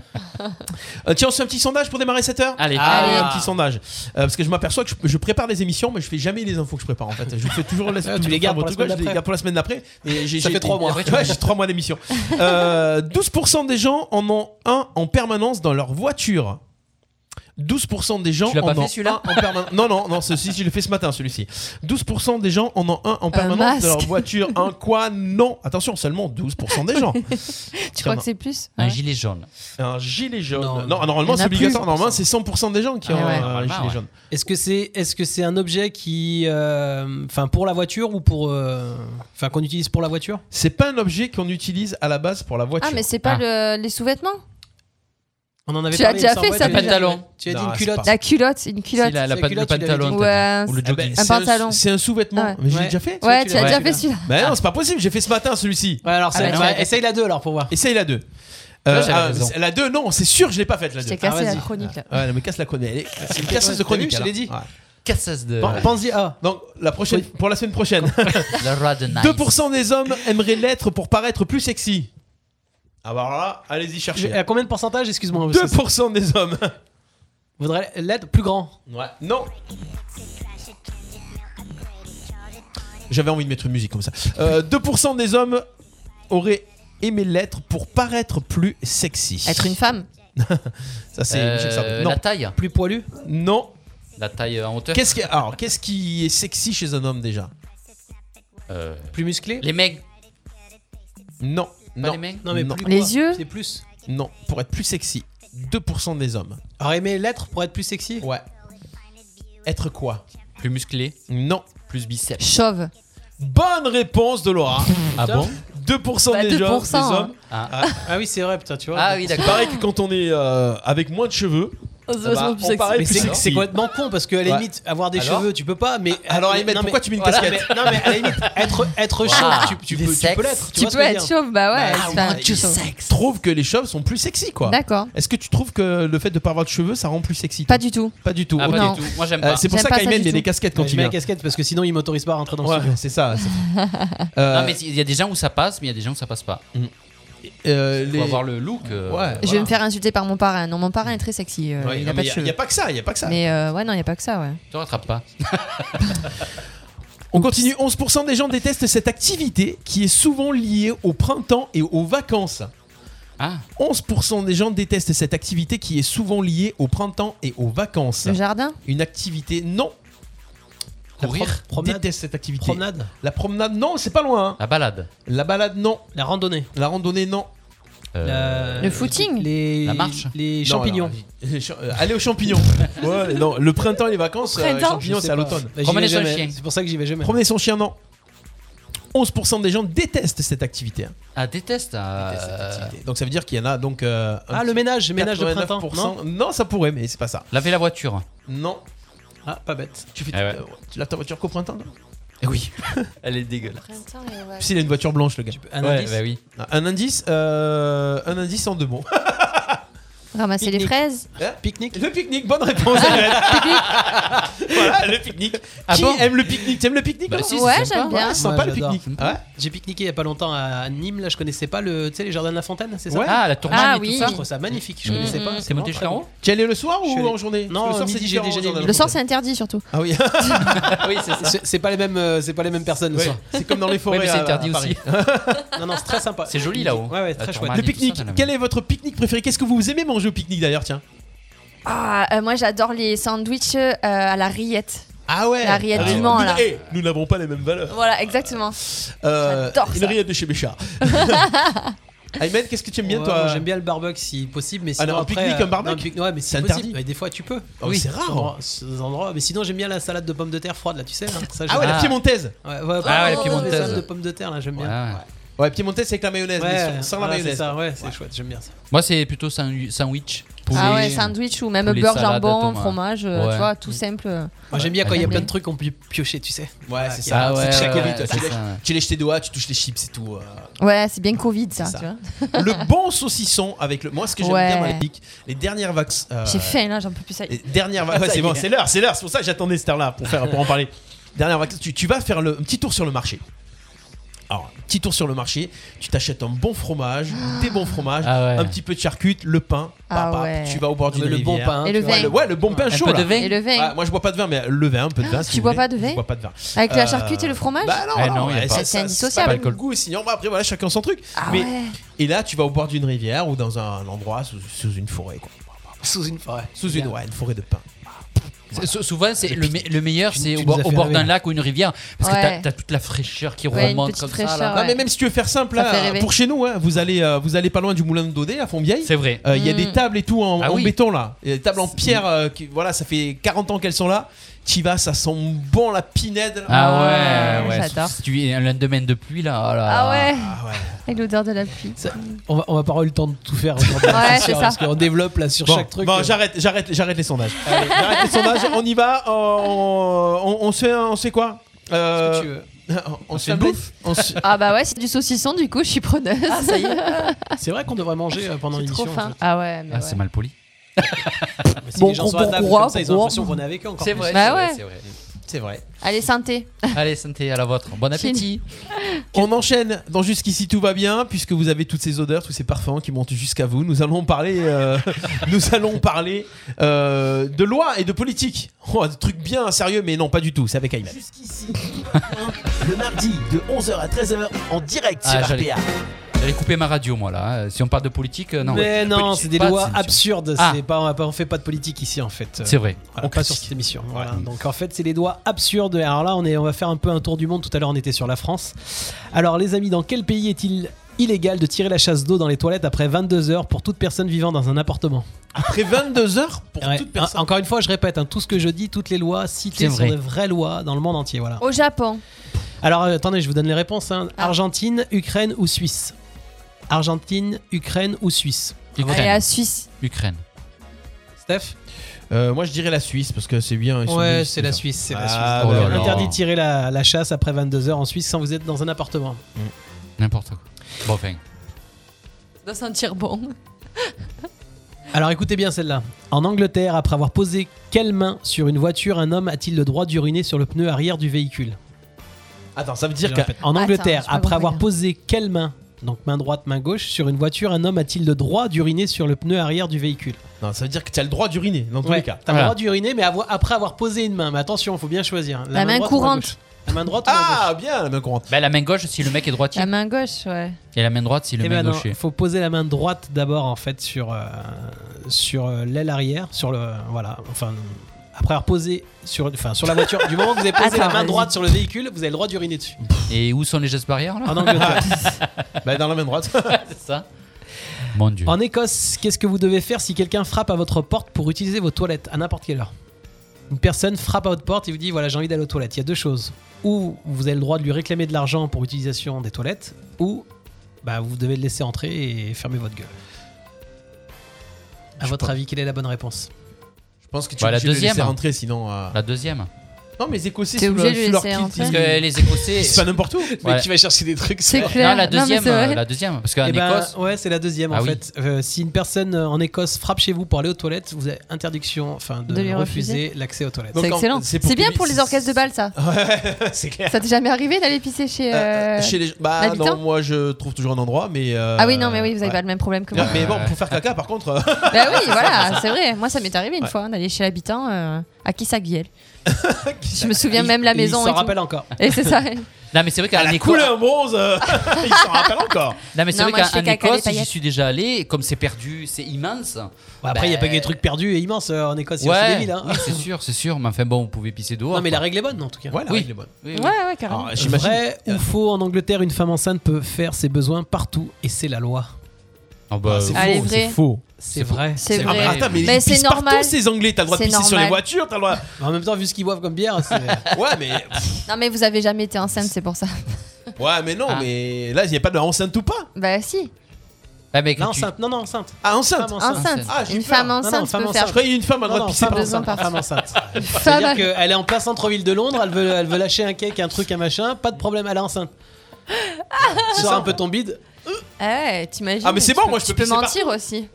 Euh, tiens, on se fait un petit sondage pour démarrer 7 heure
Allez.
Ah,
Allez.
un petit sondage. Euh, parce que je m'aperçois que je, je prépare des émissions, mais je fais jamais les infos que je prépare en fait. Je fais toujours la,
Ah, tu les gardes pour la
enfin, en tout cas,
semaine
je les
d'après.
garde pour la semaine d'après. Et j'ai-
Ça
j'ai-
fait trois mois.
Ouais, j'ai 3 mois d'émission. Euh, 12% des gens en ont un en permanence dans leur voiture. 12% des gens
Tu l'as
en
pas
ont
fait, celui-là
un en permanence. Non, non, non, ceci, je l'ai fait ce matin, celui-ci. 12% des gens en ont un en permanence dans leur
masque.
voiture. Un quoi Non. Attention, seulement 12% des gens.
Tu crois
non.
que c'est plus
Un
Ouais.
gilet jaune.
Un gilet jaune.
Non,
Non,
non.
Il y
normalement
en a
c'est obligatoire.
plus.
Normalement c'est 100% des gens qui
Ah
ont
ouais.
un
Normalement,
gilet
ouais.
jaune.
Est-ce que c'est est -ce c'est un objet qui. euh, Enfin, pour la voiture ou pour. euh, Enfin, qu'on utilise pour la voiture
C'est pas un objet qu'on utilise à la base pour la voiture.
Ah mais c'est pas le- les sous-vêtements
On en avait
Tu
parlé,
as déjà
il me semble,
fait ça,
tu as dit-
pantalon.
Tu as dit
Non,
une
c'est
culotte.
pas-
La culotte, une
C'est
culotte.
la, la,
C'est
pa-
culotte,
le
tu l'avais
pantalon.
dit.
t'as
Ouais,
dit. Ou le
Ah ben,
jogging.
c'est
pantalon.
C'est un sous-vêtement.
Ouais.
Mais je l'ai
Ouais.
déjà fait.
Ouais,
tu
tu as
l'avais
déjà
fait,
fait
celui-là.
celui-là.
Bah non, c'est pas possible. J'ai fait ce matin celui-ci.
Ouais, alors, c'est-
bah, tu
ouais,
l'avais-
Ah, essaye la 2 alors pour voir.
Essaye la 2.
Là, j'avais raison.
la 2, non, c'est sûr, je l'ai pas faite la
Je
2.
t'ai
Ouais,
cassé
Ah,
la
vas-y.
chronique là.
non, mais casse la connerie. Elle est- C'est une casseuse de
T'as vu,
chronique.
je
alors.
l'ai dit.
Ouais.
Casseuse de.
Bon.
Pense-y ah. à.
Donc, la prochaine, pour la semaine prochaine,
Le Rod Nice.
2% des hommes aimeraient l'être pour paraître plus sexy. Ah bah alors là, allez-y
Je-
chercher.
À combien de pourcentage, excuse-moi parce que
2% des hommes.
Voudrait l'être plus grand.
Ouais. Non. J'avais envie de mettre une musique comme ça. Euh, 2% des hommes auraient aimé l'être pour paraître plus sexy.
Être une femme
Ça c'est
Euh,
Michel Sardou. Non.
la taille.
Plus poilu
Non.
La taille en hauteur.
Qu'est-ce qui alors qu'est-ce qui est sexy chez un homme déjà
Euh,
Plus musclé
les mecs.
Non.
Pas
Non.
les mecs.
Non, mais
Non.
plus
Les
quoi
yeux
C'est plus.
Non, pour être plus sexy, 2% des hommes.
Aurait aimé l'être pour être plus sexy
Ouais. Être quoi
Plus musclé.
Non.
Plus biceps.
chauve.
Bonne réponse de Laura.
Ah
Putain.
bon
2%
Bah,
des, gens-
2%,
des
hein.
hommes.
Ah oui, c'est vrai, putain, tu vois.
Ah oui, d'accord.
Pareil que quand on est euh, avec moins de cheveux, Ah bah, on paraît
Mais
plus
c'est
sexy.
c'est complètement con parce que à la
Ouais.
limite, avoir des
Alors
cheveux, tu peux pas, mais.
Alors,
mais-
Ahmed,
non, mais-
pourquoi tu mets une
voilà,
casquette
mais- Non, mais à la limite, être, être chaud,
Wow.
tu, tu
Des
peux, tu
sexes.
peux l'être. Tu,
Tu
vois ce
peux
que je veux
être
dire
chauve, bah ouais.
Ah,
Bah,
enfin,
Tu
chauve.
sexe.
trouve que les cheveux sont plus sexy quoi.
D'accord.
Est-ce que tu trouves que le fait de pas avoir de cheveux ça rend plus sexy toi
Pas du tout.
Pas du tout.
Ah, pas
ok.
Non.
du tout. Moi, j'aime
Euh,
pas.
c'est pour
J'aime
ça
pas ça
qu'aimen
du
met
tout.
des casquettes quand
Ouais, Je
il
mets
vient.
la casquette parce que sinon, il m'autorise pas à rentrer dans le
Ouais,
studio.
c'est ça. c'est- Euh,
Non, mais il y a des gens où ça passe, mais il y a des gens où ça passe pas.
euh,
Faut
les-
avoir le look. euh,
Ouais.
Je vais
Voilà.
me faire insulter par mon parrain. Non, mon parrain est très sexy. euh,
Ouais,
il
non,
a
mais
pas de
y a
cheveux.
pas que ça, il y a pas que ça.
Mais euh, ouais, non, il n'y a pas que ça, ouais.
Tu rattrapes pas.
On continue. 11% des gens détestent cette activité qui est souvent liée au printemps et aux vacances.
Ah,
11% des gens détestent cette activité qui est souvent liée au printemps et aux vacances.
Le jardin
Une activité non
La
courir.
prom- Promenade
déteste cette activité.
Promenade
La promenade non, c'est pas loin. hein.
La balade.
La balade non.
La randonnée
La randonnée non.
Euh,
La-
Le footing
les...
La marche
Les
Non,
champignons.
alors, les cha- euh, aller aux champignons. ouais, non, le printemps et les vacances, euh, les
Printemps.
champignons,
Je sais
c'est à
pas.
l'automne.
Bah, j'y
Promener
vais
son
jamais.
chien.
C'est pour ça que j'y vais jamais.
Promener son chien, non. 11% des gens détestent cette activité. hein.
Ah, déteste. ah,
Détestent cette activité. Donc ça veut dire qu'il y en a donc. euh, un
Ah, le
petit
ménage, ménage de printemps.
89%.
Non,
Non, ça pourrait, mais c'est pas ça.
Laver la voiture.
Non.
ah, pas bête.
Tu, fais
Ah ouais.
euh, tu laves ta voiture qu'au printemps non
Eh oui. Elle est dégueulasse.
Si, il a une voiture blanche, le gars.
Un
ouais,
indice.
bah oui.
Un indice, euh, un indice en deux mots.
Ramasser les
Pique-nique.
fraises
Pique-nique.
Le pique-nique, bonne réponse. Ahmed. voilà, le pique-nique.
Ah
Qui
bon
aime le pique-nique T'aimes le pique-nique
Bah
toi
si,
Ouais,
c'est
j'aime
Ouais,
bien.
c'est sympa
Moi,
le
j'adore.
pique-nique. Ouais.
J'ai piqué il y a pas longtemps à Nîmes, là je connaissais pas le, tu sais, les jardins de la fontaine, c'est ça
Ouais.
Ah, la tournade
Ah
et
oui.
tout ça.
Je trouve ça magnifique, je
Mm,
connaissais pas.
C'est monté
vraiment
Charo
Tu y allais le soir
Je suis
ou
allé-
en journée Parce
Non,
que le soir,
midi,
c'est
j'ai
différent,
déjeuné.
au jardin de
Le
la
soir, c'est
Fontaine.
interdit surtout.
Ah oui,
Oui, c'est ça.
très- C'est c'est pas les mêmes, euh, c'est pas les mêmes personnes le
Ouais,
soir.
c'est comme dans les forêts.
Ouais, mais c'est
à-
interdit
à Paris.
aussi.
Non, non, c'est très sympa.
C'est joli là-haut. Ah,
Ouais, ouais, très
La
chouette.
Tourmaline,
Le
tout ça,
pique-nique,
t'as la
quel
même.
est votre pique-nique préféré Qu'est-ce que vous aimez manger au pique-nique d'ailleurs Tiens,
Ah, euh, moi j'adore les sandwichs euh, à la rillette.
Ah ouais
La rillette du Mans,
Nous-
là.
eh, nous n'avons pas les mêmes valeurs.
Voilà, exactement.
Euh,
J'adore
une
ça.
rillette de chez Béchard. Ayman, qu'est-ce que tu aimes bien,
Ouais,
toi
moi, J'aime bien le barbecue si possible, mais
Ah,
sinon
non, un
après,
pique-nique,
euh,
un barbecue
non, un pique- Ouais, mais
C'est
c'est possible.
interdit.
Ouais, des fois, tu peux.
Oh, c'est rare.
dans ces endroits. Mais sinon, j'aime bien la salade de pommes de terre froide là, tu sais. Là. Ça,
Ah ouais,
j'aime
la
Ah.
piémontaise.
bien. ouais, ouais,
Ah ouais, la
les
piémontaise.
salades de pommes de terre là, j'aime bien.
Ouais.
Ouais, piémontaise, c'est avec la mayonnaise, mais sans- sans la
voilà,
mayonnaise.
C'est ça, ouais, c'est chouette, j'aime bien ça.
Moi, c'est plutôt san- sandwich. poulet.
Ah ouais, sandwich ou même
poulet,
beurre,
salade,
jambon,
tomate.
fromage, euh,
Ouais. Mm.
tu vois, tout simple.
Moi, j'aime bien quand il y a
J'aime
plein
bien.
de trucs qu'on peut piocher, tu sais.
Ouais, c'est ça.
Ah ouais,
C'est
ouais,
Covid,
ouais,
toi,
c'est
tu lèches-
ça.
Tu lèches tes doigts, tu touches les chips, c'est tout. euh.
Ouais, c'est bien Covid ça,
C'est ça.
tu vois.
le bon saucisson avec le. Moi, ce que j'aime
Ouais.
bien dans les pics, les dernières vax. euh,
J'ai faim là, j'en peux plus ça. y
Les
est.
dernières vax. Ouais, c'est bon, c'est l'heure, c'est l'heure. C'est pour ça que j'attendais cette heure-là pour, faire, pour en parler. Dernière vax. Tu, tu vas faire le, un petit tour sur le marché. Alors, petit tour sur le marché, tu t'achètes un bon fromage, des bons fromages,
Ah ouais.
un petit peu de charcute, le pain,
Ah
papa,
ouais.
tu vas au bord d'une
Mais le bon
rivière.
pain.
Et
tu
le
vois.
vin.
Ouais, le, ouais, le bon pain chaud.
peu de
là.
vin.
Et le vin. Ah,
Ah, moi je bois pas de vin, mais le vin, un peu de vin. si
tu
vous
bois
voulez.
pas de vin
Je bois pas de vin.
Avec
Euh,
la charcuterie et le fromage
Bah non,
Eh
non,
non, y a
ouais,
pas-
ça,
c'est
ça,
indissociable.
pas le goût, sinon bah, après voilà chacun son truc.
Ah
mais
ouais.
et là tu vas au bord d'une rivière ou dans un endroit sous, sous une forêt quoi.
Sous une forêt.
Sous une ouais, une forêt de pain.
C'est- sou- Souvent, c'est le, me- le meilleur,
tu-
c'est
tu
au,
nous
bord-
as fait
au bord
rêver,
d'un
là.
lac ou une rivière. Parce
Ouais.
que t'as- t'as toute la fraîcheur qui
Ouais, une
remonte
petite
comme ça.
fraîcheur,
là.
ouais.
Non Ah, mais même si tu veux faire simple
Ça
là,
fait rêver.
pour chez nous hein, vous allez euh, vous allez pas loin du moulin de Daudet à Fontvieille.
C'est vrai.
Euh, Il y a des
Mm.
tables et tout en,
Ah
en
oui.
béton là, Il y a des tables en pierre, euh, qui, voilà, ça fait 40 ans qu'elles sont là. Tu y vas, ça sent bon la pinède. là.
Ah ouais, ouais.
J'adore.
Si tu es un lendemain de pluie, là. oh là
Ah
là.
ouais,
Ah ouais.
avec l'odeur de la pluie.
On va, on va pas avoir eu le temps de tout faire aujourd'hui,
Ouais,
sûr,
c'est ça.
Parce qu'on développe là sur
Bon,
chaque truc.
bon,
euh,
j'arrête, j'arrête, j'arrête les sondages. Allez, j'arrête les sondages. On y va. euh, on, on, on se fait, un- on se fait quoi Euh,
ce que tu veux.
On,
On
se fait
se fait
un
une bouffe
bouffe On se-
Ah bah ouais, c'est du saucisson du coup, je suis preneuse. Ah, ça y est,
C'est vrai qu'on devrait manger euh, pendant
j'ai
l'émission.
trop
en
faim.
fait.
Ah ouais, mais
Ah,
ouais.
c'est mal poli.
Mais si
Bon,
les gens sont
bon,
à table
bon,
comme ça, ils ont
bon.
l'impression qu'on est avec eux encore. plus.
Bah ouais.
C'est vrai.
Allez, santé.
Allez, santé à la vôtre. Bon appétit.
On enchaîne dans Jusqu'ici tout va bien, puisque vous avez toutes ces odeurs, tous ces parfums qui montent jusqu'à vous. Nous allons parler, euh, nous allons parler euh, de loi et de politique. Oh, des trucs bien sérieux, mais non, pas du tout. C'est avec Ayman.
Jusqu'ici, le mardi de 11h à 13h en direct sur
Ah, j'allais-
RPA.
J'allais couper ma radio, moi, là. hein. Si on parle de politique, euh, non.
Mais non,
Politique,
c'est des
pas de
lois
solution.
absurdes.
Ah.
c'est Pas, on, va pas- on fait pas de politique ici en fait.
C'est vrai. Ah,
Voilà,
On
pas sur
critique.
cette émission. Voilà.
Ouais.
Donc en fait, c'est les lois absurdes. Alors là, on, est, on va faire un peu un tour du monde. Tout à l'heure, on était sur la France. Alors les amis, dans quel pays est-il illégal de tirer la chasse d'eau dans les toilettes après 22 heures pour toute personne vivant dans un appartement
Après 22 heures pour
Ouais. Ah,
toute personne.
En- Encore une fois, je répète, hein, tout ce que je dis, toutes les lois citées
C'est
sont
vrai.
de vraies lois dans le monde entier. Voilà.
Au Japon.
Alors euh, attendez, je vous donne les réponses. hein.
Ah.
Argentine, Ukraine ou Suisse Argentine, Ukraine ou Suisse
Allez,
Ukraine.
à Suisse.
Ukraine.
Steph
Euh, moi, je dirais la Suisse parce que c'est bien. ils sont bien,
ah. Ouais, c'est la
bien.
Suisse. C'est la
Ah,
Suisse.
bah
Oh là
voilà.
là.
Interdit de tirer la, la chasse après 22h en Suisse sans vous être dans un appartement.
N'importe quoi. Bon, enfin.
Doit sentir bon.
Alors écoutez bien celle-là. En Angleterre, après avoir posé quelle main sur une voiture, un homme a-t-il le droit d'uriner sur le pneu arrière du véhicule
Attends, ça veut
Je
dire
le
que
répète. En
Attends,
Angleterre,
j'ai
après
pas compris, hein.
avoir
là.
posé quelle main donc main droite, main gauche, sur une voiture, un homme a-t-il le droit d'uriner sur le pneu arrière du véhicule
non, ça veut dire que tu as le droit d'uriner dans tous
Ouais,
les cas.
T'as
Voilà.
le droit d'uriner, mais avo- après avoir posé une main. Mais attention, faut bien choisir. hein.
La main
droite ou
courante.
gauche la main droite ou la gauche
Ah, bien la main courante.
Ben, la main gauche si le mec est droitier.
La main gauche, ouais.
Et la main droite si le
Eh
mec
ben
est
non,
gaucher.
faut poser la main droite d'abord en fait sur euh, sur euh, l'aile arrière, sur le voilà, enfin après avoir posé sur enfin sur la voiture. du moment que vous avez posé la
Attends,
main
vas-y.
droite sur le véhicule, vous avez le droit d'uriner dessus.
Et où sont les gestes barrières, là
En Angleterre.
Bah, dans la main droite.
C'est ça Mon dieu.
en Écosse, qu'est-ce que vous devez faire si quelqu'un frappe à votre porte pour utiliser vos toilettes à n'importe quelle heure Une personne frappe à votre porte et vous dit voilà j'ai envie d'aller aux toilettes. Il y a deux choses. Ou vous avez le droit de lui réclamer de l'argent pour utilisation des toilettes, ou bah, vous devez le laisser entrer et fermer votre gueule. À
Je
votre
pense-
avis, quelle est la bonne réponse
Je pense que tu
Bah,
es
la
obligé de le laisser
deuxième.
rentrer sinon. euh,
La deuxième.
Ah.
Non, mais les Écossais,
T'es
sous
obligé
le-
de le
sous leur
laisser
kit,
rentrer.
Parce
ils-
que euh, les Écossais.
C'est pas n'importe où.
Ouais.
vas chercher des trucs.
C'est
Non,
clair.
la deuxième.
mais c'est vrai.
euh, la deuxième. Parce qu'en
Eh ben,
Écosse.
ouais, c'est la deuxième
Ah
en
oui.
fait. Euh, si une personne euh, en Écosse frappe chez vous pour aller aux toilettes, vous avez interdiction enfin, de,
De lui
refuser l'accès aux toilettes.
Donc,
C'est
en-
excellent.
c'est pour
C'est bien
publier-
pour les orchestres de bal, ça.
c'est clair.
Ça t'est jamais arrivé d'aller pisser chez.
Euh,
euh,
chez les... Bah non,
l'habitant
moi je trouve toujours un endroit, mais. euh,
Ah oui, non, mais oui, vous avez
ouais.
pas le Ah. même problème que
Non,
moi.
Mais bon, pour faire caca, par contre, euh,
bah oui, voilà, c'est vrai. Moi, ça m'est arrivé une fois d'aller chez l'habitant euh, à Kissaguiel. Je me souviens même la
Et
maison.
Il s'en
et tout.
rappelle encore.
Et c'est ça.
Non, Ah, mais c'est vrai qu'à
Elle a
Aneco-
coulé un bronze. euh, Il s'en rappelle encore.
Non, mais c'est
Non,
vrai
moi, je fais
qu'en
caca les
Écosse, j'y
paillettes.
suis déjà allé. et Comme c'est perdu, c'est immense.
Bon, Bah, après, il n'y a
Ben,
pas que des trucs perdus et immenses euh, en Écosse, il y a aussi
Ouais,
des villes. hein.
oui, c'est sûr, c'est sûr. Mais enfin, bon, vous pouvez pisser dehors.
Non, mais la
quoi.
règle est bonne en tout cas.
Voilà.
Oui.
il est bon.
Oui, oui.
Ouais, ouais, carrément.
Alors, j'imagine-
Vrai ou faux, en Angleterre, une femme enceinte peut faire ses besoins partout et c'est la loi.
Ah bah,
Ah, c'est
Allez,
faux,
vrai.
c'est faux.
C'est vrai.
C'est
Ah,
vrai.
bah,
Attends, mais,
Mais
ils
c'est
pissent
normal.
partout ces Anglais. T'as le droit de
C'est
pisser sur les
normal.
voitures, t'as le droit.
Mais En même temps, vu ce qu'ils boivent comme bière, c'est.
Ouais, mais
Non, mais vous avez jamais été enceinte, c'est pour ça.
ouais, mais non,
Ah.
mais là, il n'y a pas de enceinte ou pas.
Bah, si.
Ah, mais
Non,
tu-
enceinte, non, non, enceinte.
Ah, enceinte.
Femme enceinte.
Enceinte.
Ah, j'ai eu
Une
peur.
femme
Non,
non,
enceinte
femme
peut
enceinte.
Je
faire.
croyais une femme a le
Non,
droit
non,
de pisser
femme
partout.
enceinte.
partout.
Femme enceinte.
Femme.
C'est-à-dire qu'elle est en plein centre-ville de Londres, elle veut, elle veut lâcher un cake, un truc, un machin, pas de problème, elle est enceinte. Tu sors un peu ton bide.
Eh, t'imagines.
Ah, mais c'est bon,
tu
moi, je
tu
peux
peux
pisser
mentir aussi.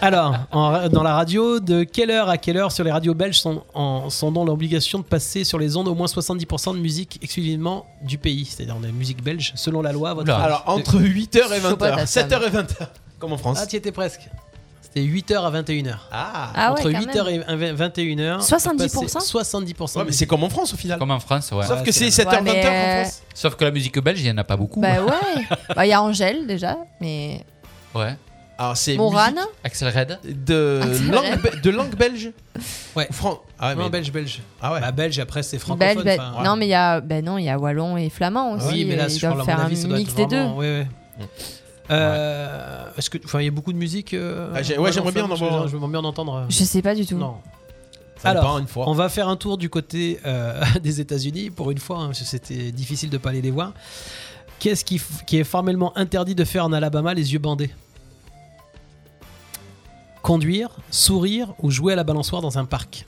Alors, en ra- dans la radio, de quelle heure à quelle heure sur les radios belges sont, en- sont dans l'obligation de passer sur les ondes au moins 70% de musique exclusivement du pays C'est-à-dire de la musique belge, selon la loi. à Votre
Oula.
avis.
Alors, entre 8h et
Faut pas
20h.
ta
7h et 20h. Comme en France.
Ah, tu étais presque. C'était 8h à 21h.
Ah.
Ah ouais,
Entre
quand
8h
même.
et 21h.
70%
70%
Ouais, mais c'est comme en France au final.
Comme en France, ouais.
Sauf
Ouais,
que
c'est
c'est 7h,
Ouais, mais,
20h en
euh,
France.
Sauf que la musique belge, il n'y en a pas beaucoup. hein.
Bah, ouais. Bah, il y a Angèle déjà, mais.
Ouais.
Alors, c'est.
Morane.
Axel Red.
musique De
Ah, c'est
langue, be- de langue belge
Ouais.
Ou Fran... ah,
Non,
mais-
belge, belge.
ah ouais.
Bah, belge, après, c'est
Belge,
francophone.
Bel-
enfin,
bah, Non, mais il y a, ben non, il y a wallon et flamand aussi.
Ah oui, mais là,
et ils
je parle,
doivent
à
faire
mon
un
avis, ça doit
mix
être hein.
des deux.
vraiment- ouais, ouais. Euh, Est-ce que, enfin, il y a beaucoup de musique. euh,
Ah, j'ai- ouais,
wallon,
j'aimerais bien en
flamande,
avoir.
Je j'aimerais bien en entendre. euh,
Je sais pas du tout.
Non.
Ça me
Alors,
parle une fois.
On va faire un tour du côté euh, des États-Unis pour une fois, hein, parce que c'était difficile de pas aller les voir. Qu'est-ce qui, f- qui est formellement interdit de faire en Alabama les yeux bandés Conduire, sourire ou jouer à la balançoire dans un parc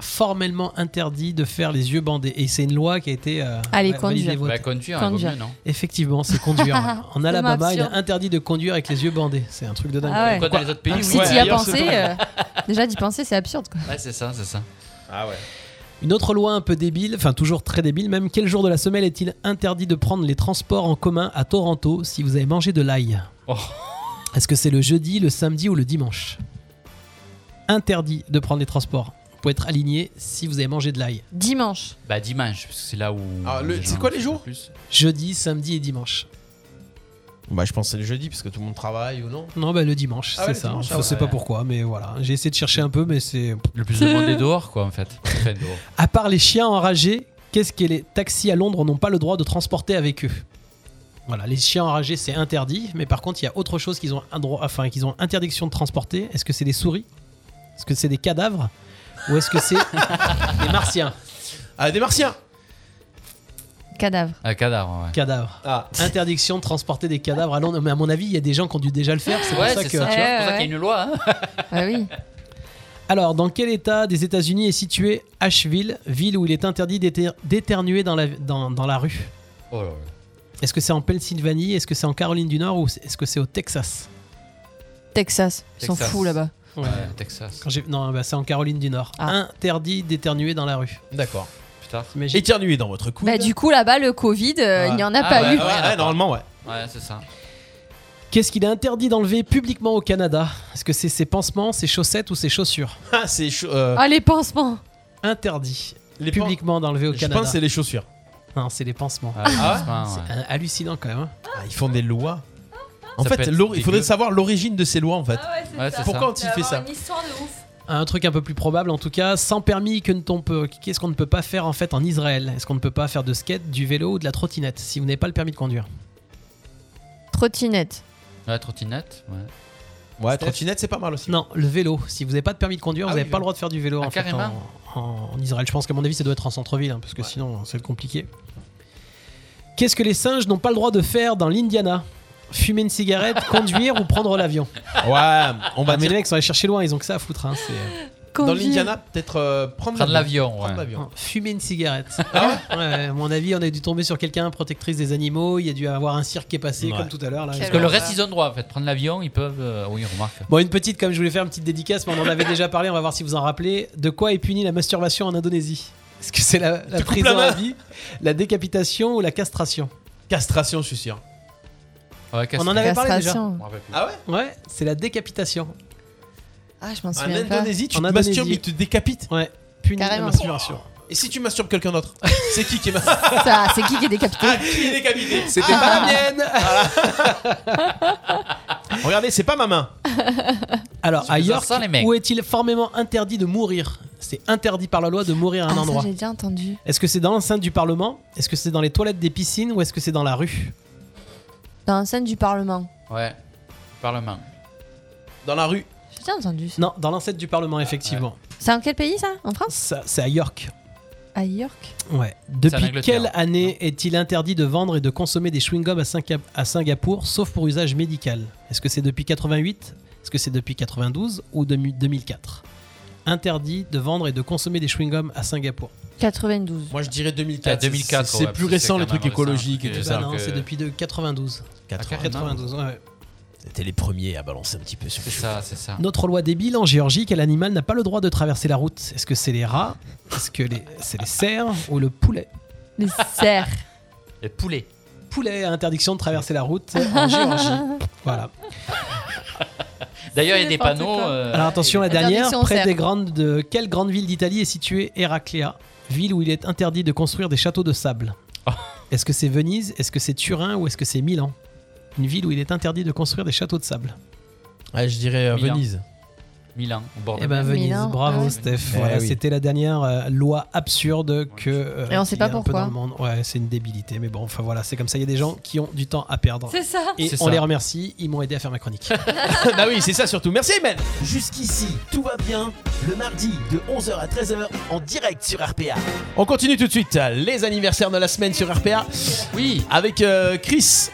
Formellement interdit de faire les yeux bandés. Et c'est une loi qui a été. euh,
Allez,
va- validée,
conduire.
Bah,
votée.
conduire,
Conduire.
il vaut mieux, non
Effectivement, c'est conduire. en Alabama, il est
absurde.
interdit de conduire avec les yeux bandés. C'est un truc de dingue.
Ah ouais.
Quoi, dans les autres pays,
Si
oui.
t'y as
ailleurs,
pensé,
c'est
euh, déjà d'y penser, c'est absurde. Quoi.
Ouais, c'est ça, c'est ça.
Ah ouais.
Une autre loi un peu débile, enfin toujours très débile même, quel jour de la semaine est-il interdit de prendre les transports en commun à Toronto si vous avez mangé de l'ail
Oh.
Est-ce que c'est le jeudi, le samedi ou le dimanche Interdit de prendre les transports pour être aligné si vous avez mangé de l'ail.
Dimanche.
Bah, dimanche, parce que c'est là où.
Ah, le-
gens
c'est quoi les
font
jours
plus.
Jeudi, samedi et dimanche.
Bah, je pense que c'est le jeudi parce que tout le monde travaille ou non.
Non, bah le dimanche,
Ah
c'est
ouais, le
ça.
dimanche,
je
ah
sais
ouais.
pas pourquoi, mais voilà. J'ai essayé de chercher un peu, mais c'est.
Le plus demandé dehors, quoi, en fait. Enfin, dehors.
À part les chiens enragés, qu'est-ce que les taxis à Londres n'ont pas le droit de transporter avec eux Voilà, les chiens enragés, c'est interdit, mais par contre, il y a autre chose qu'ils ont, un droit, enfin, qu'ils ont interdiction de transporter. Est-ce que c'est des souris Est-ce que c'est des cadavres Ou est-ce que c'est des martiens
Ah, des martiens
Cadavre.
Un cadavre, ouais.
Cadavres.
Ah.
Interdiction de transporter des cadavres à Londres. Mais à mon avis, il y a des gens qui ont dû déjà le faire. C'est pour
Ouais,
ça
c'est
que.
ça.
tu
C'est
vois.
pour ça
Ouais,
qu'il y a une loi. hein.
Ah oui.
Alors, dans quel état des États-Unis est situé Asheville, ville où il est interdit d'éter- d'éternuer dans la, dans- dans la rue
Oh là là.
Est-ce que c'est en Pennsylvanie Est-ce que c'est en Caroline du Nord ou est-ce que c'est au Texas
Texas. Ils sont
Texas.
fous là-bas.
Ouais, Texas.
Quand j'ai- Non, bah, c'est en Caroline du Nord.
Ah.
Interdit d'éternuer dans la rue.
Ah, D'accord.
Putain.
T'imagines
Éternuer dans votre coude.
Bah, du coup, là-bas, le Covid, euh,
Ouais.
il n'y en a
Ah
pas
ouais,
eu.
ouais.
Ah ouais, normalement, ouais.
Ouais, c'est ça.
Qu'est-ce qu'il est interdit d'enlever publiquement au Canada Est-ce que c'est ses pansements, ses chaussettes ou ses chaussures
Ah, c'est chaud. euh,
Ah, les pansements.
Interdit
les pan-
publiquement d'enlever au
Je
Canada.
pense que c'est les chaussures.
Non, c'est Ah. les pansements.
Ouais, franchement, ouais.
C'est un- hallucinant quand même. hein.
Ah, ils font des lois. En
Ça peut
fait,
être
l'or- il
dégueu.
faudrait savoir l'origine de ces lois, en fait.
Ah
Ouais, c'est ça.
Pourquoi on t'y fait ça
histoire de ouf.
Un truc un peu plus probable en tout cas, sans permis, que ne t'on peut- qu'est-ce qu'on ne peut pas faire en fait en Israël Est-ce qu'on ne peut pas faire de skate, du vélo ou de la trottinette si vous n'avez pas le permis de conduire
Trottinette.
Ouais, trottinette. Ouais.
Ouais, trottinette, c'est pas mal aussi.
Non, le vélo. Si vous n'avez pas de permis de conduire,
Ah
vous
oui,
n'avez pas
vélo.
le droit de faire du vélo
Ah,
en, fait,
carrément.
en- en- en Israël. Je pense qu'à mon avis, ça doit être en centre-ville, hein, parce que sinon, c'est compliqué. Qu'est-ce que les singes n'ont pas le droit de faire dans l'Indiana Fumer une cigarette, conduire ou prendre l'avion
Ouais, on va
Ah, Mais les
dire.
mecs sont allés chercher loin, ils ont que ça à foutre. hein, c'est-
Dans
Conduire.
l'Indiana, peut-être euh, prendre,
Prendre l'avion,
Prendre
ouais.
l'avion.
Fumer une cigarette. Ah Ouais, ouais, à mon avis, on a dû tomber sur quelqu'un, protectrice des animaux. Il y a dû avoir un cirque qui est passé,
Ouais.
comme tout à l'heure. là.
Quel
Parce que le
horreur.
reste, ils ont droit, en fait. Prendre l'avion, ils peuvent. euh, Oui, remarque.
Bon, une petite, comme je voulais faire une petite dédicace, mais on en avait déjà parlé, on va voir si vous en rappelez. De quoi est punie la masturbation en Indonésie Est-ce que c'est la, la
Tu coupes
prison
la main
à vie, la décapitation ou la castration
Castration, je suis sûr.
Ouais, qu'est-ce
On en
que-
avait parlé déjà.
Castration.
Je me rappelle plus.
Ah ouais
Ouais, c'est la décapitation.
Ah, je m'en
En
souviens pas.
Indonésie, tu
En
te
Indonésie.
masturbes, ils te décapitent.
Ouais, punie la
Carrément.
masturbation.
Et Et si tu masturbes quelqu'un d'autre C'est qui qui est ma...
Ça, c'est qui qui est décapité
Ah, qui est décapité
C'était
Ah.
pas la mienne
Regardez, c'est pas ma main.
Alors, à
bizarre,
York,
ça, les mecs.
où est-il formellement interdit de mourir C'est interdit par la loi de mourir à un
Ah, ça,
endroit.
j'ai déjà entendu.
Est-ce que c'est dans l'enceinte du Parlement Est-ce que c'est dans les toilettes des piscines Ou est-ce que c'est dans la rue
Dans la scène du Parlement.
Ouais. Parlement.
Dans la rue.
J'ai déjà entendu ça.
Non, dans l'enceinte du Parlement, effectivement.
C'est en quel pays, ça En France
Ça, C'est à York.
À York
Ouais.
C'est en
Depuis
Angleterre. hein.
quelle année est-il interdit de vendre et de consommer des chewing-gums à, Singa- à Singapour, sauf pour usage médical Est-ce que c'est depuis 88 Est-ce que c'est depuis 92 ou demi- 2004 Interdit de vendre et de consommer des chewing-gums à Singapour.
92.
Moi, je dirais 2004.
Ah, 2004,
C'est c'est
ouais,
plus
parce que
récent, les
c'est quand
trucs
même récent,
écologiques et
ok.
tout
C'est
Bah
ça
ça.
non,
que- Ah.
c'est depuis de 92.
carrément.
92, ouais, ouais.
C'était les premiers à balancer un petit peu sur
C'est ça, c'est ça.
Notre loi débile en Géorgie, quel animal n'a pas le droit de traverser la route Est-ce que c'est les rats Est-ce que les- c'est les cerfs ou le poulet
Les cerfs.
Les poulets.
Poulet, interdiction de traverser la route en Géorgie. Voilà.
D'ailleurs,
C'est
il y a des
n'importe
panneaux.
quoi.
euh,
Alors attention, la dernière,
Interdiction aux
près
cerfs.
des grandes de quelle grande ville d'Italie est située Héracléa, ville où il est interdit de construire des châteaux de sable
Ah.
Est-ce que c'est Venise Est-ce que c'est Turin ou est-ce que c'est Milan Une ville où il est interdit de construire des châteaux de sable.
Ah, je dirais euh,
Milan.
Venise.
euh, Milan, au bord de
Eh ben
mer.
Venise,
Milan, ah
bravo
ouais.
Steph.
Eh
Voilà,
oui.
c'était la dernière euh, loi absurde que. euh,
Et on sait
qu'il
pas
y a un peu
pourquoi.
dans le monde. Ouais, c'est une débilité, mais bon, enfin voilà, c'est comme ça. Il y a des gens qui ont du temps à perdre.
C'est ça.
Et
C'est
on
ça.
les remercie, ils m'ont aidé à faire ma chronique.
bah oui, c'est ça surtout. Merci, Emel
Jusqu'ici, tout va bien. Le mardi de 11h à 13h en direct sur RPA.
On continue tout de suite euh, les anniversaires de la semaine sur RPA
Oui,
avec euh, Chris.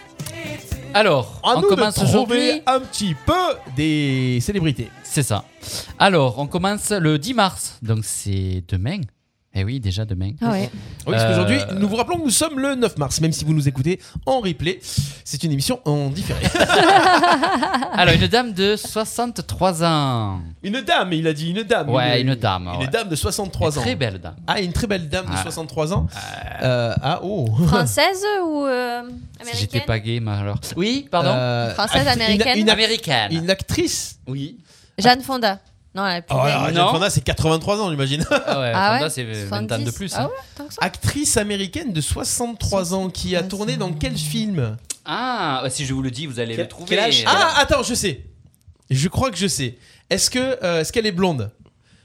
alors,
À
on
nous
commence
de trouver
aujourd'hui.
un petit peu des célébrités.
C'est ça. Alors, on commence le 10 mars, donc c'est demain. Eh oui, déjà demain.
Ah ouais.
Oui, parce
Euh,
qu'aujourd'hui, nous vous rappelons que nous sommes le 9 mars, même si vous nous écoutez en replay. C'est une émission en différé.
Ah.
Alors, une dame de 63 ans.
une dame, il a dit une dame.
Ouais, une dame,
Une
ouais.
dame de 63 ans.
Très belle dame.
Ah, une très belle dame de
Ah.
63 ans. Euh, ah, oh.
Française ou euh, américaine
Si j'étais pas gay, mais alors. Oui, pardon.
Euh,
Française,
une-
américaine.
Une, act-
américaine.
une actrice.
Oui.
Jeanne Fonda. Non, elle est plus
Ah
Oh,
vieille.
alors, Jane
Non.
Fonda, c'est 83 ans, j'imagine.
Ah ouais,
Ah
Fonda,
ouais
c'est 20 ans de
70.
plus.
Ah
hein.
ouais, tant que ça.
Actrice américaine de 63 ans qui a
Ouais,
tourné
c'est-
dans quel film
Ah, si je vous le dis, vous allez
Quel-
le trouver.
quel âge
Ah, attends, je sais. Je crois que je sais. Est-ce que euh, est-ce qu'elle est blonde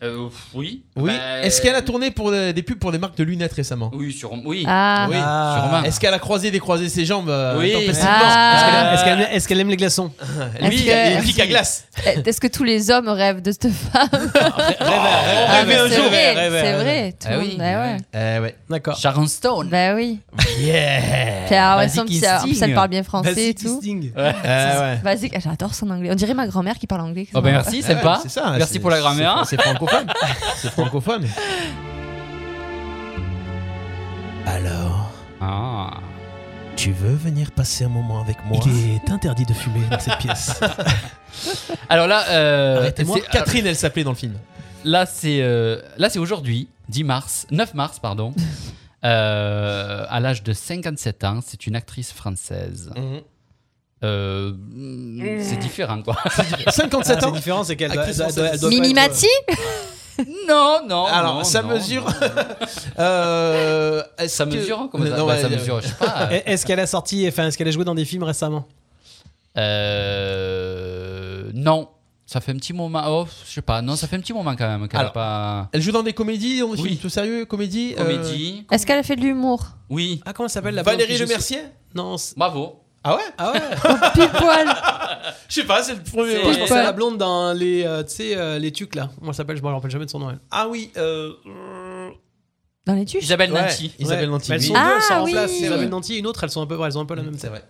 Euh, oui.
Oui.
Bah,
Est-ce qu'elle a tourné pour euh, des pubs pour des marques de lunettes récemment
Oui, sur. Oui.
Ah.
Oui.
Sûrement.
Est-ce qu'elle a croisé décroisé ses jambes euh,
Oui.
tempestivement
Ah.
Est-ce qu'elle- Est-ce qu'elle est-ce qu'elle aime les glaçons
Parce que- Oui,
Est-ce
il y a
que- Ah
des pics à glace.
Eh, Est-ce que tous les hommes rêvent de cette
Ah,
femme
On
Ah,
rêvait
bah,
un
C'est
jour.
vrai,
rêvait,
c'est
rêvait.
vrai. Tout
Ah
le
oui,
monde, bah ouais.
Eh ouais.
D'accord.
Sharon Stone.
Bah oui.
Yeah.
Puis alors,
Basic
ouais, ça, ça,
Instinct.
ça me parle bien français
Vas-y,
et tout.
Sting.
Eh ouais.
Vas-y, ah, j'adore son anglais. On dirait ma grand-mère qui parle anglais.
Oh, bah, merci,
Eh ouais,
sympa.
c'est ça,
Merci
c'est-
pour la
c'est-
grammaire.
C'est francophone. c'est francophone. Alors,
Ah.
tu veux venir passer un moment avec moi
Il est interdit de fumer dans cette pièce.
Alors là, euh,
Arrêtez-moi.
c'est-
Catherine, elle s'appelait dans le film.
Là, c'est euh, là, c'est aujourd'hui, 10 mars, 9 mars, pardon. Euh, à l'âge de 57 ans, c'est une actrice française. Euh, mm, c'est différent, quoi.
57
Ah,
La
ans
différence, Ah, c'est qu'elle doit,
Actrice
doit- doit- elle doit pas
Mimi
être-
Mati
non, non.
Alors,
non,
ça
non,
mesure.
non.
euh, est-ce
Ça
que-
mesure Comment ça,
Non,
bah,
ouais,
ça
euh,
mesure, je sais pas.
Est- Est-ce qu'elle a sorti, enfin, est-ce qu'elle a joué dans des films récemment
Euh, non, ça fait un petit moment. Oh, je sais pas. Non, ça fait un petit moment quand même qu'elle a
Alors,
pas.
Elle joue dans des comédies, on
Oui.
tout sérieux, comédie. euh,
Comédie.
Est-ce qu'elle a fait de l'humour
Oui.
Ah, comment elle s'appelle la
Valérie Le Mercier
Non, c'est-
Bravo.
Ah ouais
ah ouais.
Pile poil
Je sais pas, c'est le premier.
Moi, je
Et-
pensais à la blonde dans les, euh, tu sais, euh, les tucs là. Moi, elle s'appelle, je me rappelle jamais de son nom. elle.
Ah oui, euh. euh,
Dans les tuches
Isabelle
ouais,
Nanty.
Isabelle
Ouais.
Nanty.
Mais Elles
oui.
sont
Ah,
deux, elles sont en
oui.
place.
C'est
Isabelle
vrai.
Nanty et une autre, elles sont un peu, elles ont un peu la même.
C'est vrai.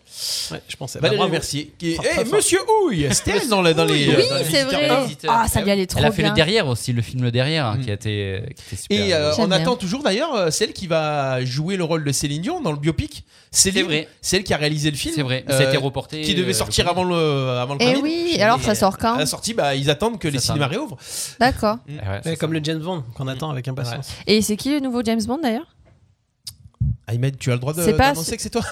Ouais, je pensais.
Valérie
Bah,
Le
bravo.
Mercier. Qui est-
Fort,
Eh,
fort, fort.
Monsieur Houille C'était elle dans, les- dans les. euh,
Oui,
dans les
c'est
visiteurs.
vrai.
visiteurs.
Ah, ça lui allait trop
Elle a fait
bien.
le derrière aussi, le film le derrière, hein,
Mm.
qui a été, qui était super.
Et euh, on
J'aime bien.
attend toujours d'ailleurs euh, celle qui va jouer le rôle de Céline Dion dans le biopic. Céline,
vrai.
Celle qui a réalisé le film.
c'est vrai.
euh,
ça a été reporté.
Qui devait
euh,
sortir
le-
avant le, avant le
Eh
Covid.
oui, alors ça sort
À
quand
Ah,
la sortie, bah, ils attendent que les
Ça
cinémas réouvrent.
D'accord.
Mm.
Ouais, ouais,
Ouais,
c'est
comme
ça.
le James Bond qu'on attend avec impatience.
Et c'est qui le nouveau James Bond d'ailleurs
Ahmed, tu as le droit de
C'est pas-
d'annoncer que c'est toi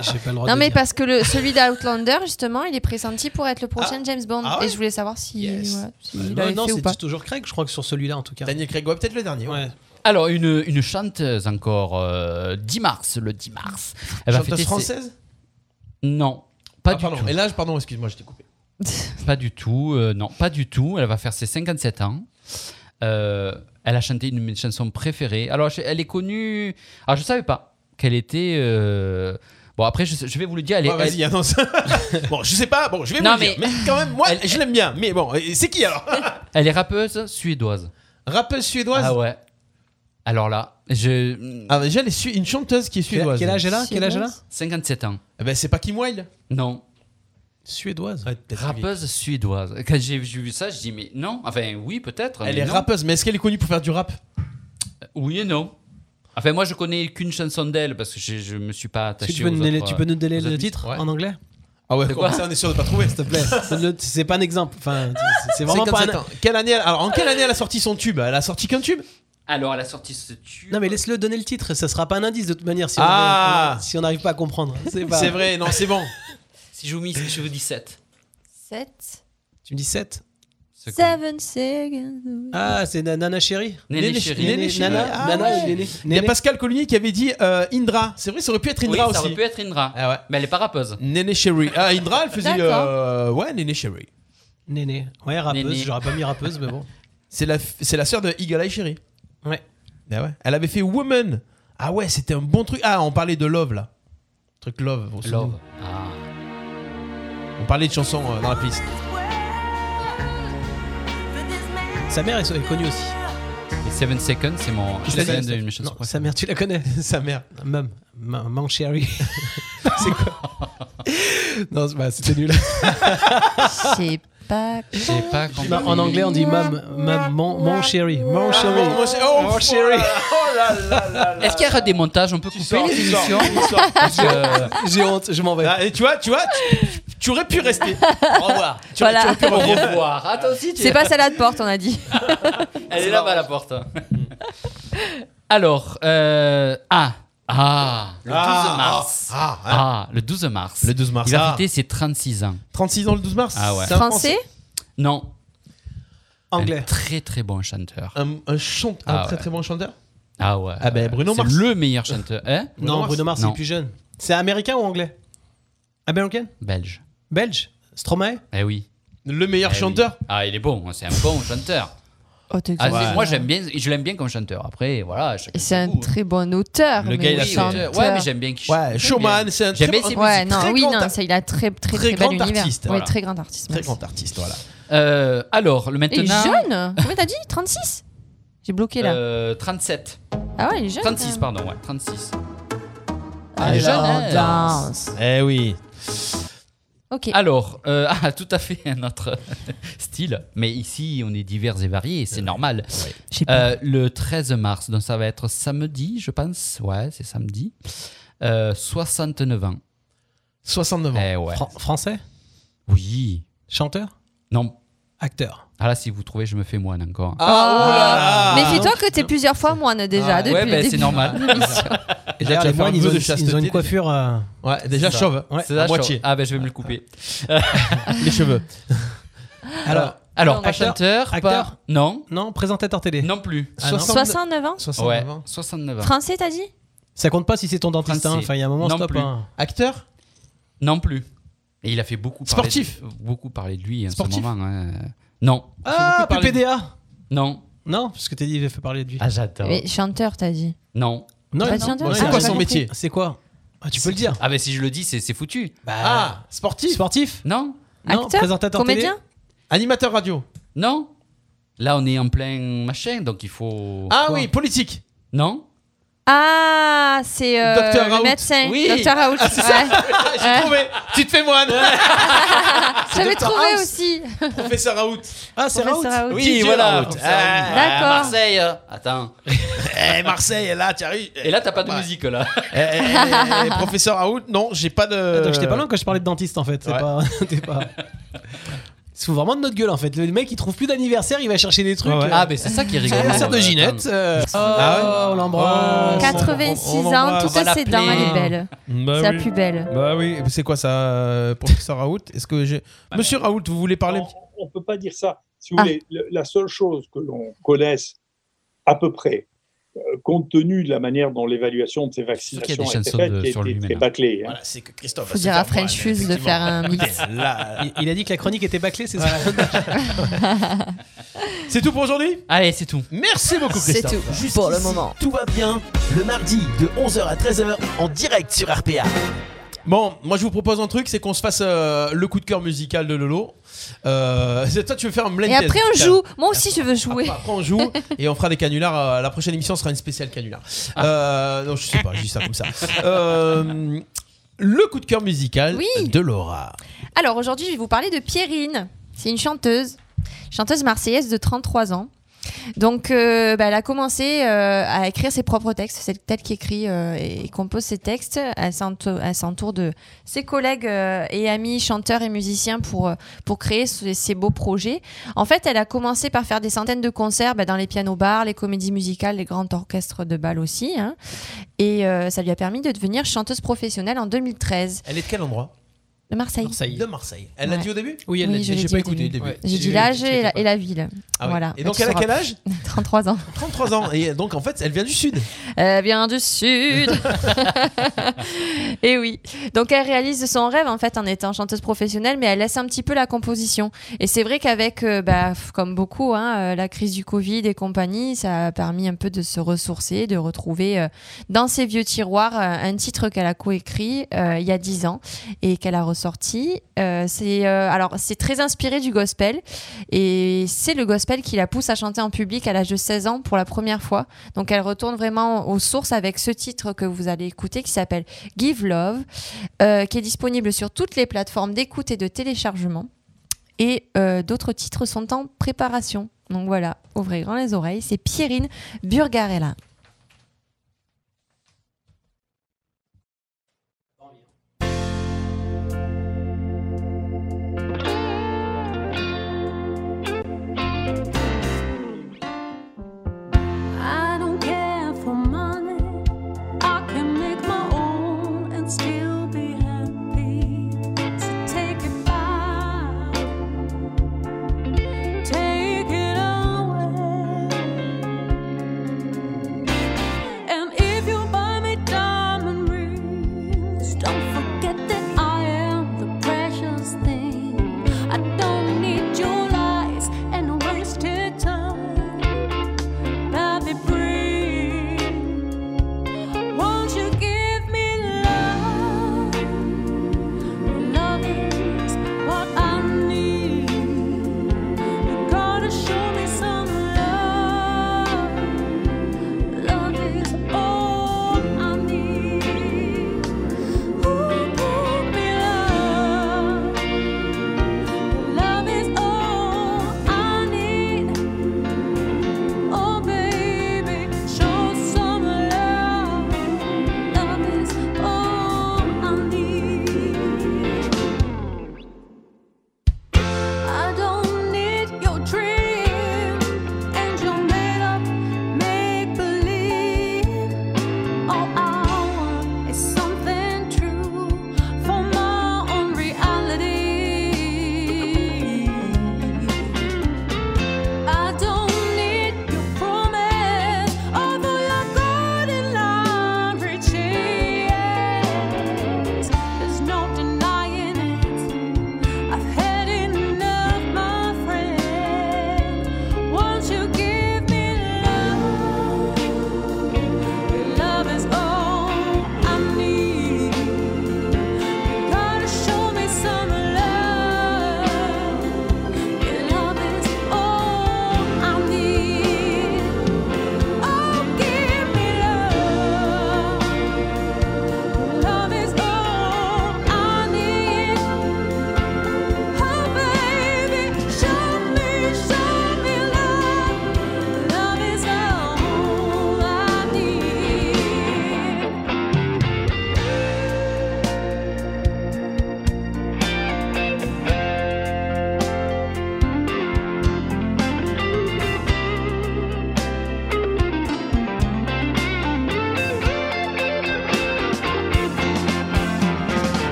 J'ai pas le droit
Non
de
mais
dire.
parce que le, celui d'Outlander justement, il est pressenti pour être le prochain James Bond.
Ah ouais
Et je voulais savoir si,
Yes.
voilà, s'il
Euh,
l'avait
non, non,
fait ou
c'est
pas.
toujours Craig, je crois que sur celui-là en tout cas.
Daniel Craig, ouais, peut-être le dernier. ouais.
Ouais.
Alors, une, une chanteuse encore, euh, 10 mars, le 10 mars. Elle va
Chanteuse
fêter ses-
française
Non, pas
Ah,
du
pardon.
tout.
Et là, je- pardon, excuse-moi, je t'ai coupé.
Pas du tout, euh, non, pas du tout. Elle va faire ses 57 ans. Euh, elle a chanté une de mes chansons préférées. Alors, je- elle est connue. Alors, je savais pas qu'elle était. euh, Bon, après, je, sais- je vais vous le dire. Elle est,
Ah, vas-y,
elle-
annonce. bon, je sais pas, bon, je vais
Non,
vous le dire.
mais-
Mais quand même, moi, je l'aime bien. Mais bon, et c'est qui alors
elle est rappeuse suédoise.
Rappeuse suédoise
Ah ouais. Alors là, je.
Ah, déjà, elle est su- une chanteuse qui est suédoise.
Quel âge elle a Quel âge elle a
57 ans.
Eh Ben, c'est pas Kim Wilde
Non.
Suédoise.
Rappeuse suédoise. Quand j'ai j'ai vu ça, je dis, mais non. Enfin, oui, peut-être.
Elle
mais
est
non.
rappeuse, mais est-ce qu'elle est connue pour faire du rap
Oui et non. Enfin, moi, je connais qu'une chanson d'elle parce que je, je me suis
Est-ce que
pas attaché
tu peux,
aux
nous donner-
autres,
tu peux nous donner
aux
le
autres
titre
Ouais.
en anglais
Ah ouais,
C'est
quoi
quoi
ça, on est sûr de pas trouver.
S'il te plaît. Donne-le- C'est pas un exemple. Enfin, c'est- c'est vraiment pas
57
un.
ans. Quelle année elle- Alors, en quelle année elle a sorti son tube Elle a sorti qu'un tube
euh. Alors, elle a sorti ce tube.
Non, mais laisse-le donner le titre. Ça sera pas un indice de toute manière si on-
Ah.
on si on n'arrive pas à comprendre. C'est pas-
C'est vrai, non, c'est bon.
Si je vous, mis, je vous dis 7.
7,
Tu me dis 7
7 seconds.
Ah, c'est Na- Nana Chérie.
Néné
Néné
Chéri.
Chéri. Néné Chéri.
Nana,
Ah
Nana
ouais.
et Néné.
Il y a
Néné.
Pascal Collier qui avait dit euh, Indra. C'est vrai, ça aurait pu être
Oui,
Indra
ça
aussi.
aurait pu être Indra.
Ah ouais.
Mais elle est pas rappeuse.
Néné Sherry. Ah, Indra, elle faisait.
D'accord.
euh, ouais, Néné Sherry.
Néné. Ouais, rappeuse.
Néné.
J'aurais pas mis rappeuse, mais bon.
C'est la, c'est la sœur de Eagle Eye Sherry.
Ouais.
Ah ouais. Elle avait fait Woman. Ah ouais, c'était un bon truc. Ah, on parlait de Love là. Truc Love. vous vous souvenez
Love. Ah.
On parlait de chansons euh, dans la playlist.
Sa mère est, est connue aussi.
Et 7 Seconds, c'est mon.
l'ai
c'est
dit,
une de mes chansons
Non,
préférées.
sa mère, tu la connais
Sa mère.
Mum. Ma- Maman Chérie. c'est quoi Non, c'est- bah, c'était nul.
Ah.
Je sais pas.
J'ai pas compris.
Non, en anglais, on dit Mum. Mum. Mon, mon Chérie. Mon Chérie.
Oh, mon chéri. Oh, Oh là là là là.
Est-ce qu'il y a des montages On peut couper
sors,
les
tu sors,
émissions
tu sors.
Parce que- euh,
J'ai honte, je m'en vais.
Ah, et tu vois, tu vois, tu, tu aurais pu rester. Au revoir. Tu aurais-
Voilà.
tu aurais pu
Au
revenir.
revoir. Attends, aussi, tu-
C'est pas celle-là de porte, on a dit.
Elle est là-bas, la porte. hein. Alors, euh, ah, ah, le 12
Ah,
mars.
Ah, ah,
Ah, le 12 mars.
Le 12 mars.
Il va
Ah.
fêter ses 36 ans.
36 ans le 12 mars.
Ah ouais.
C'est un
Français
Non, un
Anglais.
très très bon chanteur.
Un, un chante- un
Ah
très
ouais.
très bon chanteur.
Ah ouais.
Ah ben, Bruno
C'est
Mars.
le meilleur chanteur. Hein
Bruno
Non,
Mars.
Bruno Mars, il
Non.
est plus jeune. C'est américain ou anglais Américain
Belge.
Belge Stromae
Eh oui.
Le meilleur
Eh oui.
chanteur.
Ah, il est bon. C'est un bon chanteur.
Oh, t'es
Ah, c'est-
exagéré.
Moi, j'aime bien. Je l'aime bien comme chanteur. Après, voilà. chacun
Et C'est
ses
un
goûts, hein.
très bon auteur.
Le
mais
gars, il a
Oui,
fait- euh,
oui,
chanteur.
ouais, mais j'aime bien qui
Ouais, Showman, c'est un très
J'aime bien
bon-
ses
Ouais,
musique,
non,
très
oui,
grand
non,
ar-
ça, il a très, très,
très
très,
grand
bel univers.
artiste,
Ouais,
voilà.
très grand artiste.
Très
merci.
grand artiste, voilà.
Euh, alors, le
Et il est
maintenant.
jeune Combien t'as dit 36 J'ai bloqué là.
euh, 37.
ah ouais, il est jeune.
36,
quand
pardon, ouais, 36.
même.
Elle est jeune,
Ah,
elle.
danse.
Eh oui.
Ok.
Alors, euh, ah, tout à fait un autre style, mais ici on est divers et variés, c'est normal.
J'ai pas-
Euh, le 13 mars, donc ça va être samedi, je pense, ouais, c'est samedi. Euh, 69 ans.
69 ans.
Eh ouais.
Fran- Français
Oui.
Chanteur
Non.
Acteur
Ah là, si vous trouvez, je me fais moine encore.
Ah,
Ah, oh là là
Méfie-toi que t'es plusieurs fois moine déjà.
Ah,
depuis
ouais,
le
ben,
début.
c'est normal.
Et
D'ailleurs,
là, tu vas faire
les
un
moines, ils
peu
ont,
de
ils ont
chasteté.
une coiffure. euh,
Ouais, déjà
C'est ça.
chauve.
Ouais,
C'est ça,
à moitié.
chaud. Ah ben je vais me le couper.
Les cheveux.
Alors,
Alors, pas
Acteur
chanteur,
Acteur
pas... Non.
non, présentateur télé.
Non plus.
Ah, non.
69 ans
69
Ouais,
ans.
69 ans.
Français, t'as dit
Ça compte pas si c'est ton dentiste. hein.
Français.
Enfin, il y a un moment,
Ah, Non
stop.
plus.
hein.
Acteur
Non plus. Et il a fait beaucoup parler
Sportif.
de, beaucoup parler de lui en
Sportif.
ce moment. hein. Non,
Ah,
beaucoup parlé de-
PPDA
non.
Non, parce que t'as dit, il fait parler de lui.
Ah j'adore.
Mais chanteur, t'as dit.
Non.
non,
pas
non,
de chanteur
non,
C'est
il a
quoi
pas
son
compris.
métier
C'est quoi Ah, Tu peux le dire.
Ah ben si je le dis, c'est c'est foutu.
Bah,
Ah, sportif
sportif
Non,
Non,
Acteur
présentateur
Comédien
Animateur radio.
non. Là on est en plein machin, donc il faut.
Ah
Quoi
oui, politique.
Non.
Ah, c'est euh,
Docteur
le
Raoult.
médecin.
Oui. Ah,
Docteur Raoult. ouais.
J'ai trouvé. Tu te fais moine.
Je l'avais
Docteur
trouvé
House.
aussi.
Professeur Raoult.
télé. Ah, c'est Raoult.
Professeur Raoult.
Oui,
DJ
voilà.
Raoult.
Ah,
D'accord.
Marseille. euh, Attends.
Eh, Marseille, là, tu arrives.
Et là t'as pas de
Ouais.
musique là.
Eh, eh, eh, eh, professeur Raoult, non, j'ai pas de.
Ah, donc
Euh,
j'étais pas loin quand je parlais de dentiste en fait. C'est
Ouais.
pas. t'es pas... C'est vraiment de notre gueule en fait. Le mec il trouve plus d'anniversaire, il va chercher des trucs.
Ouais, ouais.
Ah ben c'est ça qui est rigolo.
Anniversaire de
Euh,
Ginette.
attends.
euh, Oh,
Ah ouais
on l'embrasse.
Quatre-
86
On- on
ans,
l'embrasse.
toutes
On va
ses dents, elle
l'appeler.
est belle.
Bah
c'est la
oui.
plus belle.
Bah oui, c'est quoi ça, euh, professeur Raoult Est-ce que
Bah,
j'ai. Monsieur Raoult, vous voulez parler un petit-
on ne peut pas dire ça. Si vous
Ah.
voulez, le- la seule chose que l'on connaisse à peu près, euh, compte tenu de la manière dont l'évaluation de ces vaccinations a été
chansons
faite,
de-
qui
sur
était
lui-même.
très bâclée. hein.
Voilà, c'est que Christophe.
Faut dire à French Fuse de faire un mix.
Il, il a dit que la chronique était bâclée, c'est ça
C'est tout pour aujourd'hui
Allez, Ah, c'est tout.
Merci beaucoup,
C'est
Christophe.
tout
Jusqu'ici,
pour le moment.
Tout va bien le mardi de 11h à 13h en direct sur RPA.
Bon, moi je vous propose un truc, c'est qu'on se fasse euh, le coup de cœur musical de Lolo. Euh, c'est- toi, tu veux faire un blind
Et
test.
après on
Tiens.
joue. Moi aussi je veux jouer.
Après, on joue et on fera des canulars. euh, la prochaine émission sera une spéciale canular.
Ah.
Euh, non, je sais pas, je dis ça comme ça. Euh, le coup de cœur musical
Oui.
de Laura.
Alors aujourd'hui, je vais vous parler de Pierrine. C'est une chanteuse, chanteuse marseillaise de 33 ans. Donc, euh, bah, elle a commencé euh, à écrire ses propres textes. C'est elle qui écrit euh, et compose ses textes. Elle s'entou- elle s'entoure de ses collègues euh, et amis chanteurs et musiciens pour, euh, pour créer ce- ces beaux projets. En fait, elle a commencé par faire des centaines de concerts bah, dans les pianos-bars, les comédies musicales, les grands orchestres de bal aussi. hein. Et euh, ça lui a permis de devenir chanteuse professionnelle en 2013
Elle est de quel endroit
de Marseille.
Marseille.
De Marseille. Elle l'a
Ouais.
dit au début
Oui, elle
Oui,
l'a dit.
je l'ai
J'ai
dit
pas
au
écouté au
début.
début.
J'ai dit
Et-
l'âge
je
et
sais
la,
pas.
et la ville.
Ah oui.
voilà.
Et
Mais
donc,
tu
elle a
sauras
quel
plus.
âge
33 ans.
33 ans. Et donc, en fait, elle vient du Sud.
Elle vient du sud. et oui. Donc elle réalise son rêve en fait en étant chanteuse professionnelle, mais elle laisse un petit peu la composition. Et c'est vrai qu'avec, euh, bah, f- comme beaucoup, hein, euh, la crise du Covid et compagnie, ça a permis un peu de se ressourcer, de retrouver euh, dans ses vieux tiroirs euh, un titre qu'elle a coécrit euh, il y a 10 ans et qu'elle a ressorti. Euh, c'est euh, alors c'est très inspiré du gospel et c'est le gospel qui la pousse à chanter en public à l'âge de 16 ans pour la première fois. Donc elle retourne vraiment aux sources avec ce titre que vous allez écouter qui s'appelle Give Love, euh, qui est disponible sur toutes les plateformes d'écoute et de téléchargement. Et euh, d'autres titres sont en préparation. Donc voilà, ouvrez grand les oreilles, c'est Pierrine Burgarella.
I don't care for money. I can make my own and still be happy. So take it back. Take it away. Oh,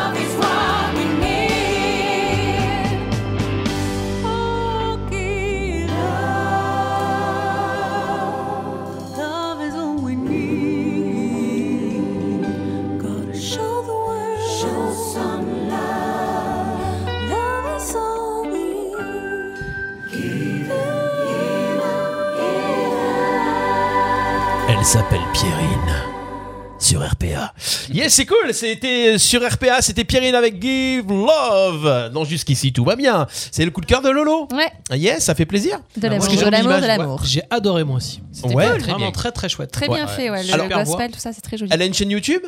Oh,
Elle s'appelle Pierrine. Sur RPA.
Yes, c'est cool. C'était euh, sur RPA, c'était Pierrine avec Give Love. Donc jusqu'ici tout va bien. C'est le coup de cœur de Lolo.
Ouais.
Yes, ça fait plaisir.
De
Moi,
l'amour,
j'ai
de
une
l'amour,
image.
de l'amour.
J'ai adoré moi aussi.
C'était Ouais. cool.
vraiment
Très bien.
très très chouette.
Très bien fait, ouais. Le
Alors-
gospel, tout ça, c'est très joli.
Elle a une chaîne YouTube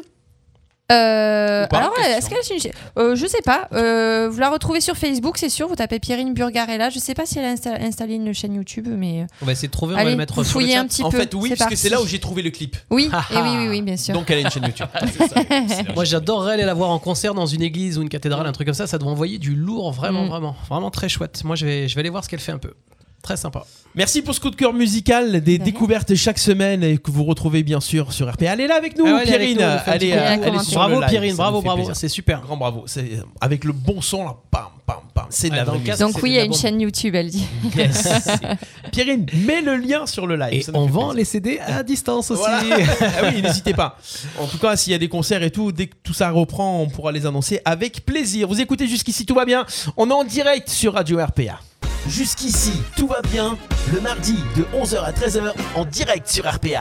Euh,
Ou hein. pas,
alors, ouais, est-ce qu'elle a une chaîne euh, Je sais pas. Euh, vous la retrouvez sur Facebook, c'est sûr. Vous tapez Pierrine Burgarella. Je sais pas si elle a insta- installé une chaîne YouTube, mais. euh,
On va essayer de trouver, on va
Allez,
le mettre
vous
sur le
fouillez
chat.
un petit
En
peu.
fait, oui,
c'est
parce que
parti.
c'est là où j'ai trouvé le clip.
Oui, et oui, oui, oui, bien sûr.
Donc elle a une chaîne YouTube.
Moi j'adorerais aller la voir en concert dans une église ou une cathédrale, un truc comme ça, ça doit envoyer du lourd, vraiment,
Mm.
vraiment, vraiment très chouette. Moi je vais, je vais aller voir ce qu'elle fait un peu. Très sympa.
Merci pour ce coup de cœur musical des découvertes chaque semaine et que vous retrouvez bien sûr sur RP. Allez là avec nous,
Ah ouais, elle est avec
Pierrine.
nous, elle fait un
Allez,
petit
euh,
coucou.
elle est sur
Bravo,
le live,
Pierrine,
ça
bravo,
nous fait
bravo,
plaisir.
c'est super.
Grand bravo. C'est euh, avec le bon son là, pam, pam, pam. C'est de la
dans
vraie
le casque,
musique.
Donc, oui, il y a une chaîne YouTube, elle dit.
Yes. Pierrine, mets le lien sur le live.
Et
ça nous
on
fait
vend les CD à distance aussi.
Voilà. Ah oui, n'hésitez pas. En tout cas, s'il y a des concerts et tout, dès que tout ça reprend, on pourra les annoncer avec plaisir. Vous écoutez jusqu'ici, tout va bien. On est en direct sur Radio RPA.
Jusqu'ici, tout va bien. Le mardi de 11h à 13h en direct sur RPA.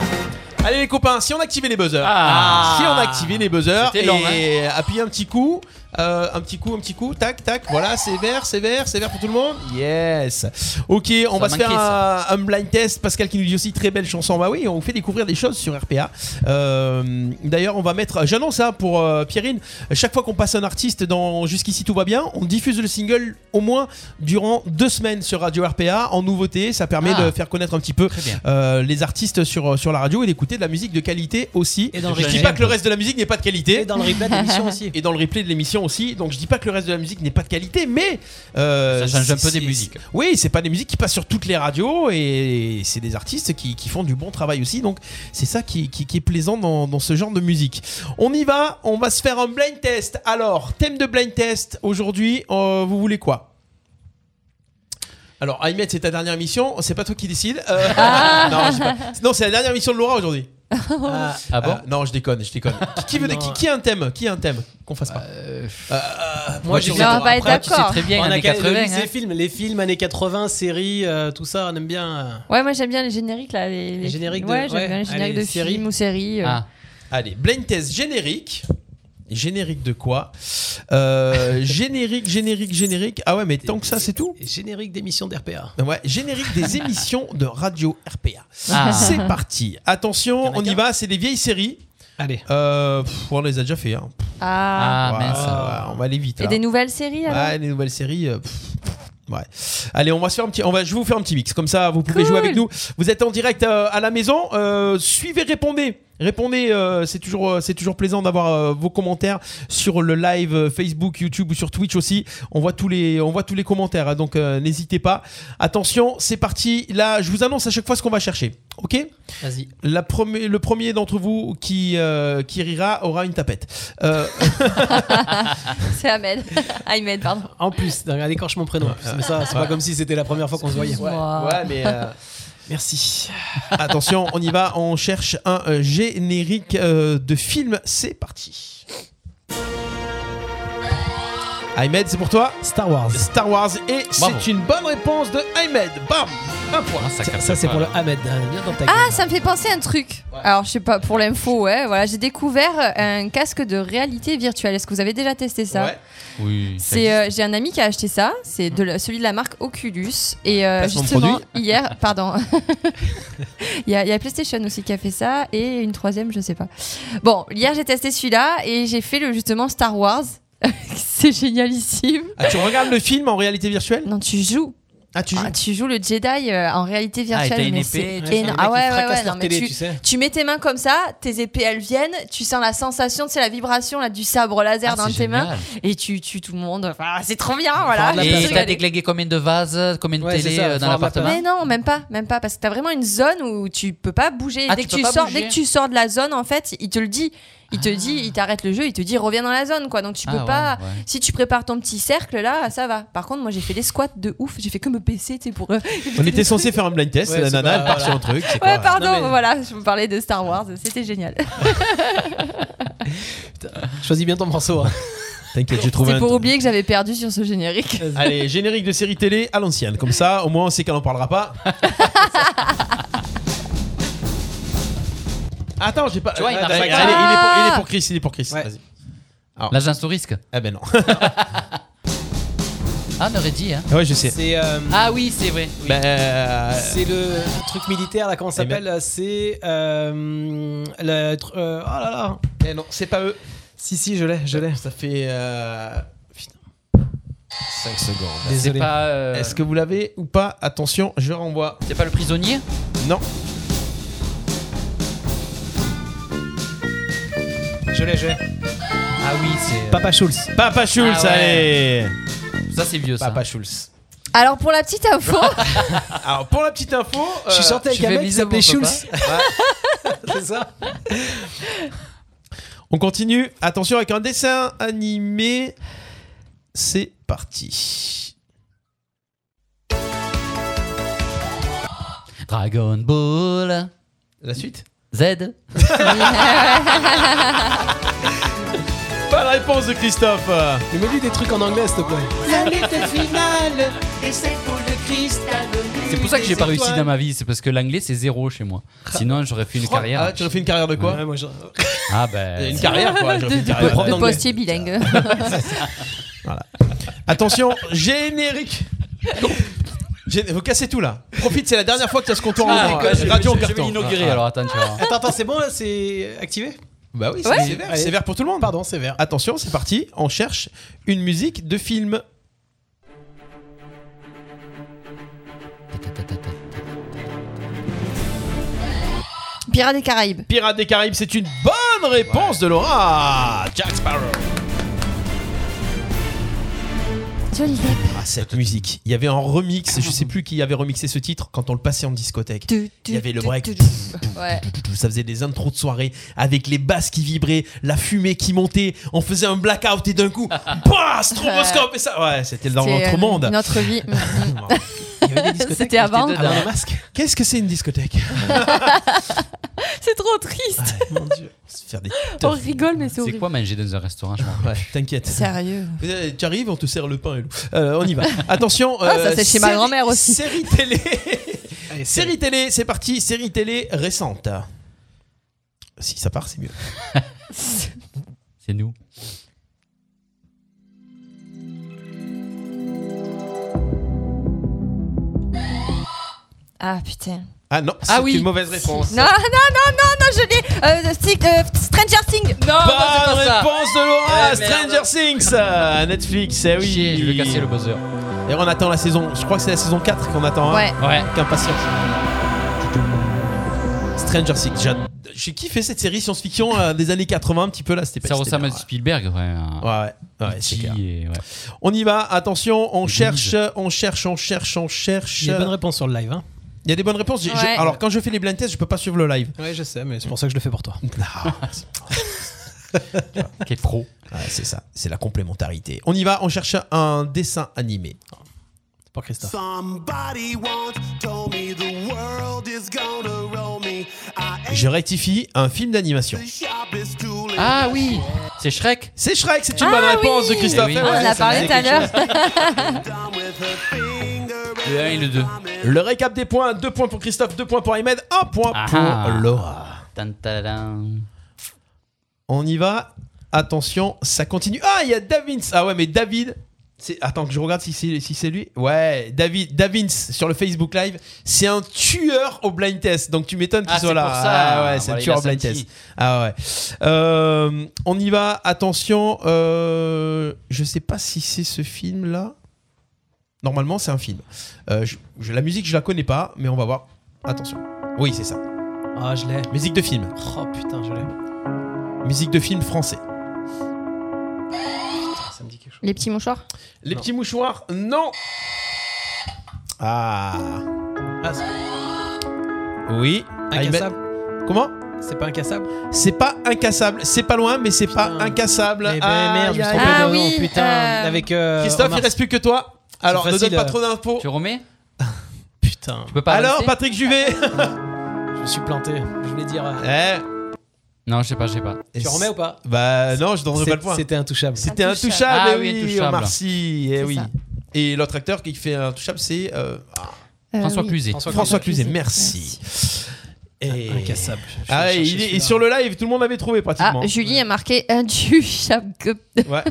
Allez les copains, si on activait les buzzers,
Ah.
si on activait les buzzers
C'était hein. lent,
et appuyez un petit coup, euh, un petit coup, un petit coup, tac, tac, voilà, c'est vert, c'est vert, c'est vert pour tout le monde. Yes. Ok, on
Ça
va se
manquait,
faire un, un blind test. Pascal qui nous dit aussi très belle chanson. Bah oui, on vous fait découvrir des choses sur RPA. Euh, D'ailleurs, on va mettre, j'annonce ça pour euh, Pierrine. Chaque fois qu'on passe un artiste dans Jusqu'ici tout va bien, on diffuse le single au moins durant deux semaines sur Radio RPA en nouveauté. Ça permet
Ah.
de faire connaître un petit peu euh, les artistes sur, sur la radio et d'écouter de la musique de qualité aussi.
Et dans le
je dis
replay.
pas que le reste de la musique n'est pas de qualité.
Et dans le replay de l'émission aussi.
Et dans le replay de l'émission aussi. Donc je dis pas que le reste de la musique n'est pas de qualité, mais euh,
Ça change un peu
c'est-
des musiques.
Oui, c'est pas des musiques qui passent sur toutes les radios et c'est des artistes qui, qui font du bon travail aussi. Donc c'est ça qui, qui- qui est plaisant dans, dans ce genre de musique. On y va, on va se faire un blind test. Alors thème de blind test aujourd'hui, euh, vous voulez quoi alors, Ahmed, c'est ta dernière émission, c'est pas toi qui décide. Euh, non, je sais pas. Non, c'est la dernière émission de Laura aujourd'hui.
Ah,
Ah bon Non, je déconne, je déconne. Qui, qui veut-
Non.
qui- qui a un thème Qui a un thème Qu'on fasse pas. Euh,
Moi,
je
je
dirais-
On va pas être
Après,
d'accord.
tu sais très bien,
On a
années
qu'à-
80,
les-
hein. les films, les films années 80, séries, euh, tout ça, on aime bien. euh.
Ouais, moi j'aime bien les génériques là. Les, les-
génériques de-
ouais, j'aime
ouais,
bien les génériques
allez,
de
séries. Ah.
films ou séries. euh.
Allez, blind test générique. Générique de quoi Euh, Générique, générique, générique. Ah ouais, mais tant que ça, c'est tout
Générique d'émission d'RPA.
Ouais, générique des émissions de radio RPA.
Ah.
C'est parti. Attention, on y va, c'est des vieilles séries. Euh,
Allez.
on les a déjà fait. hein. Pff,
Ah.
ouais, ouais, on va aller vite.
Et
là.
des nouvelles séries alors
Ouais, les nouvelles séries. euh, pff, ouais. Allez, on va se faire un petit, on va, je vais vous faire un petit mix. Comme ça, vous pouvez jouer avec nous. Vous êtes en direct euh, à la maison. euh, suivez, répondez. Répondez, euh, c'est toujours, euh, c'est toujours plaisant d'avoir euh, vos commentaires sur le live euh, Facebook, YouTube ou sur Twitch aussi. On voit tous les, on voit tous les commentaires, hein, donc euh, n'hésitez pas. Attention, c'est parti. Là, je vous annonce à chaque fois ce qu'on va chercher. Ok
Vas-y.
la premi- le premier d'entre vous qui, euh, qui rira aura une tapette. Euh,
C'est Ahmed. Ah, Ahmed, pardon.
En plus, elle écorche mon prénom. en plus. Mais ça, c'est
Ouais.
pas comme si c'était la première fois qu'on se voyait.
Excuse-moi.
ouais, mais. euh,
Merci.
Attention, on y va, on cherche un euh, générique euh, de film, c'est parti. Ahmed, c'est pour toi
Star Wars.
Star Wars, et
Bravo.
c'est une bonne réponse de Ahmed. Bam Un point.
Ça, ça, c'est pour le Ahmed. hein, bien dans ta gueule.
Ah, ça me fait penser à un truc. Alors, je sais pas, pour l'info, ouais, voilà, j'ai découvert un casque de réalité virtuelle. Est-ce que vous avez déjà testé ça
Ouais.
Oui. ça
C'est, euh, j'ai un ami qui a acheté ça, c'est de la- celui de la marque Oculus. Et euh,
Placement de
justement,
produit.
hier, pardon, il y, a- il y a PlayStation aussi qui a fait ça, et une troisième, je sais pas. Bon, hier j'ai testé celui-là, et j'ai fait le justement Star Wars. c'est génialissime.
Ah, tu regardes le film en réalité virtuelle
Non, tu joues.
Ah, tu joues.
Ah, tu joues le Jedi euh, en réalité
Ah, et
virtuelle.
t'as une
mais
épée,
c'est
tu sais,
énorme.
les mecs,
Ah
ils
ouais, ouais,
fracassent
ouais,
leur
non, mais
télé,
tu,
tu sais.
tu mets tes mains comme ça, tes épées elles viennent, tu sens la sensation, tu sais, la vibration là, du sabre laser
Ah,
dans tes
c'est
mains
génial.
et tu tues tout le monde. Enfin, c'est trop bien,
Voilà.
voilà. Je me
Et
suis
t'as
régalée.
déglagué combien de vases, combien de
Ouais, c'est
télé
ça,
euh, dans
faut avoir la
l'appartement
Mais non, même pas, même pas, parce que t'as vraiment une zone où tu peux pas bouger.
Ah,
dès
tu
que
peux
tu
pas
sors,
bouger.
dès que tu sors de la zone, en fait, il te le dit. Il te dit, il t'arrête le jeu, il te dit reviens dans la zone, quoi. Donc tu
Ah,
peux
ouais,
pas.
ouais.
Si tu prépares ton petit cercle là, ça va. Par contre, moi j'ai fait des squats de ouf. J'ai fait que me baisser, tu sais, pour. euh, éviter
On
les
était
trucs.
censé faire un blind test,
Ouais,
la
c'est
nana,
pas-
elle part
voilà.
sur un truc. c'est
Ouais,
pas-
pardon,
Non, mais-
voilà, je vous parlais de Star Wars, c'était génial.
Choisis bien ton morceau. hein.
T'inquiète, j'ai trouvé
C'est
un.
pour oublier que j'avais perdu sur ce générique.
Allez, générique de série télé à l'ancienne. Comme ça, au moins on sait qu'elle en parlera pas. Attends, j'ai pas.
Tu vois, il
Ah,
marche
d'accord.
avec
Allez,
ça.
il, est pour, il est
Ah
pour Chris, il est pour Chris. Vas-y.
L'agence au risque
Ah ben non.
Ah, on aurait dit, hein.
Ouais, je sais.
C'est, euh,
Ah oui, c'est vrai. Oui.
Ben, euh,
C'est le truc militaire là, comment ça
Eh ben-
s'appelle là, C'est euh, le tr- euh, oh là là.
eh non, c'est pas eux.
Si si, je l'ai, je l'ai.
Ça fait. Euh... Putain. 5 secondes.
C'est
Désolé.
pas, euh,
Est-ce que vous l'avez ou pas Attention, je renvoie.
c'est pas le prisonnier
Non.
Je l'ai, je l'ai.
Ah oui, c'est.
Papa Schulz.
Papa Schulz,
Ah ouais.
allez
Ça, c'est vieux, ça.
Papa Schulz.
Alors pour la petite info,
Alors, pour la petite info.
je suis
euh,
sorti avec
tu
un
fais
mec qui
bisous à
s'appelait
mon papa.
Schulz. C'est ça
On continue. Attention avec un dessin animé. C'est parti.
Dragon Ball
La suite
Z.
Pas la réponse de Christophe.
Mais mets-lui des trucs en anglais, s'il te plaît.
C'est pour ça que j'ai pas réussi dans ma vie, c'est parce que l'anglais c'est zéro chez moi. Sinon j'aurais fait une carrière.
Ah, tu aurais fait une carrière de quoi Euh,
Ouais, moi, je-
Ah ben.
Une carrière quoi. j'aurais fait une carrière.
de postier bilingue.
Attention, générique. Gén- Vous cassez tout là. Profite, c'est la dernière fois que tu as ce comptoir en
Ah,
main.
quoi, je-
Radio
je-
en
je vais
carton.
l'inaugurer
Ah,
alors attends, tu vois.
Attends, attends, c'est bon là, c'est activé
Bah oui, c'est
Ouais.
c'est vert.
Allez.
C'est vert pour tout le monde.
Pardon, c'est vert.
Attention, c'est parti. On cherche une musique de film.
Pirates des Caraïbes.
Pirates des Caraïbes, c'est une bonne réponse de Laura. Jack Sparrow.
Johnny Depp.
Ah, cette musique. Il y avait un remix, je sais plus qui avait remixé ce titre quand on le passait en discothèque.
Tu, tu,
Il y avait le
tu,
break.
tu, tu. Ouais.
Ça faisait des intros de soirée avec les basses qui vibraient, la fumée qui montait. On faisait un blackout et d'un coup, bah, stroboscope et ça. Ouais, c'était dans
C'est,
notre
euh,
monde. Ah,
Notre vie. Mm, mm.
Il y avait des discothèques
C'était avant.
dedans.
avant le masque.
Qu'est-ce que c'est une discothèque
C'est trop triste.
Mon Dieu. Se faire des
On
teufs.
rigole, mais c'est
C'est
horrible.
quoi manger dans un restaurant je m'en-
Ouais, t'inquiète.
Sérieux.
Euh, Tu arrives, on te sert le pain et l'eau. Euh, on y va. Attention. euh,
Ah, ça, c'est chez ma
série-
grand-mère aussi.
Série télé.
Allez, c'est-
série télé, c'est parti. Série télé récente. Si ça part, c'est mieux.
C'est nous.
Ah putain.
Ah non,
Ah
c'est
oui.
une mauvaise réponse.
Non, non, non, non, non, je l'ai. Euh, Sti- euh, Stranger Things. Non,
Bonne
Ah, bah, c'est pas ça.
réponse de Laura,
Eh,
Stranger Things, euh, Netflix, eh oui.
Chier, je vais casser le buzzer.
Et on attend la saison, je crois que c'est la saison 4 qu'on attend. hein,
Ouais.
Ouais.
Avec impatience. Stranger Things, j'ad- j'ai kiffé cette série science-fiction euh, des années 80 un petit peu là, c'était
Ça
pas
ressemble à du
c'était
Spielberg. Ouais.
bien, Ouais, ouais, ouais,
Petit
c'est clair.
et- ouais.
On y va, attention, on
Les
cherche, on cherche, on cherche, on cherche.
Il y a des bonnes réponses sur le live. Hein.
Il y a des bonnes réponses. J'ai- j'ai-
Ouais.
alors quand je fais les blind tests, je peux pas suivre le live. Ah,
Ouais, je sais, mais c'est pour ça que je le fais pour toi.
Quel pro.
Ouais, c'est ça, c'est la complémentarité. On y va, on cherche un dessin animé.
Pour Christophe.
Somebody once told me the world is gonna roll me. I ain't
Je rectifie un film d'animation.
the sharpest tool in
Ah oui, c'est Shrek.
C'est Shrek, c'est une bonne réponse de Christophe.
Eh oui.
Eh
Ah, on en
ouais, ça
a parlé
me
tout
dit
à l'heure.
done with her finger.
Le 1 et le 2.
Le récap des points, 2 points pour Christophe, 2 points pour Ahmed, 1 point
Ah
pour
ah.
Laura.
Tan, tadam.
On y va. Attention, ça continue. Ah, il y a Davins. Ah ouais, mais David. c'est- Attends que je regarde si c'est si c'est lui. Ouais, David Davins sur le Facebook Live, c'est un tueur au blind test. Donc tu m'étonnes qu'il
Ah,
soit
c'est
là.
pour ça.
Ah ouais, c'est un
Voilà, il
tueur
a
au blind
senti.
test. Ah ouais. Euh, on y va. Attention. euh, je sais pas si c'est ce film là. Normalement, c'est un film. Euh, je- je- la musique, je la connais pas, mais on va voir. Attention. Oui, c'est ça.
Ah, je l'ai.
Musique de film.
Oh putain, je l'ai.
Musique de film français.
Putain, ça me dit quelque chose.
Les petits mouchoirs.
Les
Non.
petits mouchoirs, non Ah
Ah, c'est
Oui. Ahmed-
incassable.
Comment
Ah, C'est pas incassable
C'est pas incassable. C'est pas loin, mais c'est pas
Putain.
incassable.
Eh ben,
Ah,
merde, je me suis
aïe,
trompé
aïe.
Ah
de nom,
oui,
putain.
euh,
Avec. euh,
Christophe, il
Omar-
reste plus que toi. Alors, ne
facile,
donne pas
euh.
trop d'infos.
Tu remets
Putain,
Tu peux pas
Alors,
avancer
Patrick Juvet
je me suis planté. Je voulais dire. euh,
Eh,
Non, je sais pas, je sais pas.
Euh,
Tu remets ou pas
Bah non, je donnerai
C'est-
pas le point.
C'était intouchable.
C'était intouchable,
Ah
eh
oui,
oui,
intouchable.
Omar Sy, eh
C'est
oui.
ça.
Et l'autre acteur qui fait intouchable, c'est euh,
Euh,
François
oui.
Cluzet.
François
François
Cluzet.
Cluzet,
Merci. Et...
Incassable.
Ah, et il est- et sur le live, tout le monde l'avait trouvé pratiquement.
Ah, Julie a marqué un du
Ouais.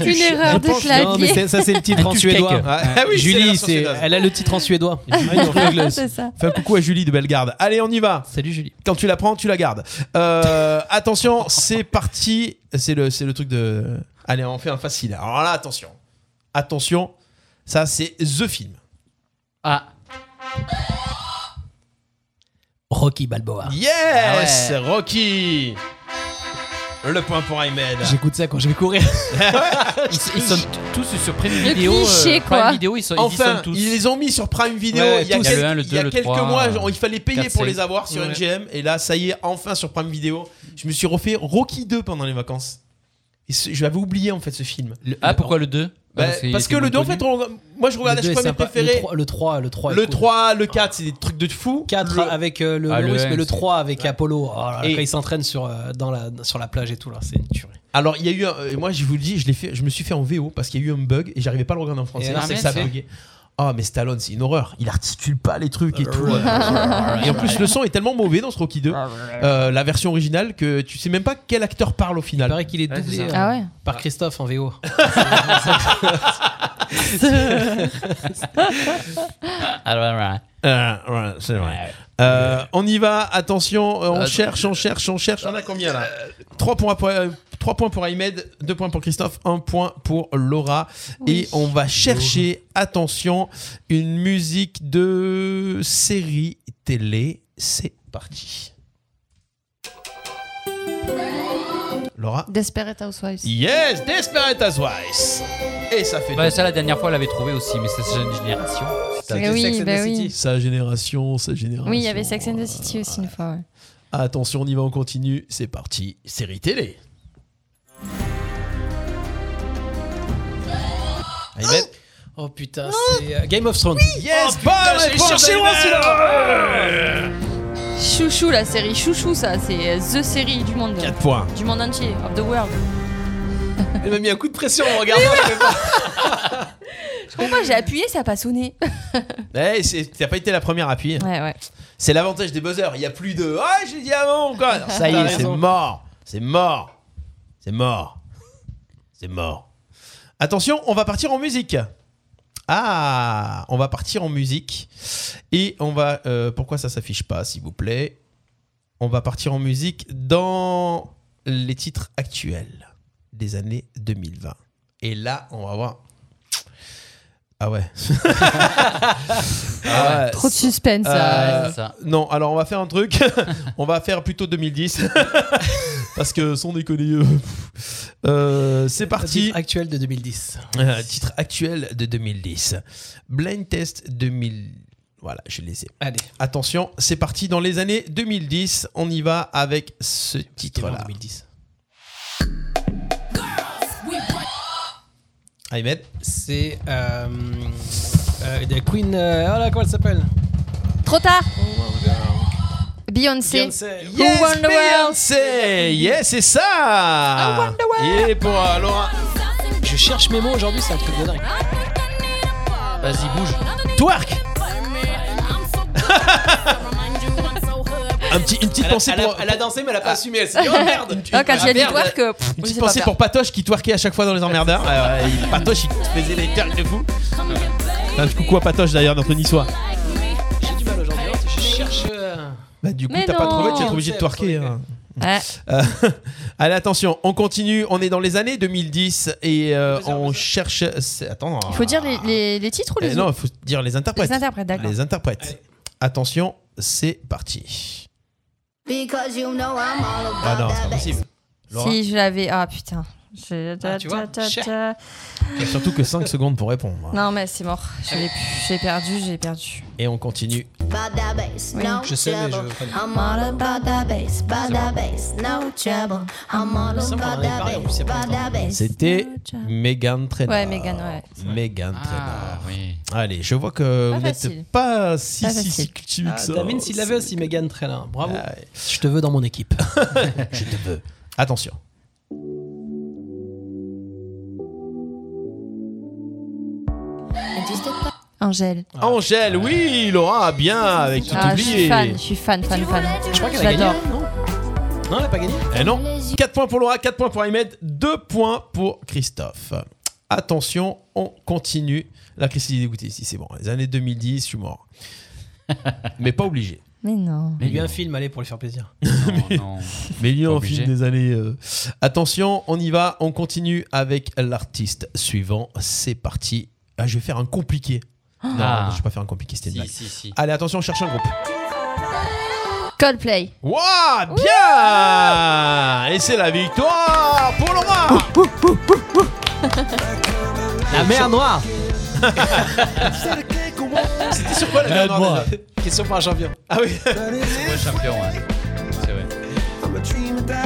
Une erreur de clavier.
Non, mais c'est- ça, c'est le titre en suédois.
Ah oui, c'est Ah, la
Julie,
version
c'est-
suédoise.
elle a le titre en suédois.
Ah, C'est ça.
Fais un coucou à Julie de Bellegarde. Allez, on y va.
Salut Julie.
Quand tu la prends, tu la gardes. Euh, attention, c'est parti. C'est le, c'est le truc de. Allez, on fait un facile. Alors là, attention. Attention, ça c'est The Film.
Ah.
Rocky Balboa.
Yes, Rocky. Le point pour Ahmed.
J'écoute ça quand je vais courir.
ils, ils sont tous sur Prime
Le
Video. euh,
cliché,
Prime
quoi.
Video, ils, sont,
Enfin,
ils y sont tous.
ils les ont mis sur Prime Video.
Ouais,
il y a,
tous.
quelques,
Il y a le un, le
il y
deux,
a
le
quelques
trois,
mois, genre, il fallait payer
quatre,
pour
cinq.
les avoir sur
Ouais.
MGM. Et là, ça y est, enfin sur Prime Video. Je me suis refait Rocky 2 pendant les vacances. Et ce- je l'avais oublié en fait ce film.
Ah, pourquoi le 2
Bah, parce que le 2, en fait, on- moi je regardais,
Le
je sais
deux
pas
est
mes
sympa.
préférés.
Le 3, le 3, le 3 est
Le
cool.
3, le 4, c'est des trucs de fou.
4 avec euh, le,
Ah,
le
le
russe,
un,
mais le
c'est-
3 avec Apollo. Oh là là,
Et-
quand il s'entraîne sur, euh, dans la, sur la plage et tout, là, c'est une tuerie.
Alors il y a eu, un- euh, moi je vous le dis, je l'ai fait, je me suis fait en VO parce qu'il y a eu un bug et j'arrivais pas à le regarder en français.
Et
Je sais que
Ramen,
ça
c'est-
buguait. Ah mais Stallone c'est une horreur, il articule pas les trucs et tout.
Ouais. Ah,
et en plus le son est tellement mauvais dans ce Rocky 2, la version originale que tu sais même pas quel acteur parle au final. Il
paraît qu'il est doublé euh,
Ah
par Christophe en VO.
Ah,
Euh, c'est vrai. Euh, on y va, attention, euh, on cherche, on cherche, on cherche. On a combien là 3 points, pour, 3 points pour Ahmed, 2 points pour Christophe, 1 point pour Laura. Et on va
Oh.
chercher, attention, une musique de série télé. C'est parti. Laura
Desperate Housewives.
Yes, Desperate Housewives. Et ça fait
Bah, ça, la dernière fois, elle l'avait trouvé aussi, mais c'est cette génération.
Mais oui, Sex and the bah oui. City.
Sa génération, sa génération.
Oui, il y avait Sex and the City aussi une fois. ouais.
Attention, on y va, on continue. C'est parti, série télé. Ahmed
Oh putain,
Ah.
c'est euh, Game of Thrones.
Yes,
je vais chercher loin, celui-là.
Chouchou, la série Chouchou, ça, c'est euh, The série du monde.
4 points.
Du monde entier, of the world.
Il m'a mis un coup de pression en regardant. je fais pas.
Je comprends pas, j'ai appuyé, ça a pas sonné.
Eh, c'est- t'as pas été la première à appuyer.
Ouais, ouais.
C'est l'avantage des buzzers. Il y a plus de Ah, j'ai dit avant quoi. Alors, ça y
T'as
est, c'est
raison.
mort. C'est mort. C'est mort. C'est mort. Attention, on va partir en musique. Ah, on va partir en musique. Et on va. euh, pourquoi ça s'affiche pas, s'il vous plaît On va partir en musique dans les titres actuels des années 2020. Et là, on va voir. Ah ouais. Ah ouais.
Trop de suspense,
Euh,
ouais, c'est ça.
Non, alors on va faire un truc. on va faire plutôt 2010. Parce que sans déconner. euh, pff. Euh, c'est parti.
Titre actuel de 2010.
Euh, titre actuel de 2010. Blind Test 2000. Voilà, je l'ai laissé.
Allez.
Attention, c'est parti dans les années 2010. On y va avec ce titre-là.
2010.
Ahmed
C'est euh, euh, de Queen. euh, oh là, comment elle s'appelle Euh,
Trop tard
Oh,
Beyoncé.
Yes,
Who won the world
Beyoncé Yes, c'est ça Et pour euh, Laura.
Je cherche mes mots aujourd'hui, c'est un truc de dingue.
Vas-y, bouge.
Twerk Un petit, une petite
Elle a-
pensée
elle a-
pour.
elle a dansé, mais elle a pas assumé, elle s'est dit, oh, merde
Ah, quand il a dit
Merde.
twerk, euh, pff,
Une
je sais
petite
pas
pensée
faire.
pour Patoche qui twerkait à chaque fois dans les emmerdeurs. Euh, il- Patoche, il faisait des twerks de fou. Un petit coucou à Patoche d'ailleurs, notre niçois.
J'ai du mal aujourd'hui, hein, je cherche. euh,
Bah, du coup,
Mais
t'as pas
non.
trouvé, tu es obligé de twerker. hein. Euh, allez, attention, on continue. On est dans les années 2010 et euh, on cherche. c'est- Attends.
Il faut dire les, les- les titres ou
Eh
Euh,
les
non, il
autres
faut dire les interprètes.
Les interprètes, d'accord.
Les interprètes. Attention, c'est parti.
Because you know I'm all about
Ah non, c'est pas possible. Laura,
Si, je l'avais. Ah putain. Je-
Ah, tu vois,
ta- ta-
cher.
ta-
il y a surtout que 5 secondes pour répondre.
Non, mais c'est mort. Je l'ai plus. J'ai perdu, j'ai perdu.
Et on continue.
About that bass,
Oui.
no
Je sais, mais je
trouble.
connais.
I'm all about that bass, about that bass, no trouble. I'm all
me semble qu'on en
about
avait
that
parlé en
bass,
plus il y a pas
about that bass.
C'était Megan Trainor.
Ouais, Megan, ouais.
Megan
Ah.
Ah,
Trainor. Allez, je vois que
Pas
vous
facile.
n'êtes pas si
Pas
si
facile.
si cultivé
Ah,
que ça.
Damien, s'il l'avait aussi, Megan Trainor. Bravo.
Je te veux dans mon équipe. je te veux. Attention.
Angèle.
Ah,
Angèle, oui, Laura a bien, avec tout
Ah, je suis
oublié.
fan, je suis fan, fan, fan.
Je crois qu'elle a
J'adore.
gagné, hein. non Non, elle a pas gagné
Eh non 4 points pour Laura, 4 points pour Ahmed, 2 points pour Christophe. Attention, on continue. La Christine est dégoûtée ici, c'est bon. Les années 2010, je suis mort. Mais pas obligé.
Mais non.
Mais lui un film, allez, pour lui faire plaisir.
Oh,
Mais lui,
Pas
en
obligé.
film des années. euh. Attention, on y va, on continue avec l'artiste suivant. C'est parti. Ah, je vais faire un compliqué. Non,
Ah.
je vais pas faire un compliqué, c'était une
Si,
blague.
si, si.
Allez, attention, on cherche un groupe.
Coldplay.
Ouah, bien Et c'est la victoire pour Laura
La mer noire
C'était sur quoi la mer noire déjà
Question pour un champion.
Ah oui
C'est moi le champion, ouais. C'est vrai.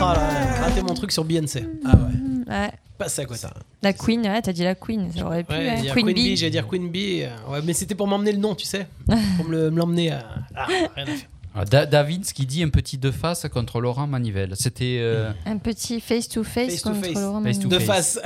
Ah là là, raté mon truc sur Beyoncé. Ah ouais.
Ouais.
Passé à côté.
La Queen, ouais, t'as dit la Queen, ça aurait pu.
Ouais,
hein.
dire
Queen,
Queen,
Bee.
Bee, j'allais dire Queen Bee. euh, Ouais, mais c'était pour m'emmener le nom, tu sais. pour me le- me l'emmener à. Ah, rien à faire.
Ah, Da- David, ce qui dit un petit de face contre Laurent Manivelle. C'était. euh,
Un petit face-to-face
Face to
contre
face.
Laurent
Face to
Manivelle.
De face.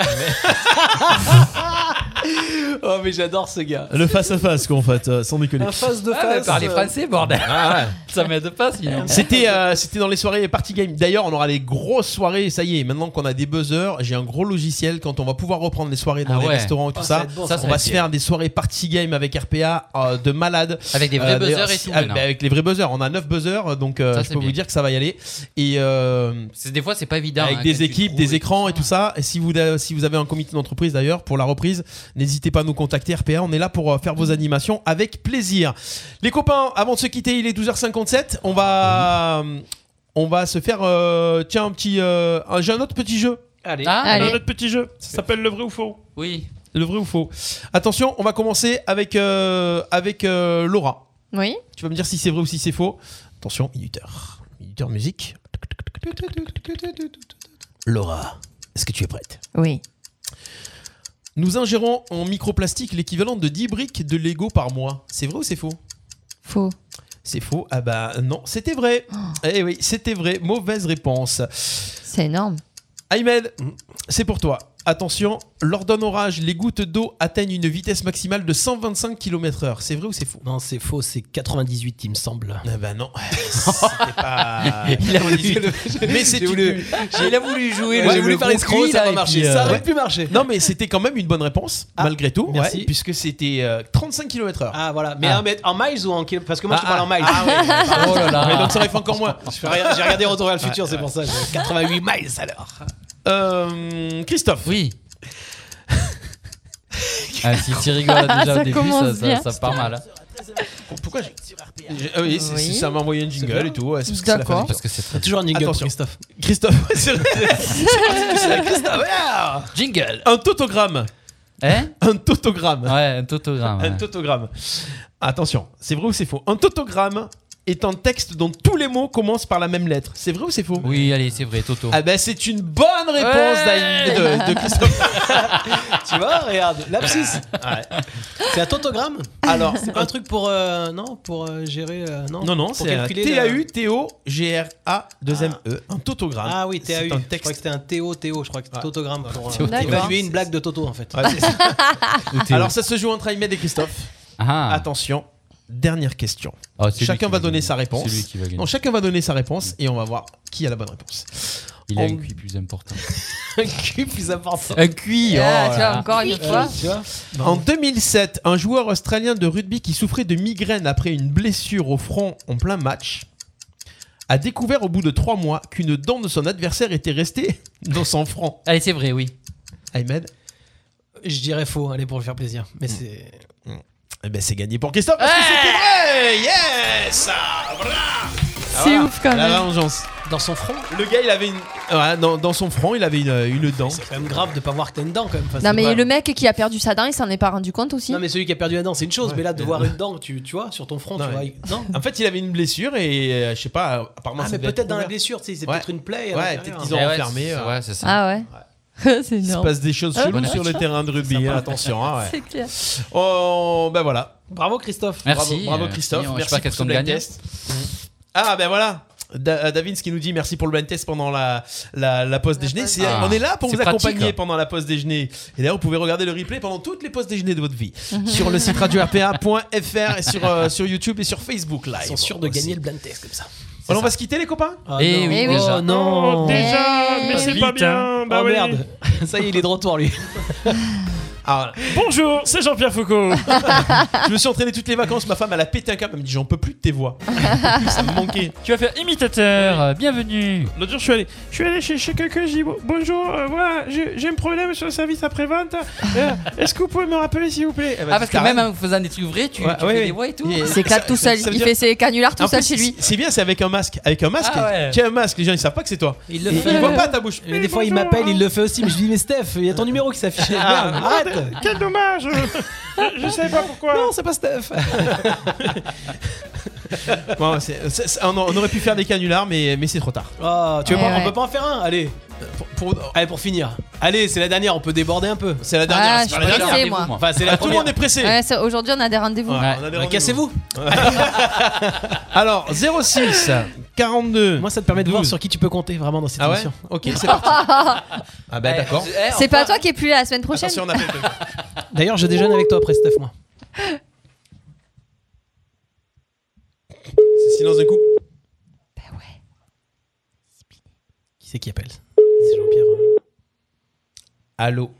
oh, mais j'adore ce gars.
Le face-à-face qu'on fait, euh, sans déconner.
Un face de
Ah, mais
face.
parlez
euh,
français, bordel
Ah ouais.
Ça m'aide pas sinon.
C'était euh, c'était dans les soirées Party Game. D'ailleurs, on aura les grosses soirées. Ça y est, maintenant qu'on a des buzzers, j'ai un gros logiciel. Quand on va pouvoir reprendre les soirées dans
Ah
les
ouais.
restaurants et tout
Oh, ça va
ça,
être bon,
ça.
on
Ça, ça va
va
être
se
bien.
faire des soirées Party Game avec RPA euh, de malade.
Avec des vrais
Euh, d'ailleurs,
buzzers et tout.
ah,
maintenant.
bah, avec les vrais buzzers. On a 9 buzzers, donc euh,
Ça,
je
c'est
peux vous
bien.
dire que ça va y aller. Et euh,
C'est- Des fois, c'est pas évident.
avec
hein, quand
des
tu
équipes,
trouves
des
et
écrans et tout ça. Et si vous, si vous avez un comité d'entreprise d'ailleurs pour la reprise, n'hésitez pas à nous contacter RPA. On est là pour euh, faire vos animations avec plaisir. Les copains, avant de se quitter, il est 12h57. On va, on va se faire. euh, tiens, un petit. euh, un- J'ai un autre petit jeu.
Allez.
Ah,
Allez.
Un autre petit jeu. Ça s'appelle le vrai ou faux.
Oui.
Le vrai ou faux. Attention, on va commencer avec, euh, avec euh, Laura.
Oui.
Tu vas me dire si c'est vrai ou si c'est faux. Attention, minuteur. Minuteur musique. Laura, est-ce que tu es prête
Oui.
Nous ingérons en microplastique l'équivalent de 10 briques de Lego par mois. C'est vrai ou c'est faux
Faux.
C'est faux. Ah bah non, c'était vrai. Eh oui, c'était vrai. Mauvaise réponse.
C'est énorme.
Aymed, c'est pour toi. Attention, lors d'un orage, les gouttes d'eau atteignent une vitesse maximale de 125 km/h. C'est vrai ou c'est faux
Non, c'est faux, c'est 98, il me semble.
Ah bah non, c'était pas. Il a Mais c'est une...
Il a voulu jouer.
J'ai voulu faire les scrolls, ça n'a pas marché. Ça
euh, ouais.
aurait pu marcher.
Non mais c'était quand même une bonne réponse
Ah,
malgré tout,
merci.
ouais, puisque c'était euh, 35 km/h.
Ah voilà, mais
Ah.
un mètre- en miles ou en kilomètres Parce que moi je
Ah,
te parle en miles. Ah.
Oh là là.
Mais donc ça aurait fait encore moins.
J'ai regardé- j'ai regardé Retour vers le futur, c'est pour ça. j'ai 88 miles alors.
Euh, Christophe,
Oui. ah, si tu rigoles déjà au
Ça
début,
commence
ça, ça,
bien.
ça part mal. hein.
pourquoi j'ai. j'ai- ah oui, c'est-
Oui.
ça m'a envoyé une jingle et tout. ouais, c'est parce que c'est la fin
D'accord.
du
Parce que c'est très.
C'est toujours un jingle pour
Attention.
Christophe.
tour. Christophe, c'est vrai.
Jingle
un totogramme.
Hein
Un totogramme.
Ouais, un totogramme.
Un
ouais.
totogramme. Attention, c'est vrai ou c'est faux Un totogramme est un texte dont tous les mots commencent par la même lettre. C'est vrai ou c'est faux
Oui, allez, c'est vrai, Toto.
Ah ben c'est une bonne réponse
Ouais.
d'Aïm- de, de Christophe.
tu vois, regarde, lapsus. Bah, C'est un totogramme
Alors,
C'est pas un truc pour. euh, non, pour euh, gérer. euh, non,
non non,
Pour
c'est un
calculer
T A
le-
U T O G R A 2 M E, un totogramme.
Ah oui, TAU.
C'est
Je
un
crois que
texte.
c'était un TO, TO. Je crois que c'était
Ouais.
totogramme pour euh,
D'accord.
évaluer une blague de Toto en fait.
Ouais, c'est ça.
Toto.
Alors ça se joue entre Ahmed et Christophe.
Ah.
Attention, dernière question.
Ah, c'est lui
Chacun
qui
va donner
gagner.
sa réponse.
C'est lui qui va gagner.
Non, chacun va donner sa réponse et on va voir qui a la bonne réponse.
Il a
on-
un QI plus important.
Un cul plus important.
Un oh QI
Ah, tu vois, encore une fois.
Tu vois
En 2007, un joueur australien de rugby qui souffrait de migraine après une blessure au front en plein match a découvert au bout de trois mois qu'une dent de son adversaire était restée dans son front.
Allez, Ah, c'est vrai, oui.
Ahmed
Je dirais faux, allez, pour le faire plaisir.
Mm.
Mais c'est.
Eh ben c'est gagné pour Christophe parce que c'était vrai Yes Ah,
C'est ouf quand
La
même.
vengeance.
Dans son front,
Le gars, il avait une... Ouais, dans, dans son front, il avait une, une dent.
c'est quand même grave de pas voir que t'as une dent quand même. Enfin,
Non
c'est
mais
pas-
le mec qui a perdu sa dent, il s'en est pas rendu compte aussi.
Non, mais celui qui a perdu la dent, c'est une chose,
Ouais.
mais là, de voir une dent, tu, tu vois, sur ton front,
Non,
tu vois.
mais-
Non
En fait, il avait une blessure et euh, je sais pas, apparemment
Ah,
ça
mais
devait être
peut-être dans la
ouvert.
blessure, tu sais, c'est
Ouais.
peut-être une plaie. à
Ouais,
l'intérieur. hein.
peut-être qu'ils ont
Eh ouais,
enfermé,
c'est-
euh.
Ouais, c'est ça.
Ah ouais. c'est
Il se
énorme.
passe des choses
Ah,
cheloues
voilà.
sur le terrain de rugby, hein, attention. hein, ouais.
C'est clair.
Oh, ben voilà.
Bravo, Christophe.
Ah,
Merci.
Bravo, bravo
euh,
Christophe.
sinon, je sais
Merci
pas
pour
qu'est-ce
ce
qu'on
blind
gagne.
test. Ah ben voilà. Da- Davins qui nous dit merci pour le blind test pendant la, la, la pause déjeuner. C'est-
Ah,
on est là pour
c'est
vous accompagner
pratique.
pendant la pause déjeuner. Et d'ailleurs, vous pouvez regarder le replay pendant toutes les pauses déjeuner de votre vie
Mhm.
sur le site radio-rpa.fr et sur, euh, sur YouTube et sur Facebook Live.
Ils sont sûrs de gagner le blind test comme ça.
Alors, on va se quitter, les copains
Ah,
Eh
Et
Eh oui,
oh
Eh
déjà.
non
Oh, déjà, mais c'est pas bien, bah
oh
oui.
merde Ça y est, il est de retour lui
Ah.
Bonjour, c'est Jean-Pierre Foucault.
je me suis entraîné toutes les vacances. Ma femme, elle a pété un câble. Elle me dit J'en peux plus de tes voix. Ça me manquait.
Tu vas faire imitateur,
bienvenue. Ah,
L'autre jour, je suis allé, je suis allé chez, chez quelqu'un, j'ai dit Bon- bonjour, euh, voilà, j'ai j'ai un problème sur le service après-vente. Euh, Est-ce que vous pouvez me rappeler, s'il vous
Eh ben,
plaît
Ah, parce que
euh,
même en faisant des trucs vrais, tu,
Ouais,
tu
ouais,
fais
ouais.
des voix et tout.
Il est-
C'est s'éclate tout
ça-
seul.
ça veut
il
dire-
fait ses canulars tout
En
seul
plus,
chez lui.
c'est- C'est bien, c'est avec un masque. Avec un masque,
Ah ouais.
tu as un masque, les gens ils savent pas que c'est toi.
Il le
Et
fait.
Ils voient pas ta bouche.
Mais des fois, il m'appelle, il le fait aussi. Mais je dis, mais Steph, il y a ton numéro qui s'affiche. Merde,
Ah,
arrête
Quel dommage Je- Je savais pas pourquoi.
Non, c'est pas Steph.
Bon, c'est- c'est- c'est- on, on aurait pu faire des canulars, mais, mais c'est trop tard.
Oh, tu veux
Ouais,
pas,
ouais.
on peut pas en faire un Allez. Pour, oh. Allez, pour finir. Allez, c'est la dernière, on peut déborder un peu. C'est la
dernière, Ah, c'est je pas la suis dernière. pressée, moi.
Enfin, c'est la Bah,
Tout le monde est pressé.
Ouais, ça- Aujourd'hui, on a des rendez-vous.
Cassez-vous.
Alors, 06 42.
Moi, ça te permet de voir sur qui tu peux compter vraiment dans cette
Ah ouais
émission.
Ok, c'est parti. Ah bah d'accord.
C'est pas toi qui es plus là la semaine prochaine.
D'ailleurs, je déjeune avec toi après, Steph, moi.
C'est silence d'un coup.
Qui c'est qui appelle C'est Jean-Pierre. hein.
Allô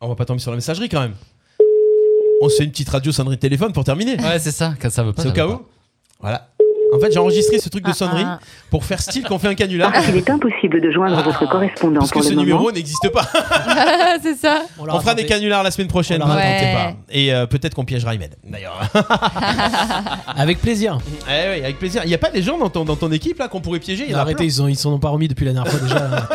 Oh, On va pas tomber sur la messagerie quand même. On se fait une petite radio sonnerie de téléphone pour terminer.
Ouais, c'est ça, quand ça veut pas.
C'est au
Ah, ça
cas
veut
où Voilà. En fait, j'ai enregistré ce truc de
Ah,
sonnerie
ah.
pour faire style qu'on fait un canular.
Ah,
Ah,
Il est impossible de joindre votre correspondant
Parce que
pour
ce
le moment.
numéro n'existe pas.
c'est ça.
On, fera des canulars la semaine prochaine,
On l'aura
ne vous inquiétez
tenté.
pas. Et euh, peut-être qu'on piégera Imed, d'ailleurs.
Avec plaisir.
Eh oui, avec plaisir. Il n'y a pas des gens dans ton, dans ton équipe là qu'on pourrait piéger Il y en a
Arrêtez,
plein.
ils, ont, ils s'en ont pas remis depuis la dernière fois déjà.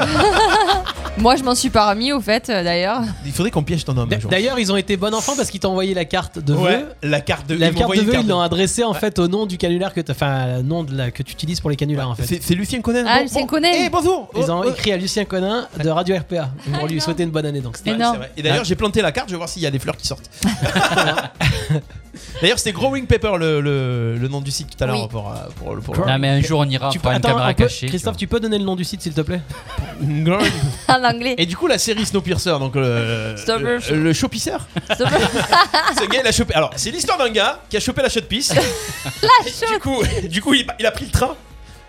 Moi, je m'en suis pas remis au fait, euh, d'ailleurs.
Il faudrait qu'on piège ton homme. un jour.
D'ailleurs, ils ont été bons enfants parce qu'ils t'ont envoyé la carte de vœux.
Ouais, la carte de
La
ils m'ont
carte
envoyé
de
une
vœux,
carte
ils l'ont
de-
adressée en fait au nom du canular que tu enfin, nom de la, que tu utilises pour les canulars en fait.
C'est c'est Lucien Conan.
Ah, Lucien Conin.
Eh, bonjour. Oh,
Ils ont écrit à Lucien Conin de Radio RPA pour lui souhaiter une bonne année. Donc c'était-
Ouais, c'est vrai. Et d'ailleurs, j'ai planté la carte, je vais voir s'il y a des fleurs qui sortent. d'ailleurs, c'était Growing Paper le, le- le nom du site tout à l'heure
Oui.
pour, euh, pour, le- pour
Non, mais un jour, on ira, on
Tu
fera
peux-
une
attends,
caméra
on peut-
cachée.
Christophe, tu peux donner le nom du site s'il te plaît
Growing-
En anglais.
Et du coup, la série Snowpiercer, donc euh,
Snowpiercer.
le, le chopisseur. Ce gars, il a chopé. Alors, c'est l'histoire d'un gars qui a chopé la chute-piste. du coup, du coup il, il a pris le train.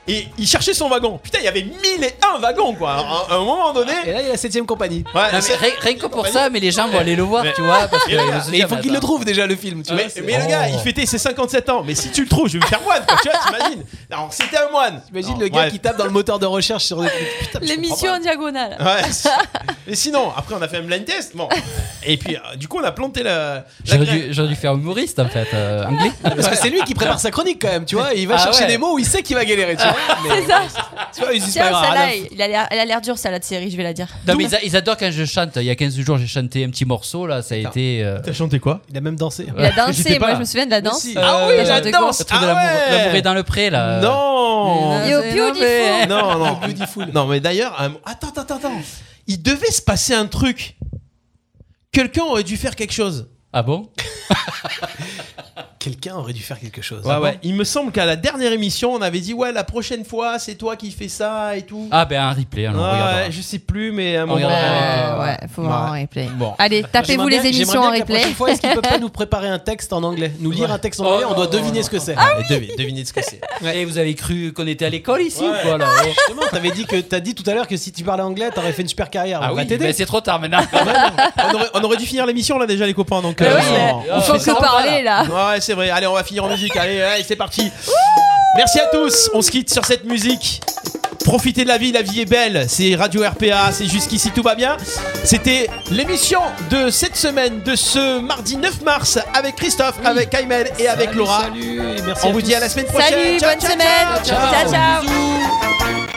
Et il cherchait son wagon. Putain, il y avait 1001 wagons, quoi. Alors, à un moment donné.
Et là, il y a la 7ème compagnie.
Non, mais rien- rien que pour ça, mais les gens vont aller le voir, tu vois, parce que-
Mais il faut qu'il le trouve déjà le film. Tu
mais,
vois, c'est- Oh.
mais le gars, il fêtait ses 57 ans. Mais si tu le trouves, je vais me faire moine, quoi. Tu vois, t'imagines Alors, c'était un moine.
Imagine le gars qui tape dans le moteur de recherche sur des trucs.
L'émission en diagonale.
Ouais. si- Mais sinon, après, on a fait un blind test. Bon. Et puis, euh, du coup, on a planté la. la
J'aurais
graine.
dû, j'aurais dû faire humoriste en fait, euh, anglais.
Parce que c'est lui qui prépare sa chronique quand même, tu vois. Il va
Ah
chercher
ouais.
des mots où il sait qu'il va galérer, tu vois. Mais-
C'est ça.
Tu vois, ils disent
Tiens,
pas grave.
celle-là,
Adam.
il a l'air- elle a l'air dure, celle-là de série, je vais la dire.
Non, mais ils, a- ils adorent quand je chante. Il y a 15 jours, j'ai chanté un petit morceau là, ça a été. euh,
T'as chanté quoi
Il a même dansé.
Il a dansé, moi je me souviens de la danse.
Ah oui,
Euh,
T'as
la
chanté quoi
danse. Le truc de l'amour, l'amour est dans le pré là.
Non
Et au Euh, beautiful.
euh, Non, non. Non, mais d'ailleurs, un- attends, attends, attends, attends. Il devait se passer un truc. Quelqu'un aurait dû faire quelque chose.
Ah bon
Quelqu'un aurait dû faire quelque chose.
Ouais, ouais. Il me semble qu'à la dernière émission, on avait dit ouais, la prochaine fois, c'est toi qui fais ça et tout.
Ah ben un replay, alors on
Ah,
regardera.
ouais, je sais plus, mais à un
On
moment. euh,
regardera.
Ouais, ouais, faut voir en replay.
Bon.
Allez, tapez-vous
J'aimerais
les
bien-
émissions en
j'aimerais bien que la
replay.
prochaine fois, Est-ce qu'il peut pas nous préparer un texte en anglais Nous lire un texte en anglais,
Oh,
on doit deviner ce que c'est. Ah
Et devine- devinez Ah ce que c'est.
Et Eh, vous avez cru qu'on était à l'école ici ou quoi là Oh.
Justement, t'avais dit que t'as dit tout à l'heure que si tu parlais anglais, t'aurais fait une super carrière.
Ah
on va
oui,
t'aider.
mais c'est trop tard maintenant.
on, aurait, on aurait dû finir l'émission là déjà, les copains. Donc, euh,
Mais oui,
non.
mais- on fait
fait
que
ça, on va,
parler,
Ouais, c'est vrai. Allez, on va finir en musique. Allez, allez, c'est parti. Merci à tous. On se quitte sur cette musique. Profitez de la vie, la vie est belle. C'est Radio RPA, c'est jusqu'ici tout va bien. C'était l'émission de cette semaine, de ce mardi 9 mars, avec Christophe, avec Ayman et avec
Salut,
Laura.
salut, et merci
On
à
vous
tous.
dit à la semaine prochaine.
Salut,
Ciao,
bonne
ciao,
semaine. Ciao, ciao.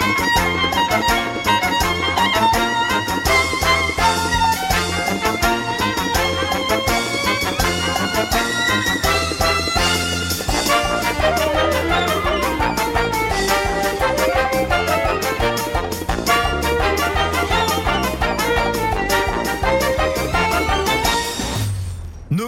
Ne